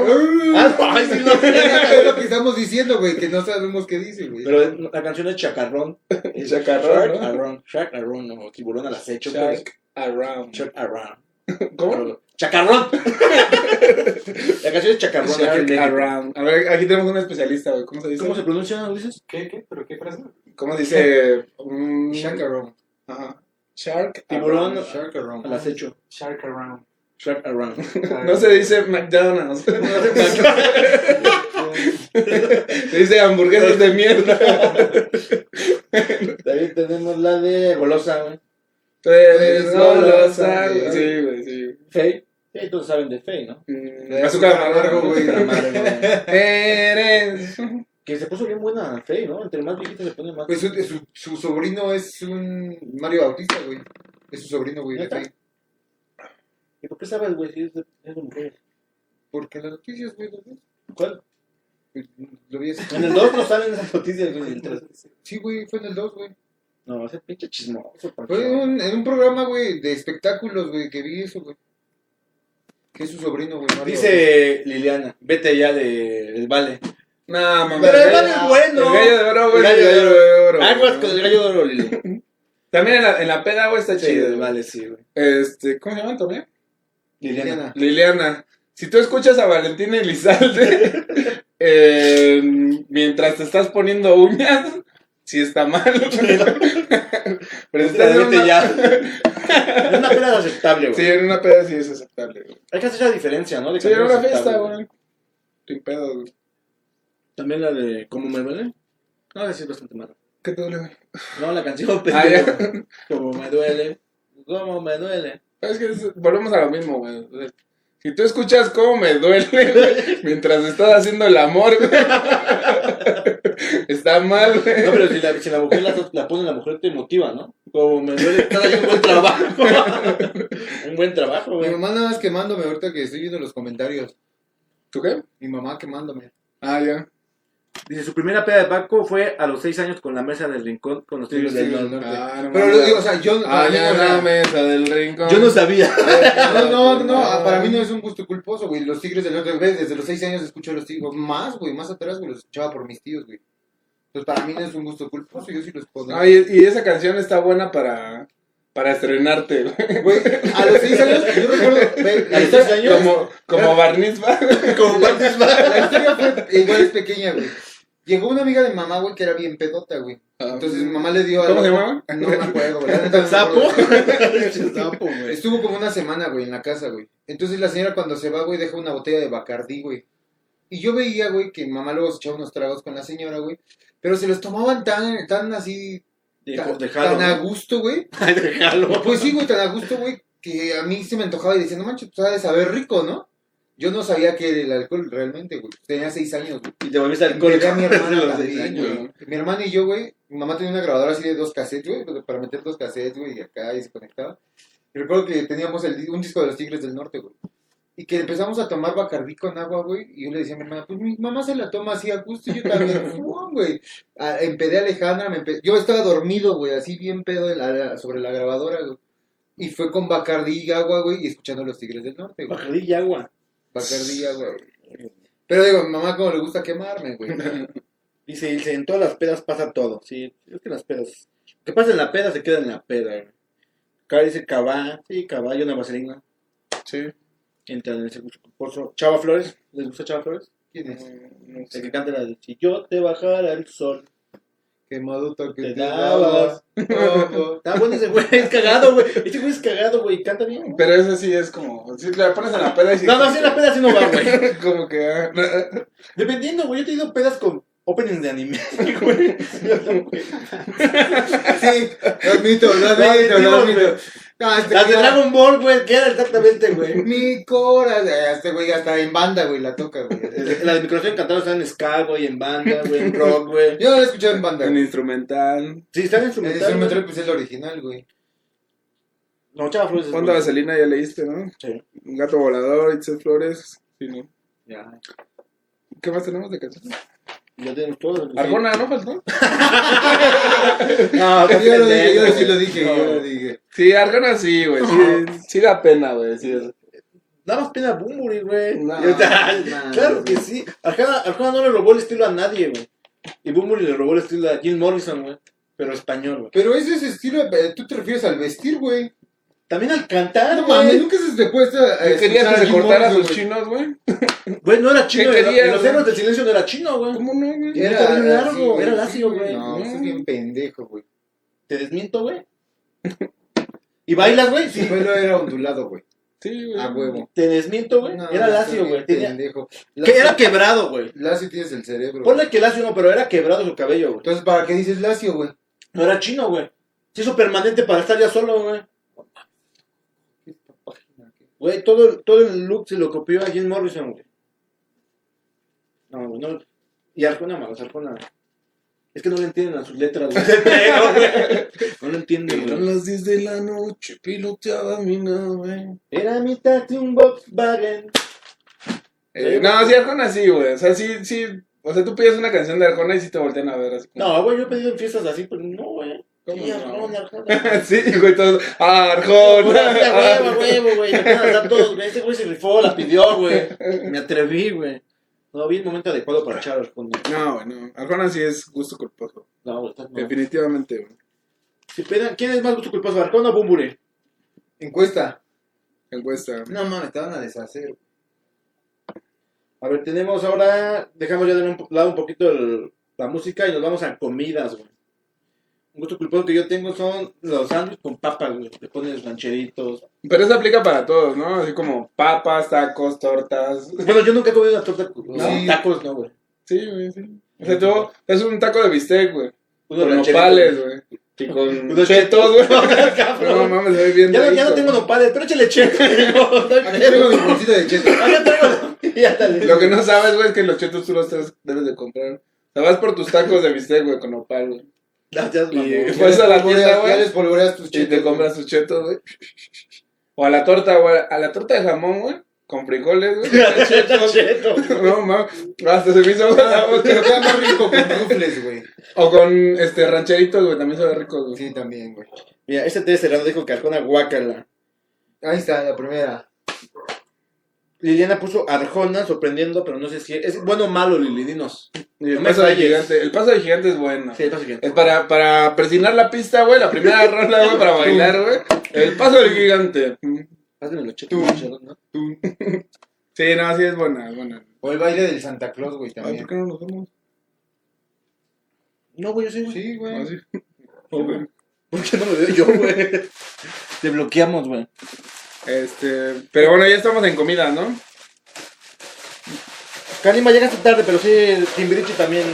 S2: Ah, no, ay, sí lo sé.
S4: *laughs* Es lo que estamos diciendo, güey, que no sabemos qué dice, güey.
S2: Pero es- la canción es *laughs* chacarrón. Es
S3: Chacarrón,
S2: Shark
S3: ¿no?
S2: around. Shark around, no. Tiburón al acecho, pues.
S3: Shark around.
S2: Shark around.
S3: ¿Cómo?
S2: *laughs* Chacarrón. La canción es chacarrón. aquí en
S3: Shark
S2: México.
S3: around. A ver, aquí tenemos un especialista, güey. ¿Cómo se dice?
S2: ¿Cómo se pronuncia, Ulises?
S6: ¿Qué, qué? ¿Pero qué frase?
S3: ¿Cómo dice? un-
S4: Shakarón.
S3: Ajá. Shark
S2: Tiburón.
S3: around.
S4: Shakarón.
S2: Al *laughs* acecho.
S6: Shark around.
S2: Shark around.
S3: *laughs* No se dice McDonald's. *laughs* Se dice hamburguesas de mierda.
S2: También tenemos la de golosa, güey.
S3: Tú eres solo sal. Sí, güey, sí.
S2: Fey. Sí, todos saben de Fey, ¿no?
S3: Mm,
S4: De
S3: azúcar
S4: azúcar
S3: amargo,
S4: amargo,
S3: güey.
S4: güey.
S2: La madre, güey.
S3: Eres.
S2: Que se puso bien buena Fey, ¿no? Entre más viejita se pone más.
S4: Pues su, su, su sobrino es un Mario Bautista, güey. Es su sobrino, güey, de
S2: ¿Neta?
S4: fe.
S2: ¿Y por qué sabes, güey, si es de, es de mujer?
S4: Porque las noticias, güey, lo vi.
S2: ¿Cuál?
S4: Lo vi así.
S2: En el 2 no salen esas noticias, güey. en el tres.
S4: Sí, güey, fue en el 2, güey.
S2: No, ese pinche chismoso. ¿para
S4: Fue
S2: qué?
S4: en un, en un programa, güey, de espectáculos, güey, que vi eso, güey. Que es su sobrino, güey. Mario
S2: Dice Liliana, vete ya de, del vale.
S3: No, mamá.
S2: Pero el
S3: el
S2: vale es bueno.
S3: gallo de oro, güey.
S2: El
S3: El
S2: gallo de
S3: gallo de oro.
S2: Aguas con
S3: güey.
S2: el gallo de oro, *laughs* Lili.
S3: También en la, en la peda, güey, está
S2: Sí,
S3: chido.
S2: del vale, sí, güey.
S3: Este, ¿cómo se llama también?
S2: Liliana.
S4: Liliana.
S3: Liliana. Si tú escuchas a Valentina Elizalde *laughs* eh, mientras te estás poniendo uñas, sí está mal. *laughs* Pero si
S2: Vete
S3: estás en una,
S2: Pues ya. *laughs* Es una pena aceptable, güey.
S3: Sí, en una peda sí es aceptable. güey.
S2: Hay que hacer la diferencia, ¿no? De
S3: Sí,
S2: que
S3: en
S2: no es
S3: una
S2: aceptable,
S3: fiesta, güey. Sin pedo, güey.
S2: También la de ¿Cómo me duele? No, esa sí es bastante mala.
S3: ¿Qué te duele?
S2: No, la canción, pero...
S3: Ah, ya.
S2: Como me duele, cómo me duele.
S3: Es que es- volvemos a lo mismo, güey. Si tú escuchas cómo me duele *laughs* güey, mientras estás haciendo el amor, güey, *laughs* está mal, güey.
S2: No, pero si la, si la mujer la, la pone, la mujer te motiva, ¿no? Como me duele, estás haciendo un buen trabajo. *laughs* un buen trabajo,
S4: Bautista.
S3: Pues.
S2: güey.
S4: Mi mamá nada más quemándome ahorita que estoy viendo los comentarios.
S3: ¿Tú qué?
S4: Mi mamá quemándome.
S3: Ah, ya.
S2: Dice, su primera peda de Paco fue a los 6 años con la mesa del rincón con los tigres
S4: Sí,
S2: del
S4: sí,
S2: norte.
S4: norte.
S3: Ah, no
S4: Pero
S3: mames.
S4: lo digo, o sea, yo.
S3: Ah,
S4: para mí,
S3: ya
S4: o sea,
S3: la mesa del rincón.
S2: Yo
S3: *laughs*
S2: no
S4: *laughs*
S2: sabía.
S4: No, no, no, ah, para mí no es un gusto culposo, güey. Los Tigres del Norte, güey, desde los seis años escucho a los Tigres. Más, güey, más atrás, güey, los escuchaba por mis tíos, güey. Entonces, para mí no es un gusto culposo, yo sí los puedo.
S3: No, y, y esa canción está buena para, para estrenarte, güey. *laughs*
S4: Güey, a los seis años, yo recuerdo, güey, la historia,
S3: Como, como barniz va.
S2: Como partes más.
S4: la historia fue igual es pequeña, güey. Llegó una amiga de mamá, güey, que era bien pedota, güey. Entonces mi mamá le dio a...
S3: ¿Cómo se llamaba?
S4: No me acuerdo, güey. la neta
S3: *laughs*
S4: no me
S2: ¿Sapo? *laughs*
S4: acuerdo.
S2: Sapo, güey.
S4: Estuvo como una semana, güey, en la casa, güey. Entonces la señora cuando se va, güey, deja una botella de Bacardí, güey. Y yo veía, güey, que mamá luego se echaba unos tragos con la señora, güey. Pero se los tomaban tan, tan así, tan,
S2: Dejalo.
S4: tan a gusto, güey.
S2: *laughs* Dejalo.
S4: Pues sí, güey, tan a gusto, güey, que a mí se me antojaba y decía, no manches, tú sabes saber rico, ¿no? Yo no sabía que era el alcohol realmente, güey. Tenía seis años, güey.
S2: Y te volviste
S4: Y
S2: alcohólico. *laughs*
S4: pegué a mi
S2: desde
S4: hermana
S2: los seis
S4: también,
S2: años.
S4: güey. Mi hermana y yo, güey, mi mamá tenía una grabadora así de dos cassettes, güey, para meter dos cassettes, güey, y acá, y se conectaba. Y recuerdo que teníamos el di- un disco de los Tigres del Norte, güey. Y que empezamos a tomar Bacardí con agua, güey. Y yo le decía a mi hermana, pues mi mamá se la toma así a gusto. Y yo también, *laughs* "Fua, güey. Ah, Empedé a Alejandra, me empe- yo estaba dormido, güey, así bien pedo en la- sobre la grabadora, güey. Y fue con Bacardí y agua, güey, y escuchando los Tigres del Norte, güey.
S2: Bacardí y agua.
S4: Bacardí y agua, güey. Pero digo, mi mamá como le gusta quemarme, güey.
S2: Dice, dice, en todas las pedas pasa todo. Sí, es que las pedas. Que pasa en la peda, se queda en la peda. güey. Acá dice cabá, sí, cabá y una vaselina.
S3: Sí.
S2: Entra en ese gusto culposo. Chava Flores, ¿les gusta Chava Flores?
S4: ¿Quién es?
S2: El que canta la de Si yo te bajara el sol,
S4: Quemado toque
S2: te
S4: te
S2: dabas. *laughs*
S4: dabas. ojo.
S2: Está bueno ese güey, es cagado, güey. Este güey es cagado, güey, canta bien.
S3: Pero eso sí es como. Si la pones en la peda y si-
S2: No, no, si en la peda sí no va, güey.
S3: Como que. ah, no,
S2: Dependiendo, güey, yo he tenido pedas con openings de anime, güey.
S4: Sí, lo admito, lo admito, lo
S2: admitimos,
S4: admito.
S2: güey.
S4: No, este
S2: Las de
S4: güey-
S2: Dragon Ball, güey, queda exactamente, güey.
S4: Mi corazón. Este güey hasta en banda, güey, la toca,
S2: *laughs*
S4: güey.
S2: La de microfonía encantada está en ska, güey, en banda, güey, en rock, güey.
S4: Yo no la he escuchado en banda.
S3: Un
S4: El
S3: instrumental.
S2: Sí, están en su metal.
S4: instrumental,
S2: güey.
S4: pues es el original, güey.
S2: No, Chava Flores. es
S3: Ponda
S2: bueno.
S3: vaselina, ya leíste, ¿no?
S2: Sí.
S3: Un gato volador, Itzel Flores. Sí, ¿no?
S4: Ya.
S3: ¿Qué más tenemos de canciones?
S2: Ya tenemos todo.
S3: Arjona, ¿no faltó?
S2: No,
S4: Yo lo dije, yo sí lo
S2: dije.
S4: dije, yo lo dije.
S3: Sí, Arjona sí, güey. Sí, sí da pena, güey. decir.
S2: Nada más pena Bumburi, güey. *laughs*
S3: No,
S2: Y ahorita-
S4: no,
S2: claro
S4: no.
S2: que sí. Arjona, Arjona no le robó el estilo a nadie, güey. Y Bumburi le robó el estilo a Jim Morrison, güey. Pero español, güey.
S4: Pero ese es estilo, eh, tú te refieres al vestir, güey.
S2: También al cantar,
S4: No mames,
S2: güey.
S4: nunca se te puede estar.
S3: Yo quería que se cortara sus chinos, güey.
S2: Güey, no era chino.
S3: ¿Qué
S2: en lo-
S3: querías,
S2: en los
S3: güey?
S2: héroes del silencio no era chino, güey.
S3: ¿Cómo no, güey?
S2: Era bien largo, era lacio, güey.
S4: No, eso es bien pendejo, güey.
S2: Te desmiento, güey. ¿Y bailas, güey?
S4: Su
S2: Sí.
S4: pelo era ondulado, güey.
S3: Sí, güey.
S4: A huevo.
S2: Te desmiento, güey.
S4: No,
S2: era
S4: eso
S2: lacio,
S4: es bien
S2: güey. Tenía...
S4: Pendejo.
S2: Que era quebrado, güey.
S4: Lacio tienes el cerebro.
S2: Ponle que lacio no, pero era quebrado su cabello, güey.
S4: Entonces, ¿para qué dices lacio, güey?
S2: No era chino, güey. Se hizo permanente para estar ya solo, güey. Güey, todo, el- todo el look se lo copió a Jim Morrison, güey. No, güey, no. Y Arjona, malos, Arjona. Es que no le entienden a sus
S3: *laughs*
S2: letras, güey. no lo entienden, güey.
S3: Eran las 10 de la noche, piloteaba mi nave.
S2: Era mitad de un Volkswagen.
S3: Eh, no, sí, Arjona sí, güey. O sea, sí, sí. O sea, tú pides una canción de Arjona y sí te voltean a ver así. como-
S2: No, güey, yo he pedido en fiestas así, pero no, güey.
S3: ¿Cómo
S2: Sí,
S3: no?
S2: Arjona,
S3: *laughs*
S2: Arjona.
S3: sí, güey, todos. Arjona. *laughs*
S2: Ahorita, huevo, huevo, güey. Me acaban de dar todos, güey. Ese güey se rifó, la pidió, güey. Me atreví, güey. No vi el momento adecuado para echar Arjona.
S3: No, güey, no. Arjona sí es gusto culposo.
S2: No, güey, estás mal.
S3: Definitivamente, güey.
S2: Si pedan, ¿Quién es más gusto culposo, Arjona o Bumburi?
S4: Encuesta.
S3: Encuesta.
S4: No mames, te van a deshacer.
S2: A ver, tenemos ahora. Dejamos ya de un po- lado un poquito el- la música y nos vamos a comidas, güey. Un gusto culposo que yo tengo son los sándwiches con papas, güey. Le pones rancheritos.
S3: Pero eso aplica para todos, ¿no? Así como papas, tacos, tortas.
S2: Bueno, yo nunca he comido una torta con
S4: Sí.
S2: tacos, no, güey.
S3: Sí, güey, sí. O sea, tú es un taco de bistec, güey.
S2: Unos
S3: Con
S2: rancheritos, *laughs*
S3: nopales, güey. Y *laughs* con
S2: Unos
S3: chetos, güey.
S2: cabrón.
S3: No mames, se ve bien.
S2: Ya no, ya no
S3: rico.
S2: tengo nopales, pero échale cheque. *laughs* No, no
S4: Aquí
S2: creo.
S4: tengo mi bolsita de cheto.
S2: Acá tengo. *laughs* Y ándale.
S3: Lo que no sabes, güey, es que los chetos tú los estás- debes de comprar. Te vas por tus tacos de bistec, güey, con nopal, güey.
S2: No, ya es mamón.
S3: Y-
S4: Ya
S3: Pues
S2: *laughs*
S4: les
S3: a la
S4: polvoreas-
S3: tienda, güey.
S4: Ya les polvoreas tus
S3: Y
S4: chetos.
S3: te compras tus chetos, güey. O a la torta, güey. A la torta de jamón, güey. con frijoles,
S2: *laughs*
S3: güey.
S2: Está cheto.
S3: No, mames, hasta se me hizo agua la boca.
S4: Pero queda más rico con rufles, güey.
S3: O con este rancheritos, güey, también sabe rico, güey.
S4: Sí, también, güey.
S2: Mira, este T Serrano dijo que Arjona guácala.
S4: Ahí está, la primera.
S2: Liliana puso Arjona sorprendiendo, pero no sé si es bueno o malo, Lili, dinos.
S3: Y el
S2: No me
S3: paso de
S2: falles.
S3: gigante, el paso de gigante es bueno.
S2: Sí, pasa que-
S3: Es para, para presionar la pista, güey, la primera ronda, güey, para bailar, güey. El paso del gigante.
S2: Pásenme los chetos,
S4: Tú.
S2: los chetos, ¿no?
S3: Sí, no, sí es buena, es buena.
S4: O el baile del Santa Claus, güey,
S3: Ay,
S4: también.
S3: ¿por qué no nos vemos?
S2: No, güey, yo sí, güey.
S4: Sí, güey.
S3: Así. Ah, Sí, güey.
S2: ¿Por qué no me veo yo, güey? *laughs* Te bloqueamos, güey.
S3: Este, pero bueno, ya estamos en comida, ¿no?
S2: Kalima, llegaste tarde, pero sí, Timbiriche también.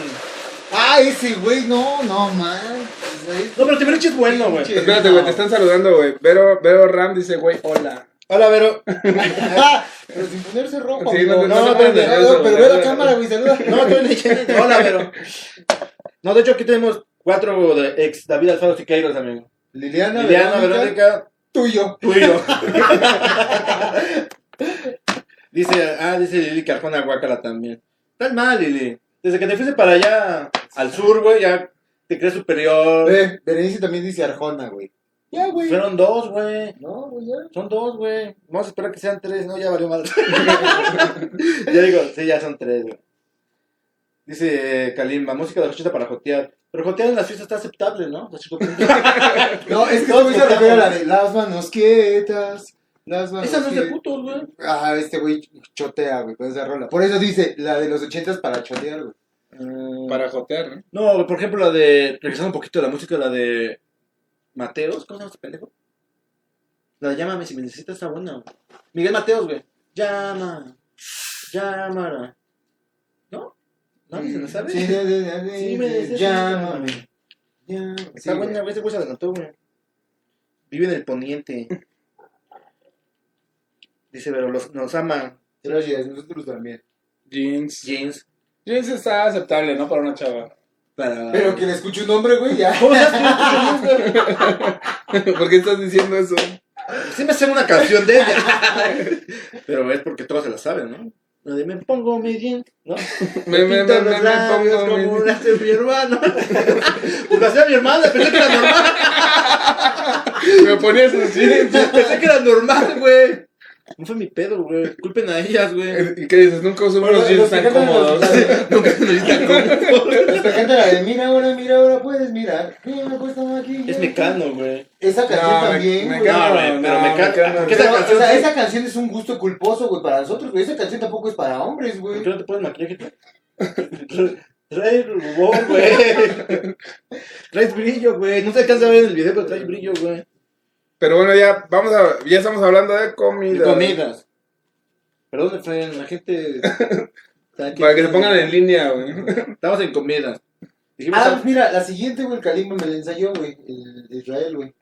S4: Ah, ese güey, no, no, man.
S2: *laughs* No, pero Timbiriche es bueno, güey.
S4: Timbiriche.
S3: Espérate, güey, te están saludando, güey. Vero, Vero Ram dice, güey, hola.
S2: Hola, Vero.
S4: Pero sin ponerse rojo.
S3: Sí, no,
S4: güey.
S3: no,
S2: no,
S4: no,
S2: pero-
S4: pero, pero,
S3: güey.
S4: ve la cámara, güey, saluda.
S2: *laughs* No, estoy leyendo. Hola, Vero. No, de hecho, aquí tenemos cuatro de ex David Alfaro Siqueiros, amigo.
S4: Liliana,
S2: Liliana, Verónica,
S4: tuyo.
S2: tú y
S4: *laughs*
S2: yo. dice, ah, dice Lili que Arjona guácala también. Estás mal, Lili. Desde que te fuiste para allá, al sur, güey, ya te crees superior.
S4: Ve, Berenice también dice Arjona, güey. Ya, güey.
S2: Fueron dos, güey.
S4: No, güey, ya.
S2: Son dos, güey. Vamos a esperar que sean tres, no, ya valió mal. ya digo, sí, ya son tres, güey. Dice eh, Kalimba, música de rochita para jotear. Pero jotear en las fiestas está aceptable, ¿no? O sea, chico,
S4: No, es que
S2: Todos
S4: no me hizo
S2: votamos.
S4: referir a la de las manos quietas. Las manos
S2: Esa no es de
S4: quietas.
S2: putos, güey.
S4: Ah, este güey chotea, güey, con esa rola. Por eso dice la de los ochentas para chotear, güey.
S3: Para jotear, ¿no?
S2: No, por ejemplo, la de. Regresando un poquito a la música, la de. Mateos, ¿cómo se llama este pendejo? La de Llámame si me necesitas está buena. güey. Miguel Mateos, güey. Llama. Llámala. ¿No? ¿Nadie se la sabe?
S4: Sí, sí, sí, sí,
S2: Sí, me
S4: sí,
S2: decías,
S4: Llámame. llámame.
S2: Está
S4: Sí,
S2: buena, güey, ese güey se adelantó, güey. Vive en el poniente. *laughs* Dice, pero los, nos ama
S4: Gracias, nosotros también.
S3: Jeans.
S2: James.
S3: Jeans está aceptable, ¿no? Para una chava.
S2: Para...
S4: Pero que le escuche un nombre,
S3: *laughs*
S4: güey, ya.
S2: ¿Cómo sabes que yo escucho música?
S3: ¿Por qué estás diciendo eso?
S2: Sí me sé una canción de ella. *laughs* Pero es porque todos se la saben, ¿no? La de me pongo mi diente, ¿no?
S3: Me, me,
S2: Pinto
S3: me,
S2: los
S3: me, me
S2: labios
S3: pongo
S2: como
S3: mis-
S2: la hace mi hermano. *laughs* Pues la hacía mi hermana, pensé que era normal.
S3: Me ponía sus jeans.
S2: Pensé que era normal, güey. No fue mi pedo, güey. Culpen a ellas, güey.
S3: *laughs* ¿Y qué dices? Nunca uso
S4: Bueno,
S3: unos jeans
S4: los que
S3: tan
S4: cantan los-
S3: cómodos. Nunca unos jeans tan cómodos.
S4: Hasta canta la de mira ahora, mira ahora, puedes mirar. Mira, me cuesta maquillaje.
S2: Es mecano, güey.
S4: Esa canción
S3: No, me-
S4: también,
S3: me
S4: güey.
S3: encanta.
S2: No, güey, pero
S3: no,
S2: me
S3: me cae-
S2: caga. ¿Qué
S4: Pero,
S2: esa canción?
S4: o sea, esa canción es un gusto culposo, güey, para nosotros, güey. Esa canción tampoco es para hombres, güey.
S2: ¿Por qué no te pones maquillaje *laughs* tú? Tra- Trae rubor, güey. Traes brillo, güey. No se alcanza a ver en el video, pero traes brillo, güey.
S3: Pero bueno, ya, vamos a, ya estamos hablando de
S2: Y
S3: comida.
S2: comidas. Perdón, Fren, la
S3: *laughs*
S2: gente.
S3: Para que se pongan en línea, güey.
S2: Estamos en comidas. Dijimos,
S4: Ah,
S2: ah,
S4: mira, la siguiente, güey, el Kalimba me la ensayó, güey. El de Israel, güey.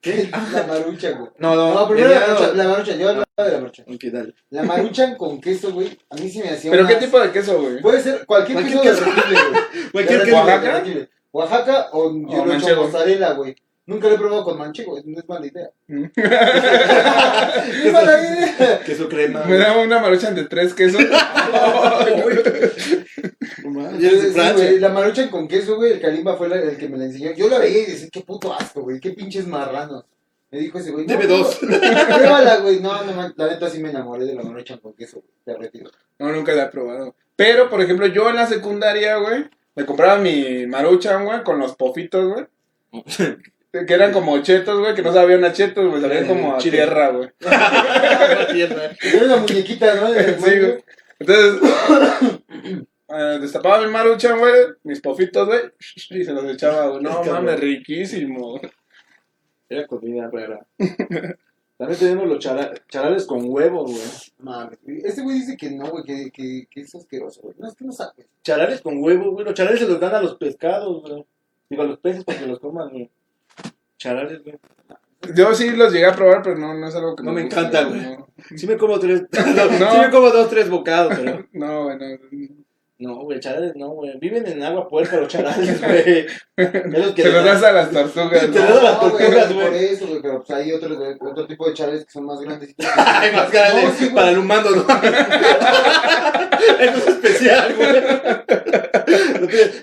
S2: ¿qué?
S4: *laughs* La marucha, güey.
S2: No, no,
S4: No, primero la
S2: mediano.
S4: marucha, la marucha, yo hablaba de la marucha.
S2: Ok,
S4: *laughs*
S2: dale.
S4: La maruchan con queso, güey, a mí se me hacía
S3: ¿Pero
S4: una-
S3: qué tipo de queso, güey?
S4: Puede ser cualquier,
S2: Cualquier
S4: queso
S2: queso.
S4: derretible, güey.
S2: Cualquier
S4: Derretible,
S2: queso.
S3: ¿Oaxaca?
S4: derretible. Oaxaca o yo lo he hecho
S3: manchego.
S4: mozzarella, güey. Nunca lo he probado con manchego, no es mala idea.
S3: Mm.
S4: No es mala idea.
S2: Queso crema.
S3: Me da una marucha de tres
S4: *laughs*
S3: quesos.
S2: No mames,
S4: Yo,
S2: eres de
S4: sí,
S2: Francia. *laughs*
S4: güey, la maruchan con queso, güey, el Kalimba fue la- el que me la enseñó. Yo la veía y decía, qué puto asco, güey, qué pinches marranos. Me dijo ese güey. no,
S2: Deme
S4: no,
S2: dos.
S4: Pruébala, güey. No, no, man, la neta sí me enamoré de la maruchan con queso, güey. Te retiro.
S3: No, nunca la he probado. Pero, por ejemplo, yo en la secundaria, güey, me compraba mi maruchan, güey, con los pofitos,
S2: *laughs*
S3: güey. Que eran como chetos, güey, que no sabían a chetos, güey, sabían
S2: Eh,
S3: como a
S2: chile.
S3: tierra, güey.
S2: Una tierra.
S4: Era una
S3: *laughs*
S4: muñequita, ¿no? De-
S3: Sí, güey. Entonces, *coughs* eh, destapaba mi maruchan, güey, mis pofitos, güey, y se los echaba, güey. No
S2: Es cabrón.
S3: mames, riquísimo.
S2: Era comida
S3: *laughs*
S2: rara. También tenemos los chara- charales con huevo, güey.
S4: Mames, güey. Este güey dice que no, güey, que, que, que es asqueroso, güey. No, es que no sabe.
S2: Charales con huevo, güey. Los charales se los dan a los pescados, güey. Digo, a los peces para que los coman, güey. Charales, güey.
S3: Yo sí los llegué a probar, pero no, no es algo que
S2: No me
S3: guste,
S2: encanta, güey. Sí me como tres... *laughs*
S3: No.
S2: Sí me como dos, tres bocados, pero...
S3: No, bueno,
S2: No, güey, charales no, güey. Viven en agua puerta los charales, güey. Es los que
S3: Se los
S2: les-
S3: das a las tortugas.
S2: Te *laughs*
S3: ¿no?
S2: lo doy a las
S4: No, güey,
S2: tortugas,
S4: por
S2: güey.
S4: eso, güey, pero pues hay otros, güey, otro tipo de charales que son más grandes.
S2: Ay, más grande,
S4: No, sí, güey.
S2: para el humano, ¿no? Eso es especial, güey.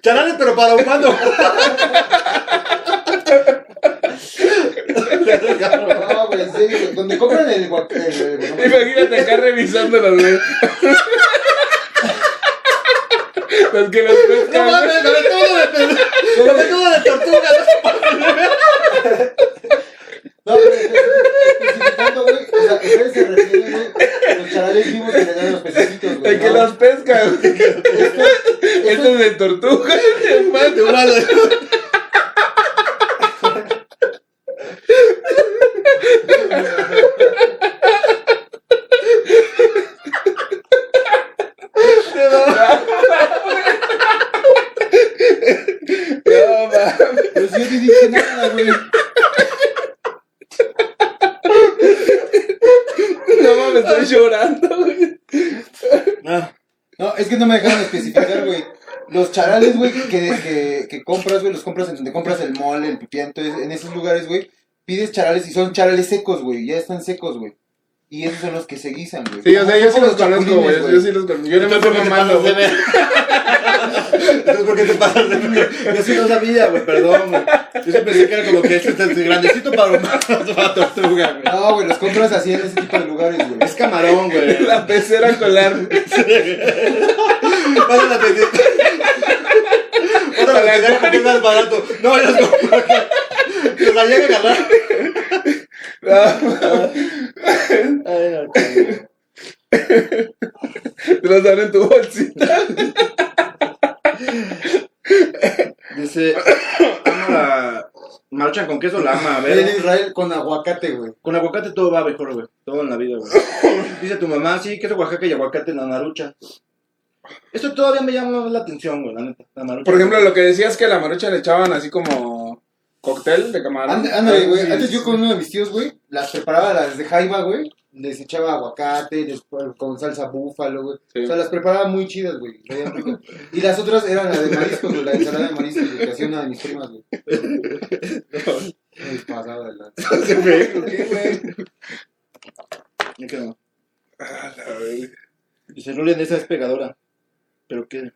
S2: Charales, pero para humano.
S4: No, güey, en serio, donde compran el guacamole,
S3: Imagínate acá revisándolos,
S2: *laughs*
S3: güey. Los que los
S2: No
S3: pescan.
S2: mames, lo metudo de, lo metudo de tortuga.
S4: No, pero especificando, güey, o sea, ustedes se refieren, güey, a los charales vivos que le dan a los pececitos, güey.
S3: El que
S4: ¿no?
S3: los pesca, güey.
S2: *laughs*
S3: Este es de tortuga, *laughs* hermano.
S2: De humano.
S3: No, mames.
S4: Pero si yo te dije nada, güey.
S3: No mames, estoy llorando, güey.
S2: No,
S4: No, es que no me dejaron especificar, güey. Los charales, güey, que, que, que compras, güey, los compras en donde compras el mole, el pipián, entonces, en esos lugares, güey, pides charales y son charales secos, güey, ya están secos, güey. Y esos son los que se guisan, güey.
S3: Sí, o sea, yo sí
S4: Como
S3: los conozco,
S4: chapulines,
S3: güey. Yo sí los conozco. Yo no me estoy
S2: Entonces,
S3: mamando,
S2: ¿por qué
S3: güey.
S2: *laughs* te pasas de ver? Entonces, ¿por qué te pasas de ver? Yo sí no sabía, güey, perdón, güey. Yo siempre pensé que era como que este es el grandecito para *laughs* humanos, para tortuga, güey.
S4: No, güey, los compras así en ese tipo de lugares, güey.
S2: Es camarón, güey.
S3: *laughs* La pecera colar.
S2: Pasa la pendeja. Otra la pendeja que es más barato. No vayas con Los había que agarrar.
S3: No, te los dan en tu bolsita.
S2: Dice, ama la marcha con queso, la ama, a
S4: En
S2: ver.
S4: Israel con aguacate, güey.
S2: Con aguacate todo va mejor, güey. Todo en la vida, güey. *laughs* Dice tu mamá, sí, queso Oaxaca y aguacate en la marucha. Esto todavía me llama más la atención, güey, la neta. La marucha.
S3: Por ejemplo, lo que decías que a la marucha le echaban así como cóctel de camarón.
S4: Anda- Ándale, güey.
S3: Sí,
S4: Antes
S3: sí.
S4: yo con uno de mis tíos, güey, las preparaba las de jaiba, güey. Les echaba aguacate, les- con salsa búfalo, güey.
S3: Sí.
S4: O sea, las preparaba muy chidas, güey. sabían rico. Y las otras eran la de mariscos, güey, la ensalada de mariscos, güey, que hacía una de mis primas, güey. Ay, pasada de lanza.
S2: se ve, ¿o ¿qué, güey? Ah, Me quedo. Dice Rulen, esa es pegadora. ¿Pero qué?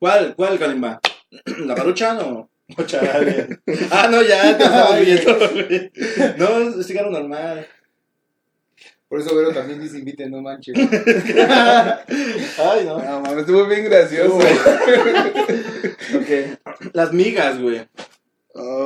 S2: ¿Cuál? ¿Cuál, Kalimba? *clears throat* ¿La parucha o o charales? *laughs* ah, no, ya, te estaba viendo. güey. no, es cigarro normal.
S4: Por eso, Vero también dice inviten, no manches.
S2: *laughs* Ay, no.
S3: No, mames, estuvo bien gracioso. *laughs*
S2: Ok. Las migas, güey.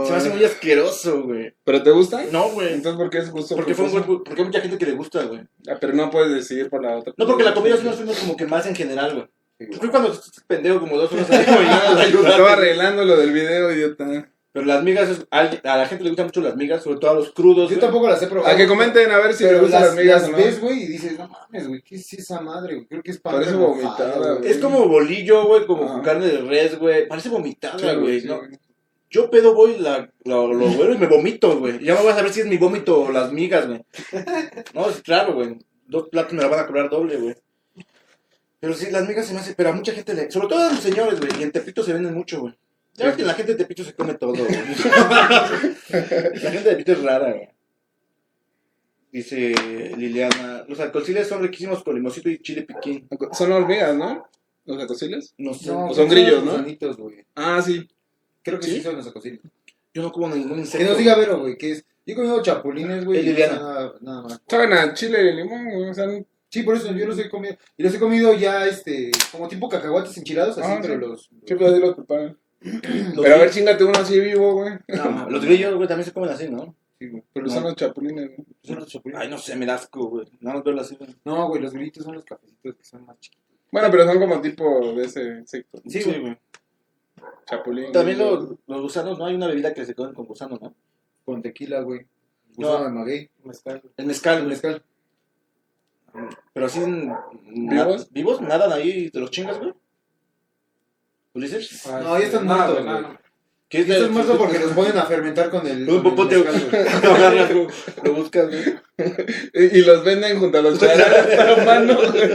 S2: Se me hace muy asqueroso, güey.
S3: ¿Pero te gustan?
S2: No, güey.
S3: Entonces, ¿por qué es gusto?
S2: Porque fue un
S3: culposo?
S2: buen- porque hay mucha gente que le gusta, güey.
S3: Ah, pero no puedes decidir por la otra.
S2: No, porque la comida sí nos fuimos como que más en general, güey. Fue cuando estás pendejo como dos horas ahí caminando de
S3: *laughs*
S2: ayudar.
S3: Estaba arreglando lo del video, idiota.
S2: Pero las migas, es- a a la gente le gustan mucho las migas, sobre todo a los crudos.
S4: Yo
S2: güey.
S4: tampoco las he probado.
S3: A que comenten a ver si les
S4: Pero
S3: gustan
S4: las,
S3: las, migas
S4: las
S3: o no.
S4: ves, güey, y dices, no mames, güey, ¿qué es esa madre? güey? Creo que es pan
S3: Parece
S4: remojado,
S3: vomitada, güey.
S2: Es como bolillo, güey, como
S3: Ajá.
S2: con carne de res, güey. Parece vomitada,
S3: Sí,
S2: Ah, güey.
S3: sí,
S2: ¿no? Yo pedo voy, la, lo, lo vuelo y me vomito, güey. Ya me voy a saber si es mi vómito o las migas, güey. No, es claro, güey. Dos platos me la van a cobrar doble, güey. Pero sí, las migas se me hacen, pero a mucha gente le... Sobre todo a los señores, güey. Y en Tepito se venden mucho, güey. Ya ves que la gente de Tepito se come todo, güey. *laughs* la gente de Tepito es rara, güey. Dice Liliana, los alcoholes son riquísimos con limoncito y chile piquín.
S3: Son hormigas, ¿no? Los gatosiles.
S2: No sé.
S4: No,
S3: O Pues son grillos,
S4: los
S3: ¿no?
S4: bonitos, güey.
S3: Ah, sí.
S4: Creo que
S2: ¿Sí?
S4: sí, son los acositos.
S2: Yo no como ningún insecto.
S4: Que nos diga Vero, güey, que es. Yo he comido chapulines, güey.
S2: El
S4: y no
S2: Liliana.
S4: sé Nada, nada más.
S3: Saben a chile y limón, güey. O sea, no-
S4: Sí, por eso yo los he comido. Y los he comido ya, este, como tipo cacahuates enchilados, así,
S3: Ah,
S4: pero
S3: sí.
S4: los.
S3: ¿qué pedo si los preparan?
S2: Los
S3: Pero a
S2: grillos-
S3: ver, chingate uno así vivo, güey.
S2: no, ma, los grillos, güey, también se comen así, ¿no?
S4: sí, güey.
S3: Pero son los chapulines, güey.
S4: Son los chapulines.
S2: Pues, Ay, no sé, me da asco, güey. Nada más verlo así, güey.
S4: No, güey, los grillitos son los cafecitos que son más chiquitos.
S3: Bueno, pero son como tipo de ese insecto.
S2: Sí, güey.
S3: Chapulín.
S2: También
S3: güey.
S2: los, los gusanos, ¿no? Hay una bebida que se comen con gusanos, ¿no?
S4: Con tequila, güey.
S2: No.
S4: Gusano de maguey.
S2: Mezcal. El mezcal,
S4: Con
S2: güey.
S4: mezcal.
S2: Pero así... en-
S3: ¿Vivos?
S2: na- ¿Vivos? ¿Nadan ahí? ¿Te los chingas, güey? ¿Ulises?
S4: No, ya están
S3: Ah, este, No,
S4: muertos,
S3: güey, no,
S4: güey.
S3: no.
S2: ¿Qué es
S4: Están muertos porque los ponen a fermentar con el.
S2: Un
S4: con
S2: popote,
S4: el
S2: güey.
S4: mezcal,
S2: *laughs*
S4: güey.
S2: Lo agarras, güey. Lo buscas, güey.
S3: Y, y los venden junto a los charales para humanos, güey.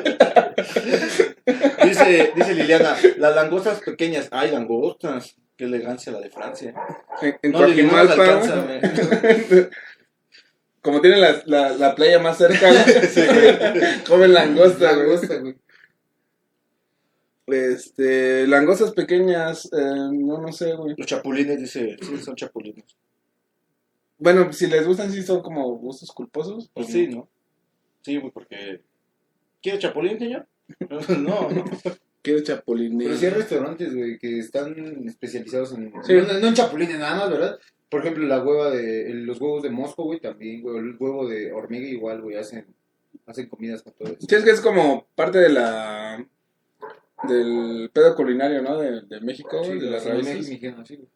S2: Dice dice, dice Liliana, las langostas pequeñas. Ay, langostas. Qué elegancia la de Francia.
S3: En, en
S2: No, Lili, no nos
S3: Coajimalpa,
S2: alcanza.
S3: güey.
S2: güey.
S3: Como tienen la, la, la playa más cerca,
S2: *laughs*
S3: güey, comen langosta, güey.
S4: Langosta, güey.
S3: Este, langostas pequeñas, eh, no, no sé, güey.
S2: Los chapulines, dice. Sí, son chapulines.
S3: Bueno, si les gustan, sí son como gustos culposos.
S2: Pues sí, ¿no? Sí, güey, porque. ¿Quiere chapulín, señor? *laughs* No, no.
S3: Quiero chapulín.
S4: Pero sí hay restaurantes, güey, que están especializados en...
S3: Sí.
S4: No, no en chapulines nada más, ¿verdad? Por ejemplo, la hueva de... el- Los huevos de Mosco, güey, también, güey. El huevo de hormiga igual, güey. Hacen, hacen comidas con todo eso.
S3: Sí, es que es como parte de la del pedo culinario, ¿no? De, de México,
S4: Sí,
S3: güey, de las
S4: sí,
S3: raíces.
S4: me- me dijeron, sí, güey.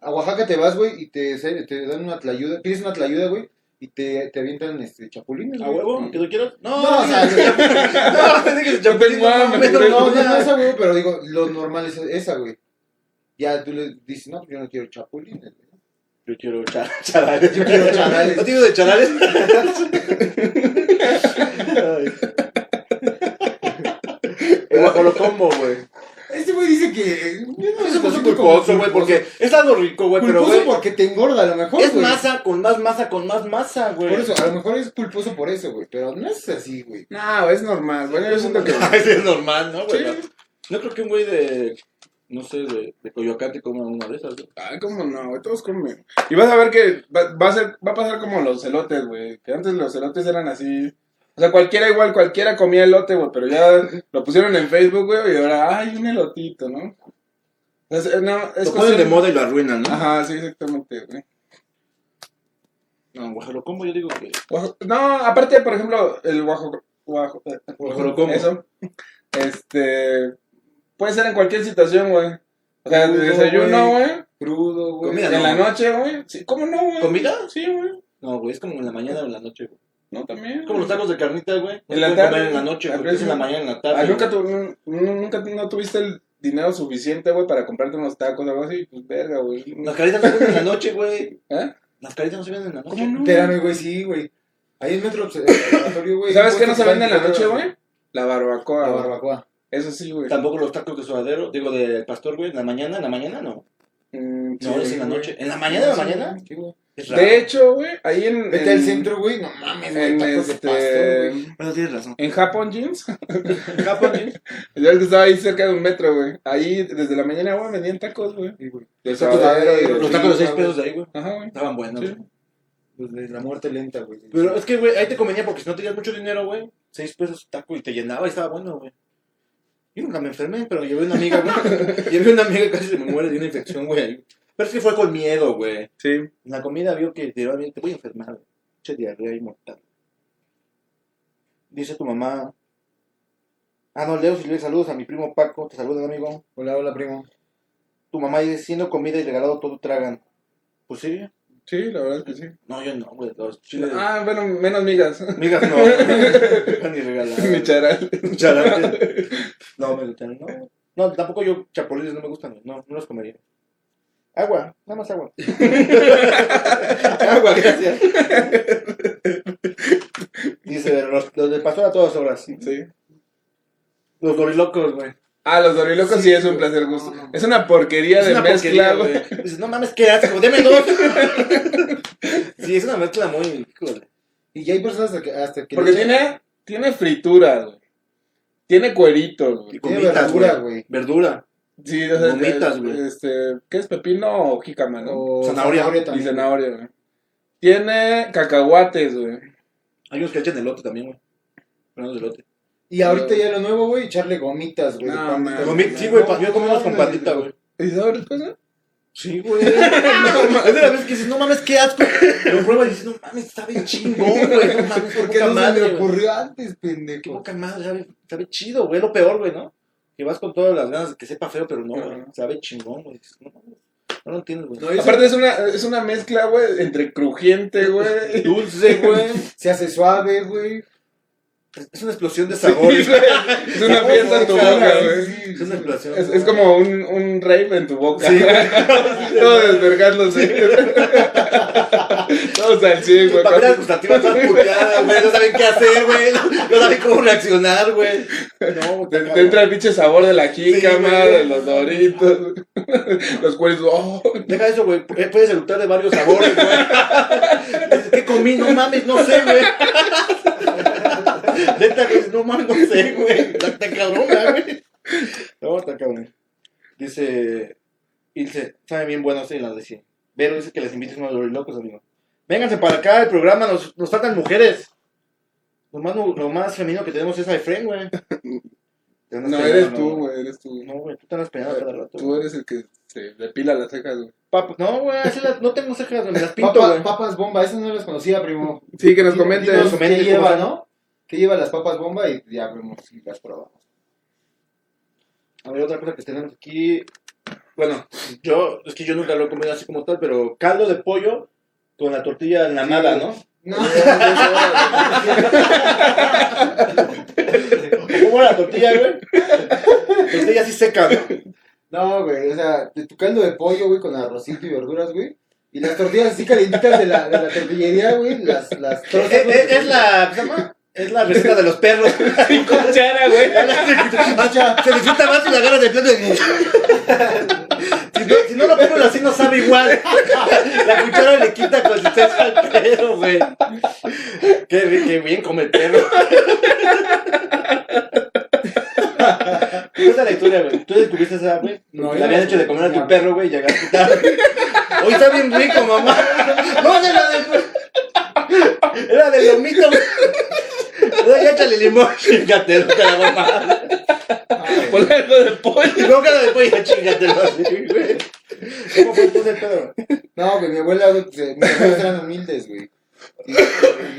S4: A Oaxaca te vas, güey, y te, te dan una tlayuda. Pides una tlayuda, güey, y te, te avientan este, chapulines,
S2: ¿A
S4: güey.
S2: huevo? ¿Que lo quieras? No,
S4: No, o sea,
S2: no, te dije chapulín.
S3: Yo pensaba,
S2: No, mames,
S3: güey.
S4: No,
S2: no,
S4: no, no
S2: ya.
S4: esa, güey, pero digo, lo normal es esa, güey. Ya tú le dices, no, pues yo no quiero chapulines, güey.
S2: Yo quiero cha- *laughs* charales.
S4: Yo quiero charales.
S2: ¿No tienes de *laughs* charales? Ay. O- O lo combo, güey.
S4: Este güey dice que...
S2: Pues Es un gusto culposo, güey, porque es algo rico, güey, pero,
S4: Culposo
S2: güey,
S4: porque te engorda, a lo mejor,
S2: es
S4: güey.
S2: masa con más masa con más masa, güey.
S4: Por eso, a lo mejor es culposo por eso, güey, pero no es así, güey.
S3: No, es normal. Bueno, yo
S2: *laughs*
S3: siento que
S2: Eso es normal, ¿no, güey?
S3: Sí.
S2: No creo que un güey de, no sé, de, de Coyoacán te coma una de esas, güey.
S3: Ay, cómo no, güey, todos comen. Y vas a ver que va, va a ser va a pasar como los elotes, güey, que antes los elotes eran así. O sea, cualquiera igual, cualquiera comía elote, güey, pero ya lo pusieron en Facebook, güey, y ahora ay, un elotito, ¿no? O sea, no, es
S2: Lo ponen de
S3: cuestión-
S2: moda y lo arruinan, ¿no?
S3: Ajá, sí, exactamente, güey.
S2: No, güey, lo combo yo digo que...
S3: Oaxaca- No, aparte, por ejemplo, el guajo... guajo eh,
S2: Guajolocombo.
S3: *laughs* Eso. Este... Puede ser en cualquier situación, güey. O sea,
S4: Crudo,
S3: desayuno,
S4: güey.
S3: güey.
S4: Crudo, güey.
S2: Comida,
S3: En
S2: no.
S3: la noche, güey. Sí, ¿Cómo no, güey?
S2: ¿Comida?
S3: Sí, güey.
S2: No, güey, es como en la mañana o en la noche, güey.
S3: No, también.
S2: Es como los tacos de carnitas, güey. No
S3: En la
S2: pueden
S3: tarde,
S2: comer en la noche,
S3: al
S2: güey. Es en la
S3: principio.
S2: mañana, en la
S3: Ah,
S2: tarde.
S3: nunca,
S2: güey.
S3: tu- nun- nunca no tuviste el dinero suficiente, güey, para comprarte unos tacos o algo así. Pues, verga, güey.
S2: Las caritas no se ven en la noche, güey.
S3: ¿Eh?
S2: Las caritas no se ven en la noche.
S3: ¿Cómo no?
S4: Espérame, güey, sí, güey. Ahí en Metro Observatorio, güey.
S3: ¿Sabes qué no
S4: puestos
S3: se vende en la
S4: que
S3: noche,
S4: venden
S3: güey? La barbacoa,
S4: La
S3: güey.
S4: barbacoa.
S3: Eso sí, güey.
S2: Tampoco los tacos de suadero, digo, del pastor, güey. En la mañana, en la mañana no.
S3: Mm,
S2: No,
S3: sí,
S2: es en la
S3: güey.
S2: noche. ¿En la mañana, en la
S4: Sí,
S2: mañana?
S4: sí, güey.
S2: Es raro.
S3: De hecho, güey, ahí en...
S4: Vete
S3: en-
S4: al centro, güey, no mames, güey.
S3: en
S4: tacos de pastor, güey.
S3: este
S2: Bueno, tienes razón.
S3: *laughs* en Japón Jeans.
S2: Japón,
S3: ¿eh?
S2: güey.
S3: Yo que estaba ahí cerca de un metro, güey. Ahí desde la mañana, güey, vendían tacos, güey.
S4: Sí, güey.
S3: De
S4: Los tacos de
S3: suadero y
S4: Pero
S2: Los
S4: sí,
S2: tacos de 6
S4: cabrón.
S2: pesos de ahí, güey.
S3: Ajá, güey.
S2: Estaban buenos.
S3: Sí.
S2: güey.
S4: Los pues, de la muerte lenta, güey.
S2: Pero es que, güey, ahí te convenía porque si no tenías mucho dinero, güey, seis pesos taco y te llenaba y estaba bueno, güey. Yo nunca me enfermé, pero llevé una amiga, güey. llevé una amiga que casi se me muere de una infección, güey. Pero es que fue con miedo, güey. En
S3: Sí.
S2: la comida vio que te iba bien, te voy a enfermar, güey. Mucha diarrea y mortal. Dice tu mamá. Ah, no, Leo, si le saludos a mi primo Paco, te saludan, amigo.
S4: Hola, hola, primo.
S2: Tu mamá dice, siendo comida y regalado todo tragan. Pues sí.
S3: Sí, la verdad es que sí.
S2: No, yo no, güey. Los chiles.
S3: Ah, bueno, menos migas. *laughs*
S2: Migas no.
S3: Mi
S2: Ni regaladas.
S3: charal.
S2: Charante. No, me gustan, no. No, tampoco yo chapulines no me gustan, no, no los comería. Agua, nada más agua. agua, gracias. Dice, los, los de pastor a todas horas. ¿sí?
S3: Sí.
S2: Los gorilocos, güey.
S3: Ah, los dorilocos sí, es un placer gusto. Es una porquería
S2: Es
S3: de
S2: una
S3: mezcla,
S2: porquería,
S3: güey.
S2: güey. Dices, no mames, qué asco, deme dos. sí, es una mezcla muy... híjole.
S4: Y ya hay personas hasta que. Hasta que
S3: Porque
S4: le-
S3: tiene, tiene fritura, güey. Tiene cuerito, güey.
S2: Y
S4: Tiene
S2: gomitas,
S4: verdura,
S2: güey.
S4: güey.
S2: Verdura.
S3: Sí, o sea,
S2: Gomitas, güey.
S3: Este, ¿qué es pepino o jícama, no?
S4: O
S2: Zanahoria.
S3: Y
S4: también.
S3: zanahoria, güey. Tiene cacahuates, güey.
S2: Hay unos que echan elote también, güey. Granos de elote.
S4: Y ahorita ya lo nuevo, güey, echarle gomitas, güey.
S3: No,
S4: de pan.
S3: man.
S2: Comí- sí, güey, pa- yo comí unos con patita, güey.
S3: ¿Y sabes cosa?
S2: Sí, güey. No, es de la vez que dices, no mames, qué asco. Lo pruebas y dices, no mames, está bien
S4: *laughs*
S2: chingón, güey. No mames,
S4: ¿Por
S2: ¿por qué
S4: qué no se me
S2: madre, güey.
S4: ocurrió antes,
S2: Qué
S4: pendejo?
S2: poca madre, sabe, sabe chido, güey. Lo peor, güey, ¿no? Que vas con todas las ganas de que sepa feo, pero no, güey.
S3: Ajá.
S2: Sabe chingón, güey. Dices, No mames, no lo entiendes, güey.
S4: No, y
S3: Aparte es una, es una mezcla,
S2: *laughs*
S3: güey, entre crujiente, güey.
S2: Dulce, güey.
S4: se hace suave, güey.
S2: Es una explosión de sabores.
S3: güey. Es una fiesta en tu boca, güey.
S2: Es una explosión.
S3: Es, es como un, un rave en tu boca.
S2: Sí,
S3: *laughs* Todo
S2: *laughs*
S3: desvergándose. Todos al cien,
S2: Tus
S3: güey.
S2: papilas gustativas todas puteadas, güey. No saben qué hacer, güey. No saben cómo reaccionar, güey. No,
S3: Te, te entra el pinche sabor de la jícama,
S2: güey.
S3: de los doritos, *laughs* los cueritos. Oh,
S2: Deja eso, güey. P- Puedes eructar de varios sabores, güey. ¿Qué comí? No mames, no sé, güey. *laughs* Neta, güey, no mames, no sé, güey. Está está cabrón, güey. No, está cabrón. Dice. Ilse, saben bien buenos en la de sí. Vero dice que les invites unos locos, amigo. Vénganse para acá, el programa nos, nos tratan mujeres. Lo más, nu- lo más femenino que tenemos es Efren, güey. Te
S3: *laughs*
S2: andas
S3: no,
S2: peinando,
S3: eres tú, güey, eres tú.
S2: No, güey, tú te andas pegando cada rato.
S3: Tú eres el que se depila las cejas, güey.
S2: Papa- no, güey, así las- no tengo cejas, güey, me las pinto,
S4: Papas,
S2: güey.
S4: papas bomba, esas no las conocía, primo.
S3: Sí, que nos
S4: Dinos
S3: comenten.
S2: Pues comenten
S4: ¿Qué
S2: cómo
S4: lleva,
S2: están.
S4: no? ¿Qué lleva las papas bomba? Y ya vemos si las probamos.
S2: A ver, otra cosa que tenemos aquí. Bueno, yo, es que yo nunca lo he comido así como tal, pero caldo de pollo con la tortilla en la nada, ¿no?
S4: No,
S2: ¿Cómo la tortilla, güey? Tortilla así seca, *laughs* ¿no?
S4: *laughs* no, güey, o sea, de tu caldo de pollo, güey, con arrocito y verduras, güey. Y las tortillas así calentitas de la, de la tortillería, güey, las, las
S2: *laughs* Es,
S4: trozas. güey.
S2: Eh, es- es la. ¿Cómo se llama? Es la receta de los perros.
S3: Sin cuchara, güey.
S2: Se disfruta más y la agarras de plato y- Si no, si no lo ponen así, no sabe igual. La cuchara le quita consistencia al perro, güey. Qué, bi- qué bien come el perro. Cuenta la historia, güey. Tú descubriste esa, güey.
S4: No,
S2: le
S4: yo
S2: habían
S4: no.
S2: hecho de comer a tu
S4: No.
S2: perro, güey, y agarraste quitado. Hoy está bien rico, mamá. No, era de, era de lomito, güey. Era ya échale limón, chingatelo, cara, mamá.
S3: Por algo de pollo.
S2: Y luego cada después ya chingatelo así, güey. ¿Cómo fue tú de pedo?
S4: No, güey, mi abuela, güey, se- mis abuelos eran humildes, güey. Y-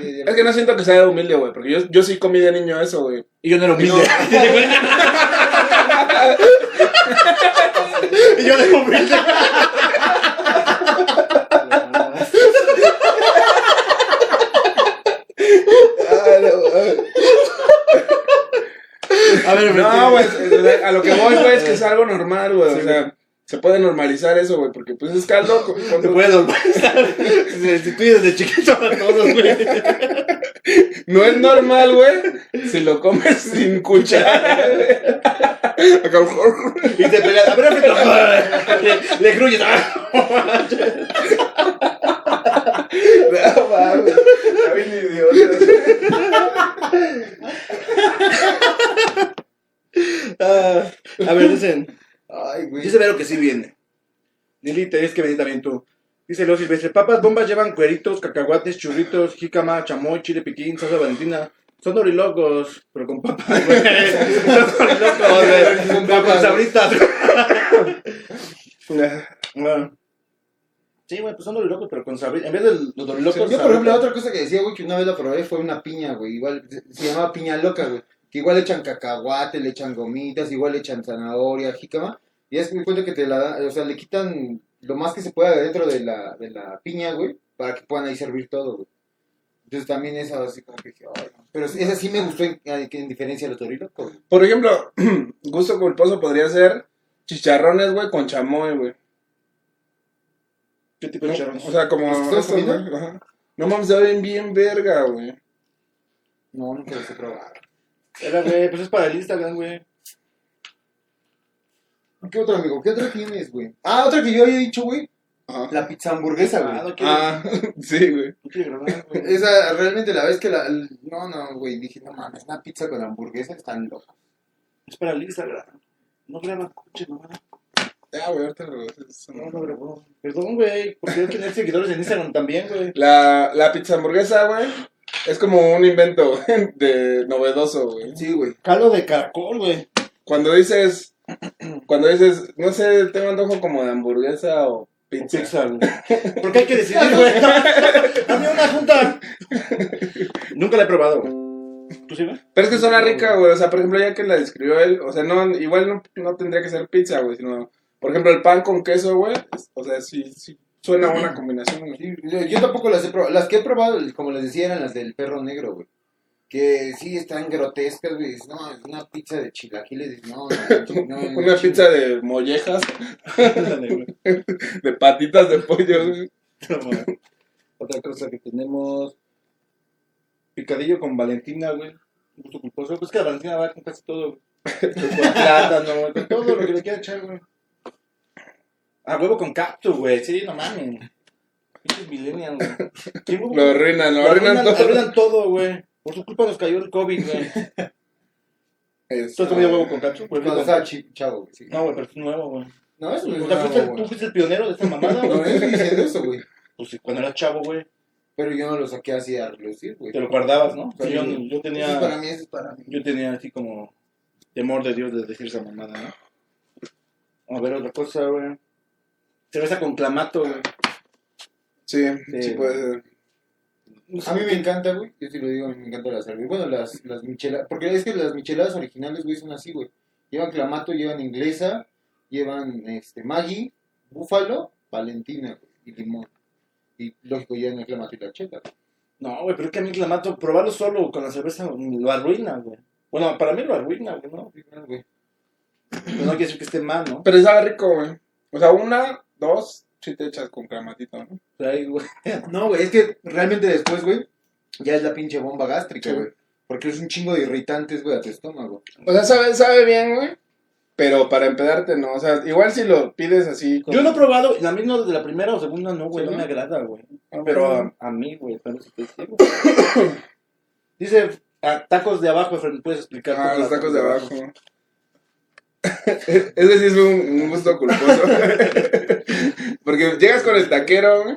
S4: y- y-
S3: Es que no siento que sea humilde, güey, porque yo, yo sí comí de niño eso, güey.
S2: *laughs* Y yo no era humilde. y yo no era humilde. Ah, A ver,
S3: No, güey, a lo que voy, güey, es que *laughs* es algo normal, güey. o sea, se puede normalizar eso, güey, porque pues es caldo. con- con-
S2: Te puedes *laughs* normalizar. Se sustituye desde chiquito a *laughs* todos, güey.
S3: No es normal, güey, si lo *laughs* comes sin cuchara, güey. Acá,
S2: Y te peleas. A ver, árbitro. *laughs* Le, le grulles. Ah,
S3: No mames, está bien idiota.
S2: Ah, A ver, dicen.
S4: Ay, güey.
S2: Dice Vero que sí viene. Lili, te dices que venir también tú. Dice Leo Silvestre, papas bombas llevan cueritos, cacahuates, churritos, jícama, chamoy, chile piquín, salsa valentina. Son orilocos, pero con papas, güey. Son orilocos, güey. Con papas sabritas. Ah. Sí, güey, pues son orilocos, pero con sabritas. En vez de los orilocos,
S4: Yo, por ejemplo, otra cosa que decía, güey, que una vez la probé fue una piña, güey. Igual, se- se llamaba piña loca, güey. Que igual le echan cacahuate, le echan gomitas, igual le echan zanahoria, jícama. Y es que me cuenta que te la dan, o sea, le quitan lo más que se pueda de dentro de la, de la piña, güey, para que puedan ahí servir todo, güey. Entonces también esa así como que dije, ay, no. Pero esa sí me gustó en, en diferencia de los torilocos, güey.
S3: Por ejemplo, *clears throat* gusto culposo podría ser chicharrones, güey, con chamoy, güey.
S2: ¿Qué tipo de charrones?
S3: O sea, como.
S4: ¿Los estás
S3: esos, güey,
S4: comiendo?
S3: ajá. No mames, saben bien verga, güey.
S4: No, nunca los he probado.
S2: Era, güey, pues es para el Instagram, güey.
S4: ¿Qué otro, amigo? ¿Qué otro tienes, güey? Ah, otra que yo había dicho, güey.
S3: Ajá.
S4: La pizza hamburguesa, güey.
S2: Ah, no quiere,
S3: Ah, *laughs* sí, güey.
S2: no quiere grabar, güey.
S4: Esa, realmente la vez que la... No, no, güey, dije, no mames, una pizza con hamburguesa están locos.
S2: Es para el Instagram. No graba, coche, mamá.
S3: Ah, güey, ahorita lo- eso
S2: No,
S3: no.
S2: no grabó. Perdón, güey, porque yo tenía seguidores en Instagram también, güey.
S3: La, la pizza hamburguesa, güey, es como un invento *laughs* güey, de novedoso, güey.
S4: Sí, güey.
S2: Caldo de caracol, güey.
S3: Cuando dices, cuando dices, no sé, tengo antojo como de hamburguesa o pizza.
S2: Pizza, güey. ¿Por qué hay que decidir, güey? Dame una junta. Nunca la he probado, güey. ¿Tú sí, güey?
S3: Pero es que suena rica, güey. O sea, por ejemplo, ya que la describió él, o sea, no, igual no, no tendría que ser pizza, güey, sino, por ejemplo, el pan con queso, güey. es- O sea, sí, sí suena buena combinación, güey.
S4: Sí, yo yo tampoco las he probado. Las que he probado, como les decía, eran las del perro negro, güey. que sí están grotescas, güey. dices, No, es una pizza de chilaquiles. dices, No, no,
S2: *laughs*
S4: no, no,
S3: Una pizza de mollejas, *laughs* de patitas de pollo. güey.
S2: Otra cosa que tenemos. Picadillo con Valentina, güey. Gusto culposo. Pues que la Valentina va con casi todo. güey. Con plátano, con todo lo que le quiera echar, güey. A huevo con cactus, güey. Sí, no mames. Pinches millennials, güey. ¿Qué huevo?
S3: Lo arruinan, lo
S2: Lo
S3: arruinan todo.
S2: arruinan todo, güey. Por su culpa nos cayó el COVID, güey. ¿Tú
S4: este
S2: has comido huevo con cactus? güey?
S4: Cuando estaba chi- chavo, güey. sí.
S2: No, güey, pero es nuevo, güey.
S4: No, eso no
S2: O
S4: es
S2: sea, fuiste el-
S4: nuevo,
S2: tú
S4: güey.
S2: fuiste el pionero de esta mamada,
S4: No,
S2: güey.
S4: no eh. estoy diciendo eso, güey.
S2: Pues sí, cuando era chavo, güey.
S4: Pero yo no lo saqué así a relucir, güey.
S2: Te lo guardabas, ¿no?
S4: Sí.
S2: yo, yo
S4: Eso es para
S2: tenía,
S4: mí, eso es para mí.
S2: yo tenía así como temor de Dios de decir esa mamada, ¿no? A ver, otra cosa, güey. Cerveza con clamato, güey.
S3: Sí,
S2: Sí.
S3: sí puede ser.
S4: A
S2: Ah,
S4: mí me encanta, güey. Yo sí lo digo, a mí me encanta la cerveza. Bueno, las, las micheladas. Porque es que las micheladas originales, güey, son así, güey. Llevan clamato, llevan inglesa, llevan este, Maggi, búfalo, Valentina güey, y limón. Y lógico, llevan el clamato y la checa. güey.
S2: No, güey, pero es que a mí clamato, probarlo solo con la cerveza lo arruina, güey. Bueno, para mí lo arruina, güey, ¿no?
S4: Sí, claro, güey.
S2: Pero no quiere decir que esté mal, ¿no?
S3: Pero sabe rico, güey. O sea, una, dos, si te echas con clamatito, ¿no?
S2: Pero ahí, güey.
S4: No, güey, es que realmente después, güey, ya es la pinche bomba gástrica,
S3: Sí.
S4: güey. Porque es un chingo de irritantes, güey, a tu estómago.
S3: O sea, sabe, sabe bien, güey. Pero para empedarte, no. O sea, igual si lo pides así. con-
S2: Yo no he probado, la misma de la primera o segunda no, güey,
S3: Sí,
S2: no
S3: ¿no?
S2: me agrada, güey.
S3: Ah,
S2: Pero
S3: bueno.
S2: a, a mí, güey, pero si te digo. *coughs* Dice, a tacos de abajo, Efraín, ¿puedes explicar?
S3: Ah,
S2: por
S3: los
S2: qué
S3: tacos de abajo. *laughs* Ese sí es un, un gusto culposo. *laughs* Porque llegas con el taquero, güey.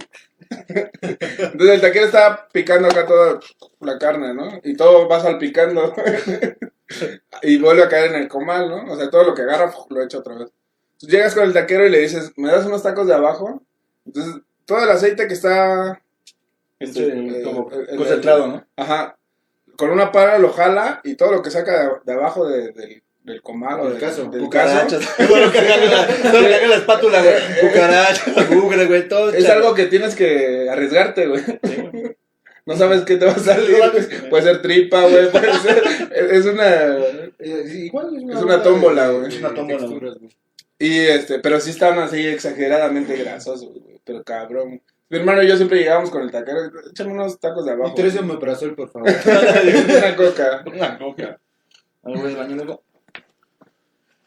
S3: Entonces el taquero está picando acá toda la carne, ¿no? Y todo va salpicando. *laughs* Y vuelve a caer en el comal, ¿no? O sea, todo lo que agarra ¡fuf! lo echa otra vez. Entonces llegas con el taquero y le dices, ¿me das unos tacos de abajo? Entonces todo el aceite que está...
S2: Este,
S3: eh,
S2: como
S3: el- el-
S2: concentrado, ¿no?
S3: Ajá. Con una pala lo jala y todo lo que saca de, de abajo de- del- del comal o
S4: Del
S3: del
S4: caso.
S3: del caso,
S2: *laughs* Cucarachas. Todo lo que
S3: *laughs*
S2: haga la, todo lo que haga la espátula, güey. Cucarachas, mugre, güey, todo.
S3: Es algo que tienes que arriesgarte, güey. *laughs*
S2: que...
S3: No sabes qué te va a salir. Puede ser tripa, güey. Puede ser. Es una.
S4: Eh, sí, igual es una,
S3: Es una
S4: bola
S3: tómbola, güey.
S2: Es una tómbola,
S4: texturas, güey.
S3: Y este, pero sí están así exageradamente grasosos, güey. Pero cabrón. Mi hermano y yo siempre llegábamos con el taquero. Échame unos tacos de abajo.
S4: Y tres de omeprazol, por favor.
S3: *laughs* una coca.
S2: *laughs* Una coca. Ay, güey, bañando algo.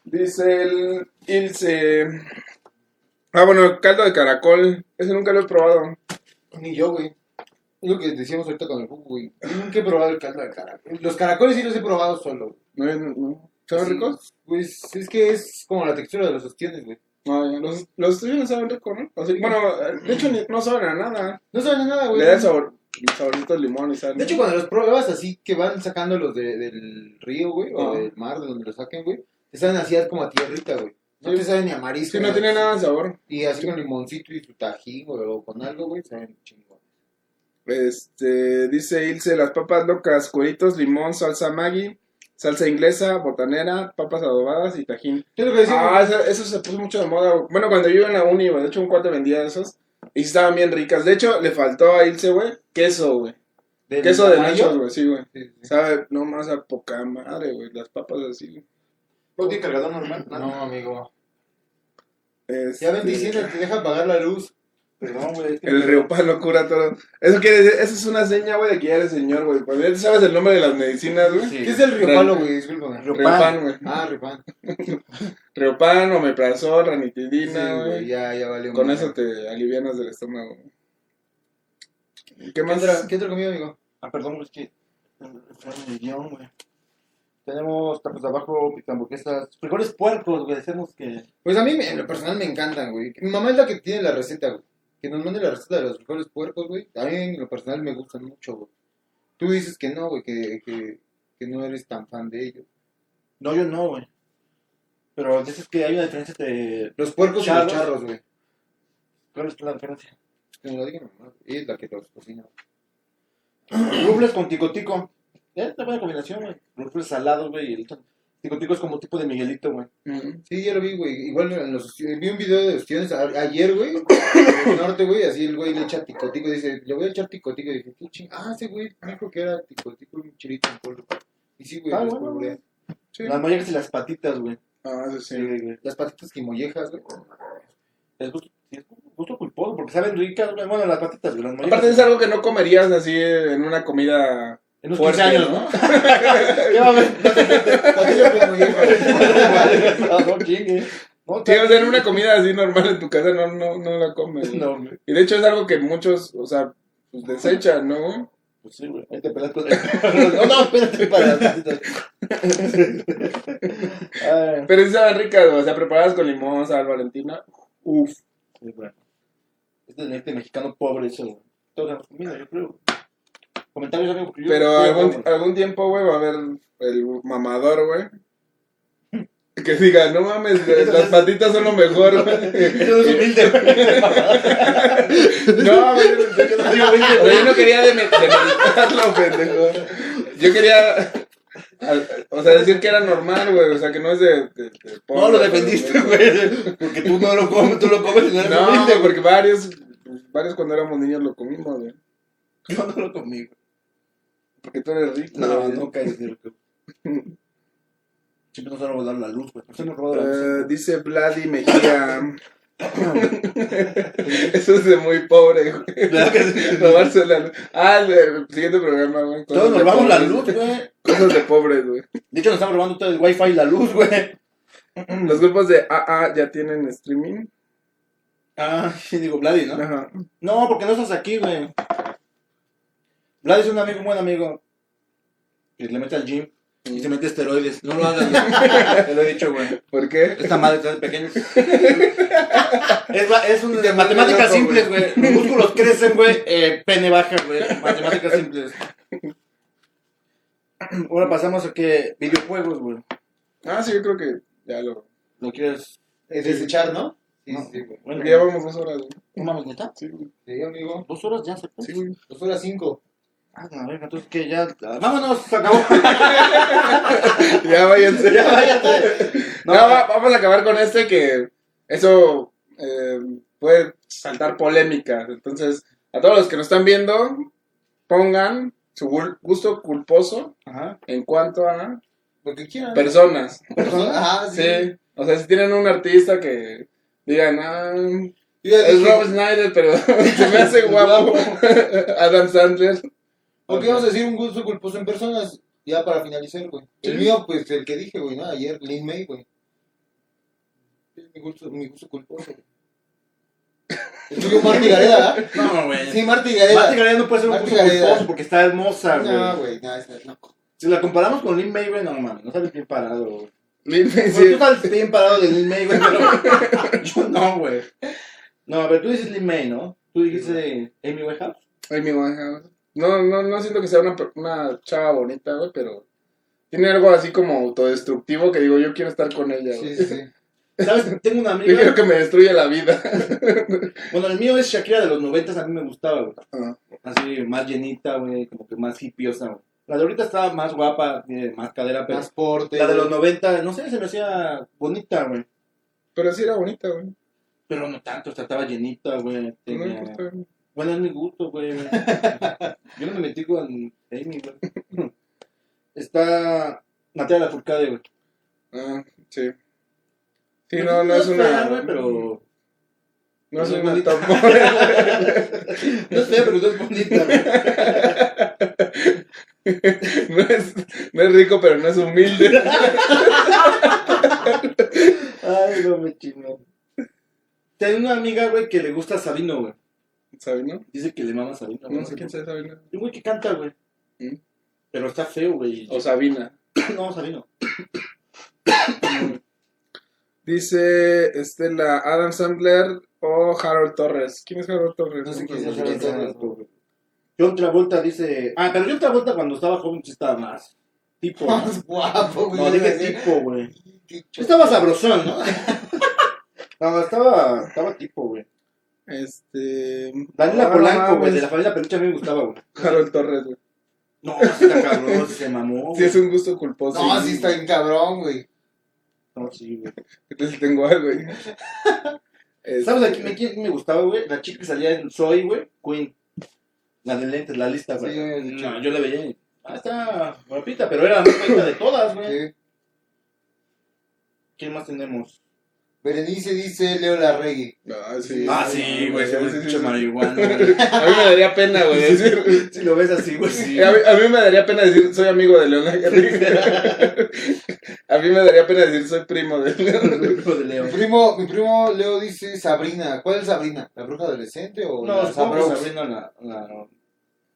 S3: Dice el Ilse. Ah, bueno, caldo de caracol. Ese nunca lo he probado.
S4: Ni yo, güey. Es lo que decíamos ahorita con el jugo, güey. Yo nunca he probado el caldo de caracol. Los caracoles sí los he probado solo.
S3: ¿No, no. ¿Saben
S4: Sí.
S3: ricos?
S4: Pues es que es como la textura de los ostiones, güey.
S3: No, ya, los, los tuyos no saben rico, ¿no? O sea, bueno, de hecho ni- no saben a nada.
S4: No saben a nada, güey.
S3: Le dan sabor, saborcito de limón y sal.
S4: De hecho, cuando los pruebas así que van sacándolos de- del río, güey, o
S3: Ajá.
S4: del mar, de donde los saquen, güey, te saben así como a tierrita, güey. No
S3: Sí.
S4: te saben ni a
S3: es
S4: marisco.
S3: que no
S4: güey.
S3: tiene nada de sabor.
S4: Y así con limoncito y su tajín, güey, o con algo, güey, saben chingón.
S3: Ah, Este, dice Ilse, las papas locas, cueritos, limón, salsa Maggi, salsa inglesa, botanera, papas adobadas y tajín.
S4: Yo lo que decía,
S3: Ah, eso, eso se puso mucho de moda. güey. Bueno, cuando yo iba en la uni, güey, de hecho un cuate vendía esos y estaban bien ricas. De hecho, le faltó a Ilse, güey, queso, güey.
S4: del
S3: Queso de
S4: amarillo.
S3: nachos, güey, sí, güey.
S4: Sí, sí.
S3: Sabe, no más a poca madre, güey, las papas así, güey.
S2: ¿No tiene cargador normal?
S4: No, amigo.
S3: Este,
S4: Ya ven diciendo que te dejan pagar la luz.
S2: Perdón, güey. es que-
S3: *laughs* El Riopan lo cura todo. Eso quiere decir, eso es una seña, güey, de que ya eres señor, güey. Cuando ya te sabes el nombre de las medicinas, güey.
S2: Sí.
S4: ¿Qué es el riopalo, güey? Discúlpame.
S3: Riopan, güey.
S4: Ah, riopán.
S3: Riopan, omeprazol,
S4: Sí,
S3: ranitidina,
S4: güey,
S3: güey.
S4: ya, ya valió.
S3: Con
S4: madre.
S3: eso te alivianas del estómago. ¿Qué
S4: ¿Qué
S3: más?
S4: otra, ¿Qué otra comida, amigo?
S2: Ah, perdón, es que. Fue el guión, güey. Tenemos tacos de abajo, picamburguesas, frijoles puercos, güey. Decimos que.
S4: Pues a mí, me- en lo personal, me encantan, güey. Mi mamá es la que tiene la receta, güey. Que nos mande la receta de los frijoles puercos, güey. A mí, en lo personal, me gustan mucho, güey. Tú dices que no, güey, que, que, que no eres tan fan de ellos.
S2: No, yo no, güey. Pero dices que hay una diferencia de.
S4: Los puercos y
S2: Charros.
S4: los charros, güey.
S2: ¿Cuál es la diferencia?
S4: Que me lo diga mi mamá. Ella es la que los cocina.
S3: Eh,
S2: Rufles con ticotico. Es una buena combinación, güey. Rufles salados, güey. y el- Tico Tico es como tipo de Miguelito, güey.
S3: Ujú.
S4: Sí, ya lo vi, güey. Igual en los, vi un video de opciones a- ayer,
S3: *coughs*
S4: güey. en el norte, güey. Así el güey le echa ticotico y dice, le voy a echar ticotico. Y dije, qué ching. Ah, ese güey dijo que era ticotico un chilito en polvo. Y sí, güey, pues,
S2: Ah,
S4: los
S2: bueno,
S4: cubría.
S2: güey.
S3: Sí.
S2: Las mollejas y las patitas, güey.
S3: Ah, eso
S2: Sí,
S3: sí.
S2: güey.
S4: Las patitas que mollejas, güey.
S2: Es gusto, sí, es gusto culposo, porque saben ricas, güey. Bueno, las patitas, güey. Las mollejas.
S3: Aparte es algo que no comerías así en una comida
S2: en unos 15
S3: fuerte,
S2: años, ¿no?
S3: ¿no?
S4: Patillas con mollejas.
S2: no, *laughs* no, chingue. No,
S3: Sí, o sea, en una comida así normal en tu casa no, no, no la comes. güey.
S2: No, güey.
S3: Y de hecho es algo que muchos, o sea, pues, desechan, ¿no?
S2: Pues sí, güey. Ahí te pelas con *laughs* No, no, espérate para las patitas. *laughs* Ay,
S3: Pero sí saben ricas, o sea, preparadas con limón, sal, valentina. Uf.
S2: sí, güey. Es del norte mexicano pobre eso, güey. Todos hemos comido, yo creo. Comentarios, amigo. porque yo-
S3: Pero
S2: yo-
S3: algún, *laughs* algún tiempo, güey, va a haber el mamador, güey. Que diga, no
S2: *laughs*
S3: mames, las patitas son lo mejor, güey.
S2: Eso no es humilde,
S3: No, güey, yo pensé que no. O sea, yo no quería deme- demeritarlo, pendejo. Yo quería. al- O sea, decir que era normal, güey. O sea, que no es de. de- de porno,
S2: No lo defendiste,
S3: güey.
S2: güey. Porque tú no lo comes, tú lo comes y no eres
S3: No,
S2: *laughs*
S3: güey,
S2: humilde, güey.
S3: porque varios. Varios cuando éramos niños lo comimos, güey.
S2: Yo no lo comí, güey.
S3: Porque tú eres rico.
S2: No,
S3: güey. Eh,
S2: no caes de lo que. Siempre nos han robado la luz, güey. ¿Por qué nos roban la luz?
S3: Eh, dice Vladi
S2: *laughs*
S3: Mejía. Eso es de muy pobre, güey.
S2: Claro que sí.
S3: Robarse la luz. Ah, el, del siguiente programa, güey. Cosas
S2: Todos nos
S3: de
S2: robamos la
S3: pobres.
S2: luz, güey.
S3: Cosas de pobres, güey.
S2: De hecho, nos están robando todo el wifi y la luz, güey.
S3: Los grupos de AA ya tienen streaming.
S2: *laughs* Ah, sí, digo, Vladi, ¿no?
S3: Ajá.
S2: No, porque no estás aquí, güey. Vladi es un amigo, un buen amigo. Que le mete al gym y se mete esteroides. No lo hagas, *laughs* güey. Te lo he dicho, güey.
S3: ¿Por qué?
S2: Esta madre está de pequeño. Es, va- es un,
S3: Y te
S2: matemáticas
S3: vuelve
S2: simples,
S3: loco,
S2: güey. Los músculos crecen, güey. Eh, pene baja, güey. Matemáticas simples. Ahora pasamos a que videojuegos, güey.
S3: Ah, sí, yo creo que ya lo.
S2: ¿Lo quieres?
S4: Es eh, desechar, ¿no? Sí, sí, güey.
S2: Bueno,
S3: Porque ya vamos dos horas, güey.
S2: ¿no mames, neta?
S3: Sí, güey.
S4: Sí, amigo.
S2: ¿Dos horas ya se fue?
S3: Sí, güey.
S4: Dos horas cinco.
S2: Ah, la verga, entonces que ya. ah, Vámonos, se acabó.
S3: *laughs* Ya váyanse.
S2: ya váyate.
S3: *laughs* No, va- vamos a acabar con este que eso eh, puede saltar polémicas. Entonces, a todos los que nos están viendo, pongan su gul- gusto culposo
S2: Ajá.
S3: en cuanto a
S4: Lo que quieran.
S3: personas.
S4: Personas. *laughs* Ah, sí.
S3: Sí. O sea, si tienen un artista que digan, ah,
S4: Yo ya
S3: es
S4: dije,
S3: Rob Snyder, pero *laughs* se me hace guapo. *laughs* Adam Sandler. *laughs*
S4: ok, vamos a decir un gusto culposo en personas. Ya para finalizar, güey. El mío, pues, el que dije, güey, ¿no? Ayer, Lin May, güey. Es mi gusto, mi gusto culposo. güey. El tuyo, Marty Gareda, ¿verdad?
S2: No, güey.
S4: Sí, Marty
S2: Marta
S4: Gareda.
S2: Gareda no puede ser un
S4: Marta
S2: gusto
S4: Gareda.
S2: culposo porque está hermosa, güey.
S4: No, güey, no, esa es loco.
S2: Si la comparamos con Lin May, güey, no mames, no sabes bien parado, güey.
S3: Lin
S2: Bueno,
S3: Manuel.
S2: tú estás bien parado de Lin May, güey, pero yo no, güey. No, a ver, tú dices Lin May, ¿no? Tú dijiste Amy Winehouse.
S3: Amy Winehouse. No, no, no siento que sea una, per- una chava bonita, güey, pero tiene algo así como autodestructivo que digo, yo quiero estar con ella, güey.
S4: Sí, sí, sí.
S2: ¿Sabes? Tengo
S3: *laughs*
S2: una
S3: Yo quiero
S2: amiga.
S3: que me destruya la vida. *laughs*
S2: Bueno, el mío es Shakira de los noventas, a mí me gustaba, güey.
S3: Ah.
S2: Así, más llenita, güey, como que más hipiosa, güey. La de ahorita está más guapa, tiene más cadera, pero
S4: Transporte.
S2: la de los 90, no sé, se me hacía bonita, güey.
S3: Pero sí era bonita, güey.
S2: Pero no tanto, o sea, estaba llenita, güey.
S3: No me
S2: tenía-
S3: gusta.
S2: Bueno, es mi gusto, güey. Yo no me metí con Amy, güey. Está Natalia Lafourcade, güey.
S3: Ah, sí. Sí, no, no es
S2: fea,
S3: una.
S2: güey, pero...
S3: No es
S2: no es
S3: una
S2: bonita.
S3: top model. *laughs*
S2: No es fea, pero no es bonita, güey.
S3: No es, no es rico, pero no es humilde.
S2: Ay, no me chingó. Tengo una amiga, güey, que le gusta Sabino, güey.
S3: ¿Sabino?
S2: Dice que le mama Sabino, güey.
S3: No sé quién sea Sabino.
S2: Un güey que canta, güey.
S3: ¿Mm?
S2: Pero está feo, güey.
S3: O Sabina.
S2: No, Sabino.
S3: Dice Estela Adam Sandler o Harold Torres. ¿Quién es Harold Torres?
S4: No sé quién
S2: No
S4: es
S2: sé
S4: Harold
S2: quién
S4: Torres,
S2: sea, güey. John Travolta dice... Ah, pero John Travolta cuando estaba joven sí estaba más... Tipo, ¿no?
S4: Más guapo, güey.
S2: No, dije tipo, güey. Estaba sabrosón, ¿no? No, estaba, estaba tipo, güey.
S3: Este.
S2: Daniela
S3: ah,
S2: Polanco,
S3: no
S2: güey, de
S3: mames.
S2: la familia Peluche a mí me gustaba, güey.
S3: Harold Torres, güey.
S2: No, sí está cabrón, sí se mamó. güey.
S3: Sí, es un gusto culposo.
S4: No, sí
S3: *laughs*
S4: está bien cabrón, güey.
S2: No, sí, güey.
S3: Entonces tengo algo, güey. Este, Es-
S2: ¿Sabes a quién me, quién me gustaba, güey? La chica que salía en Soy, güey. Queen. La de lentes, la lista, güey.
S4: Sí, yo había dicho.
S2: no, yo la veía. y, Ah, está guapita, pero era la más guapita de todas, güey.
S4: Sí.
S2: ¿Quién más tenemos?
S4: Berenice dice Leo Larregui.
S3: Ah, sí.
S2: Ah, sí, güey, se ve
S3: Sí, sí,
S2: mucho
S3: sí.
S2: marihuana. güey.
S3: A mí me daría pena, güey. decir-
S2: *laughs* Si lo ves así, güey,
S3: *laughs*
S2: sí.
S3: Eh, A mí,
S2: *laughs*
S3: a mí me daría pena decir, soy amigo de Leonardo a mí me daría pena decir, soy primo de Leonardo
S2: Hijo de Leo.
S4: Mi primo, mi primo Leo dice Sabrina. ¿Cuál es Sabrina? ¿La bruja adolescente o
S2: No,
S4: la
S2: supongo que
S4: Sabrina?
S2: Sabrina la, la,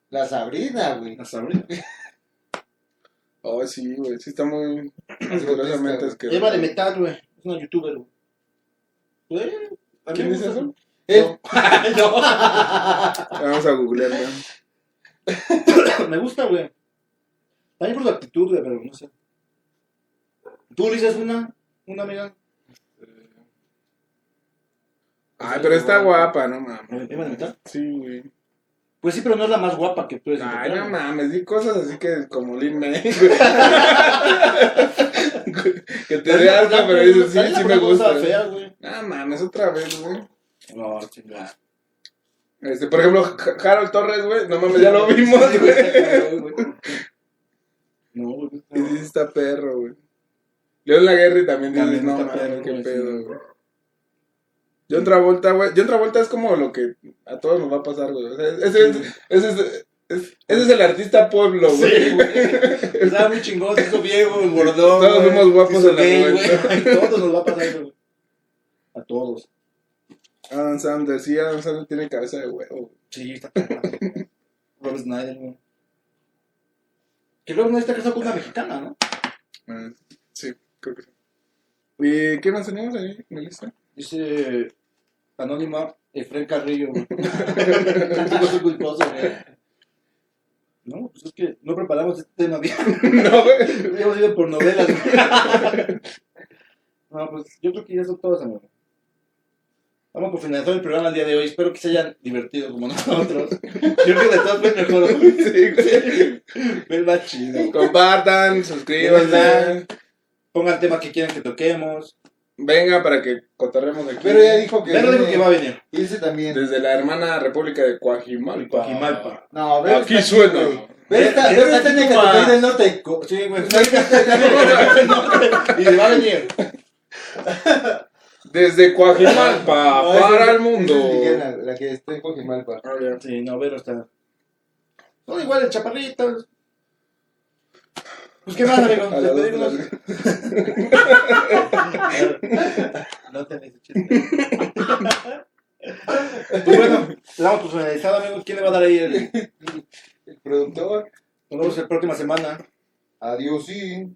S4: La Sabrina, güey.
S2: la Sabrina.
S3: Oh, sí, güey, sí está muy *clears throat* asquerosamente asqueroso.
S2: Eva de Metal, güey. Es una youtuber, güey. Güey. a mí
S3: ¿Quién
S2: me
S3: es
S2: gusta.
S3: eso?
S4: Eh,
S3: Vamos a googlearla.
S2: *laughs* No, *coughs* me gusta, güey. También por su actitud, güey, pero no sé. ¿Tú le dices una? Una amiga.
S3: Ay, pero está guapa, no mames.
S2: ¿Eva de Metal?
S3: Sí, güey.
S2: Pues sí, pero no es la más guapa que puedes
S3: Ay,
S2: encontrar,
S3: no
S2: güey.
S3: mames, di cosas así que como Lin May,
S2: *laughs*
S3: güey. que te dé alta, pero dices, sí,
S2: Dale la
S3: sí me
S2: pura cosa
S3: gusta.
S2: fea, güey.
S3: Ah, mames, otra vez, güey.
S2: No, chingada.
S3: Este, por ejemplo, Ja- Harold Torres, güey, no mames, Pues ya lo vimos, güey.
S2: No, güey.
S3: Y dices, está perro, güey. León Laguerre también dices,
S2: También
S3: no
S2: está perro,
S3: mames, qué
S2: güey,
S3: pedo,
S2: sí.
S3: güey. John Travolta, güey. John Travolta es como lo que a todos nos va a pasar, güey. O sea, ese, es, ese, es, es- ese es el artista pueblo, güey.
S2: Sí, güey. Estaba muy chingón, se hizo viejo, engordó.
S3: Todos
S2: güey.
S3: somos guapos
S2: Se hizo
S3: en la
S2: gay,
S3: juventud. *laughs*
S2: güey. A todos nos va a pasar, güey. A todos.
S3: Adam Sanders, sí, Adam Sanders tiene cabeza de huevo.
S2: Sí, está cabrón. Rob Snyder, güey. Que Rob Snyder está casado con una mexicana, ¿no?
S3: Ah, Sí, creo que sí. ¿Y qué más tenemos ahí en la lista?
S2: Dice Anónima Efraín Carrillo, *laughs* güey. Un gusto culposo, güey. No, pues es que no preparamos este tema bien.
S3: no, güey.
S2: Habíamos ido por novelas, güey. No, pues yo creo que ya son todas, amigo. Vamos por finalizar el programa el día de hoy. Espero que se hayan divertido como nosotros. Yo creo que de todas fue el mejor.
S3: Sí, güey.
S2: Fue el más chido.
S3: Compartan, suscríbanse.
S2: Pongan temas que quieran que toquemos.
S3: Venga para que cotorremos aquí.
S4: pero ella dijo que.
S2: Pero digo
S4: viene.
S2: que va a venir.
S4: Irse también.
S3: Desde la hermana República de Coajimalpa.
S2: Coajimalpa.
S4: No, pero
S3: Aquí suena.
S4: Pero esta,
S2: Pero
S4: pero esta
S2: está
S4: tiene que
S2: como a-
S4: tocar del norte. co-
S2: Sí, güey. Y va a venir.
S3: Desde Coajimalpa
S4: No, esa-
S3: para el
S4: esa es
S3: mundo. Ah,
S4: Liliana, la que está en Cojimalpa.
S2: Sí, no, pero está. No, igual el chaparrito. Pues qué más, amigo.
S3: A las dos de la
S2: Despedimos. *laughs* No te dice chiste. Pues bueno, le damos por finalizado, amigo. ¿Quién le va a dar ahí el.?
S4: El productor.
S2: Nos vemos la próxima semana.
S4: Adiós, sí.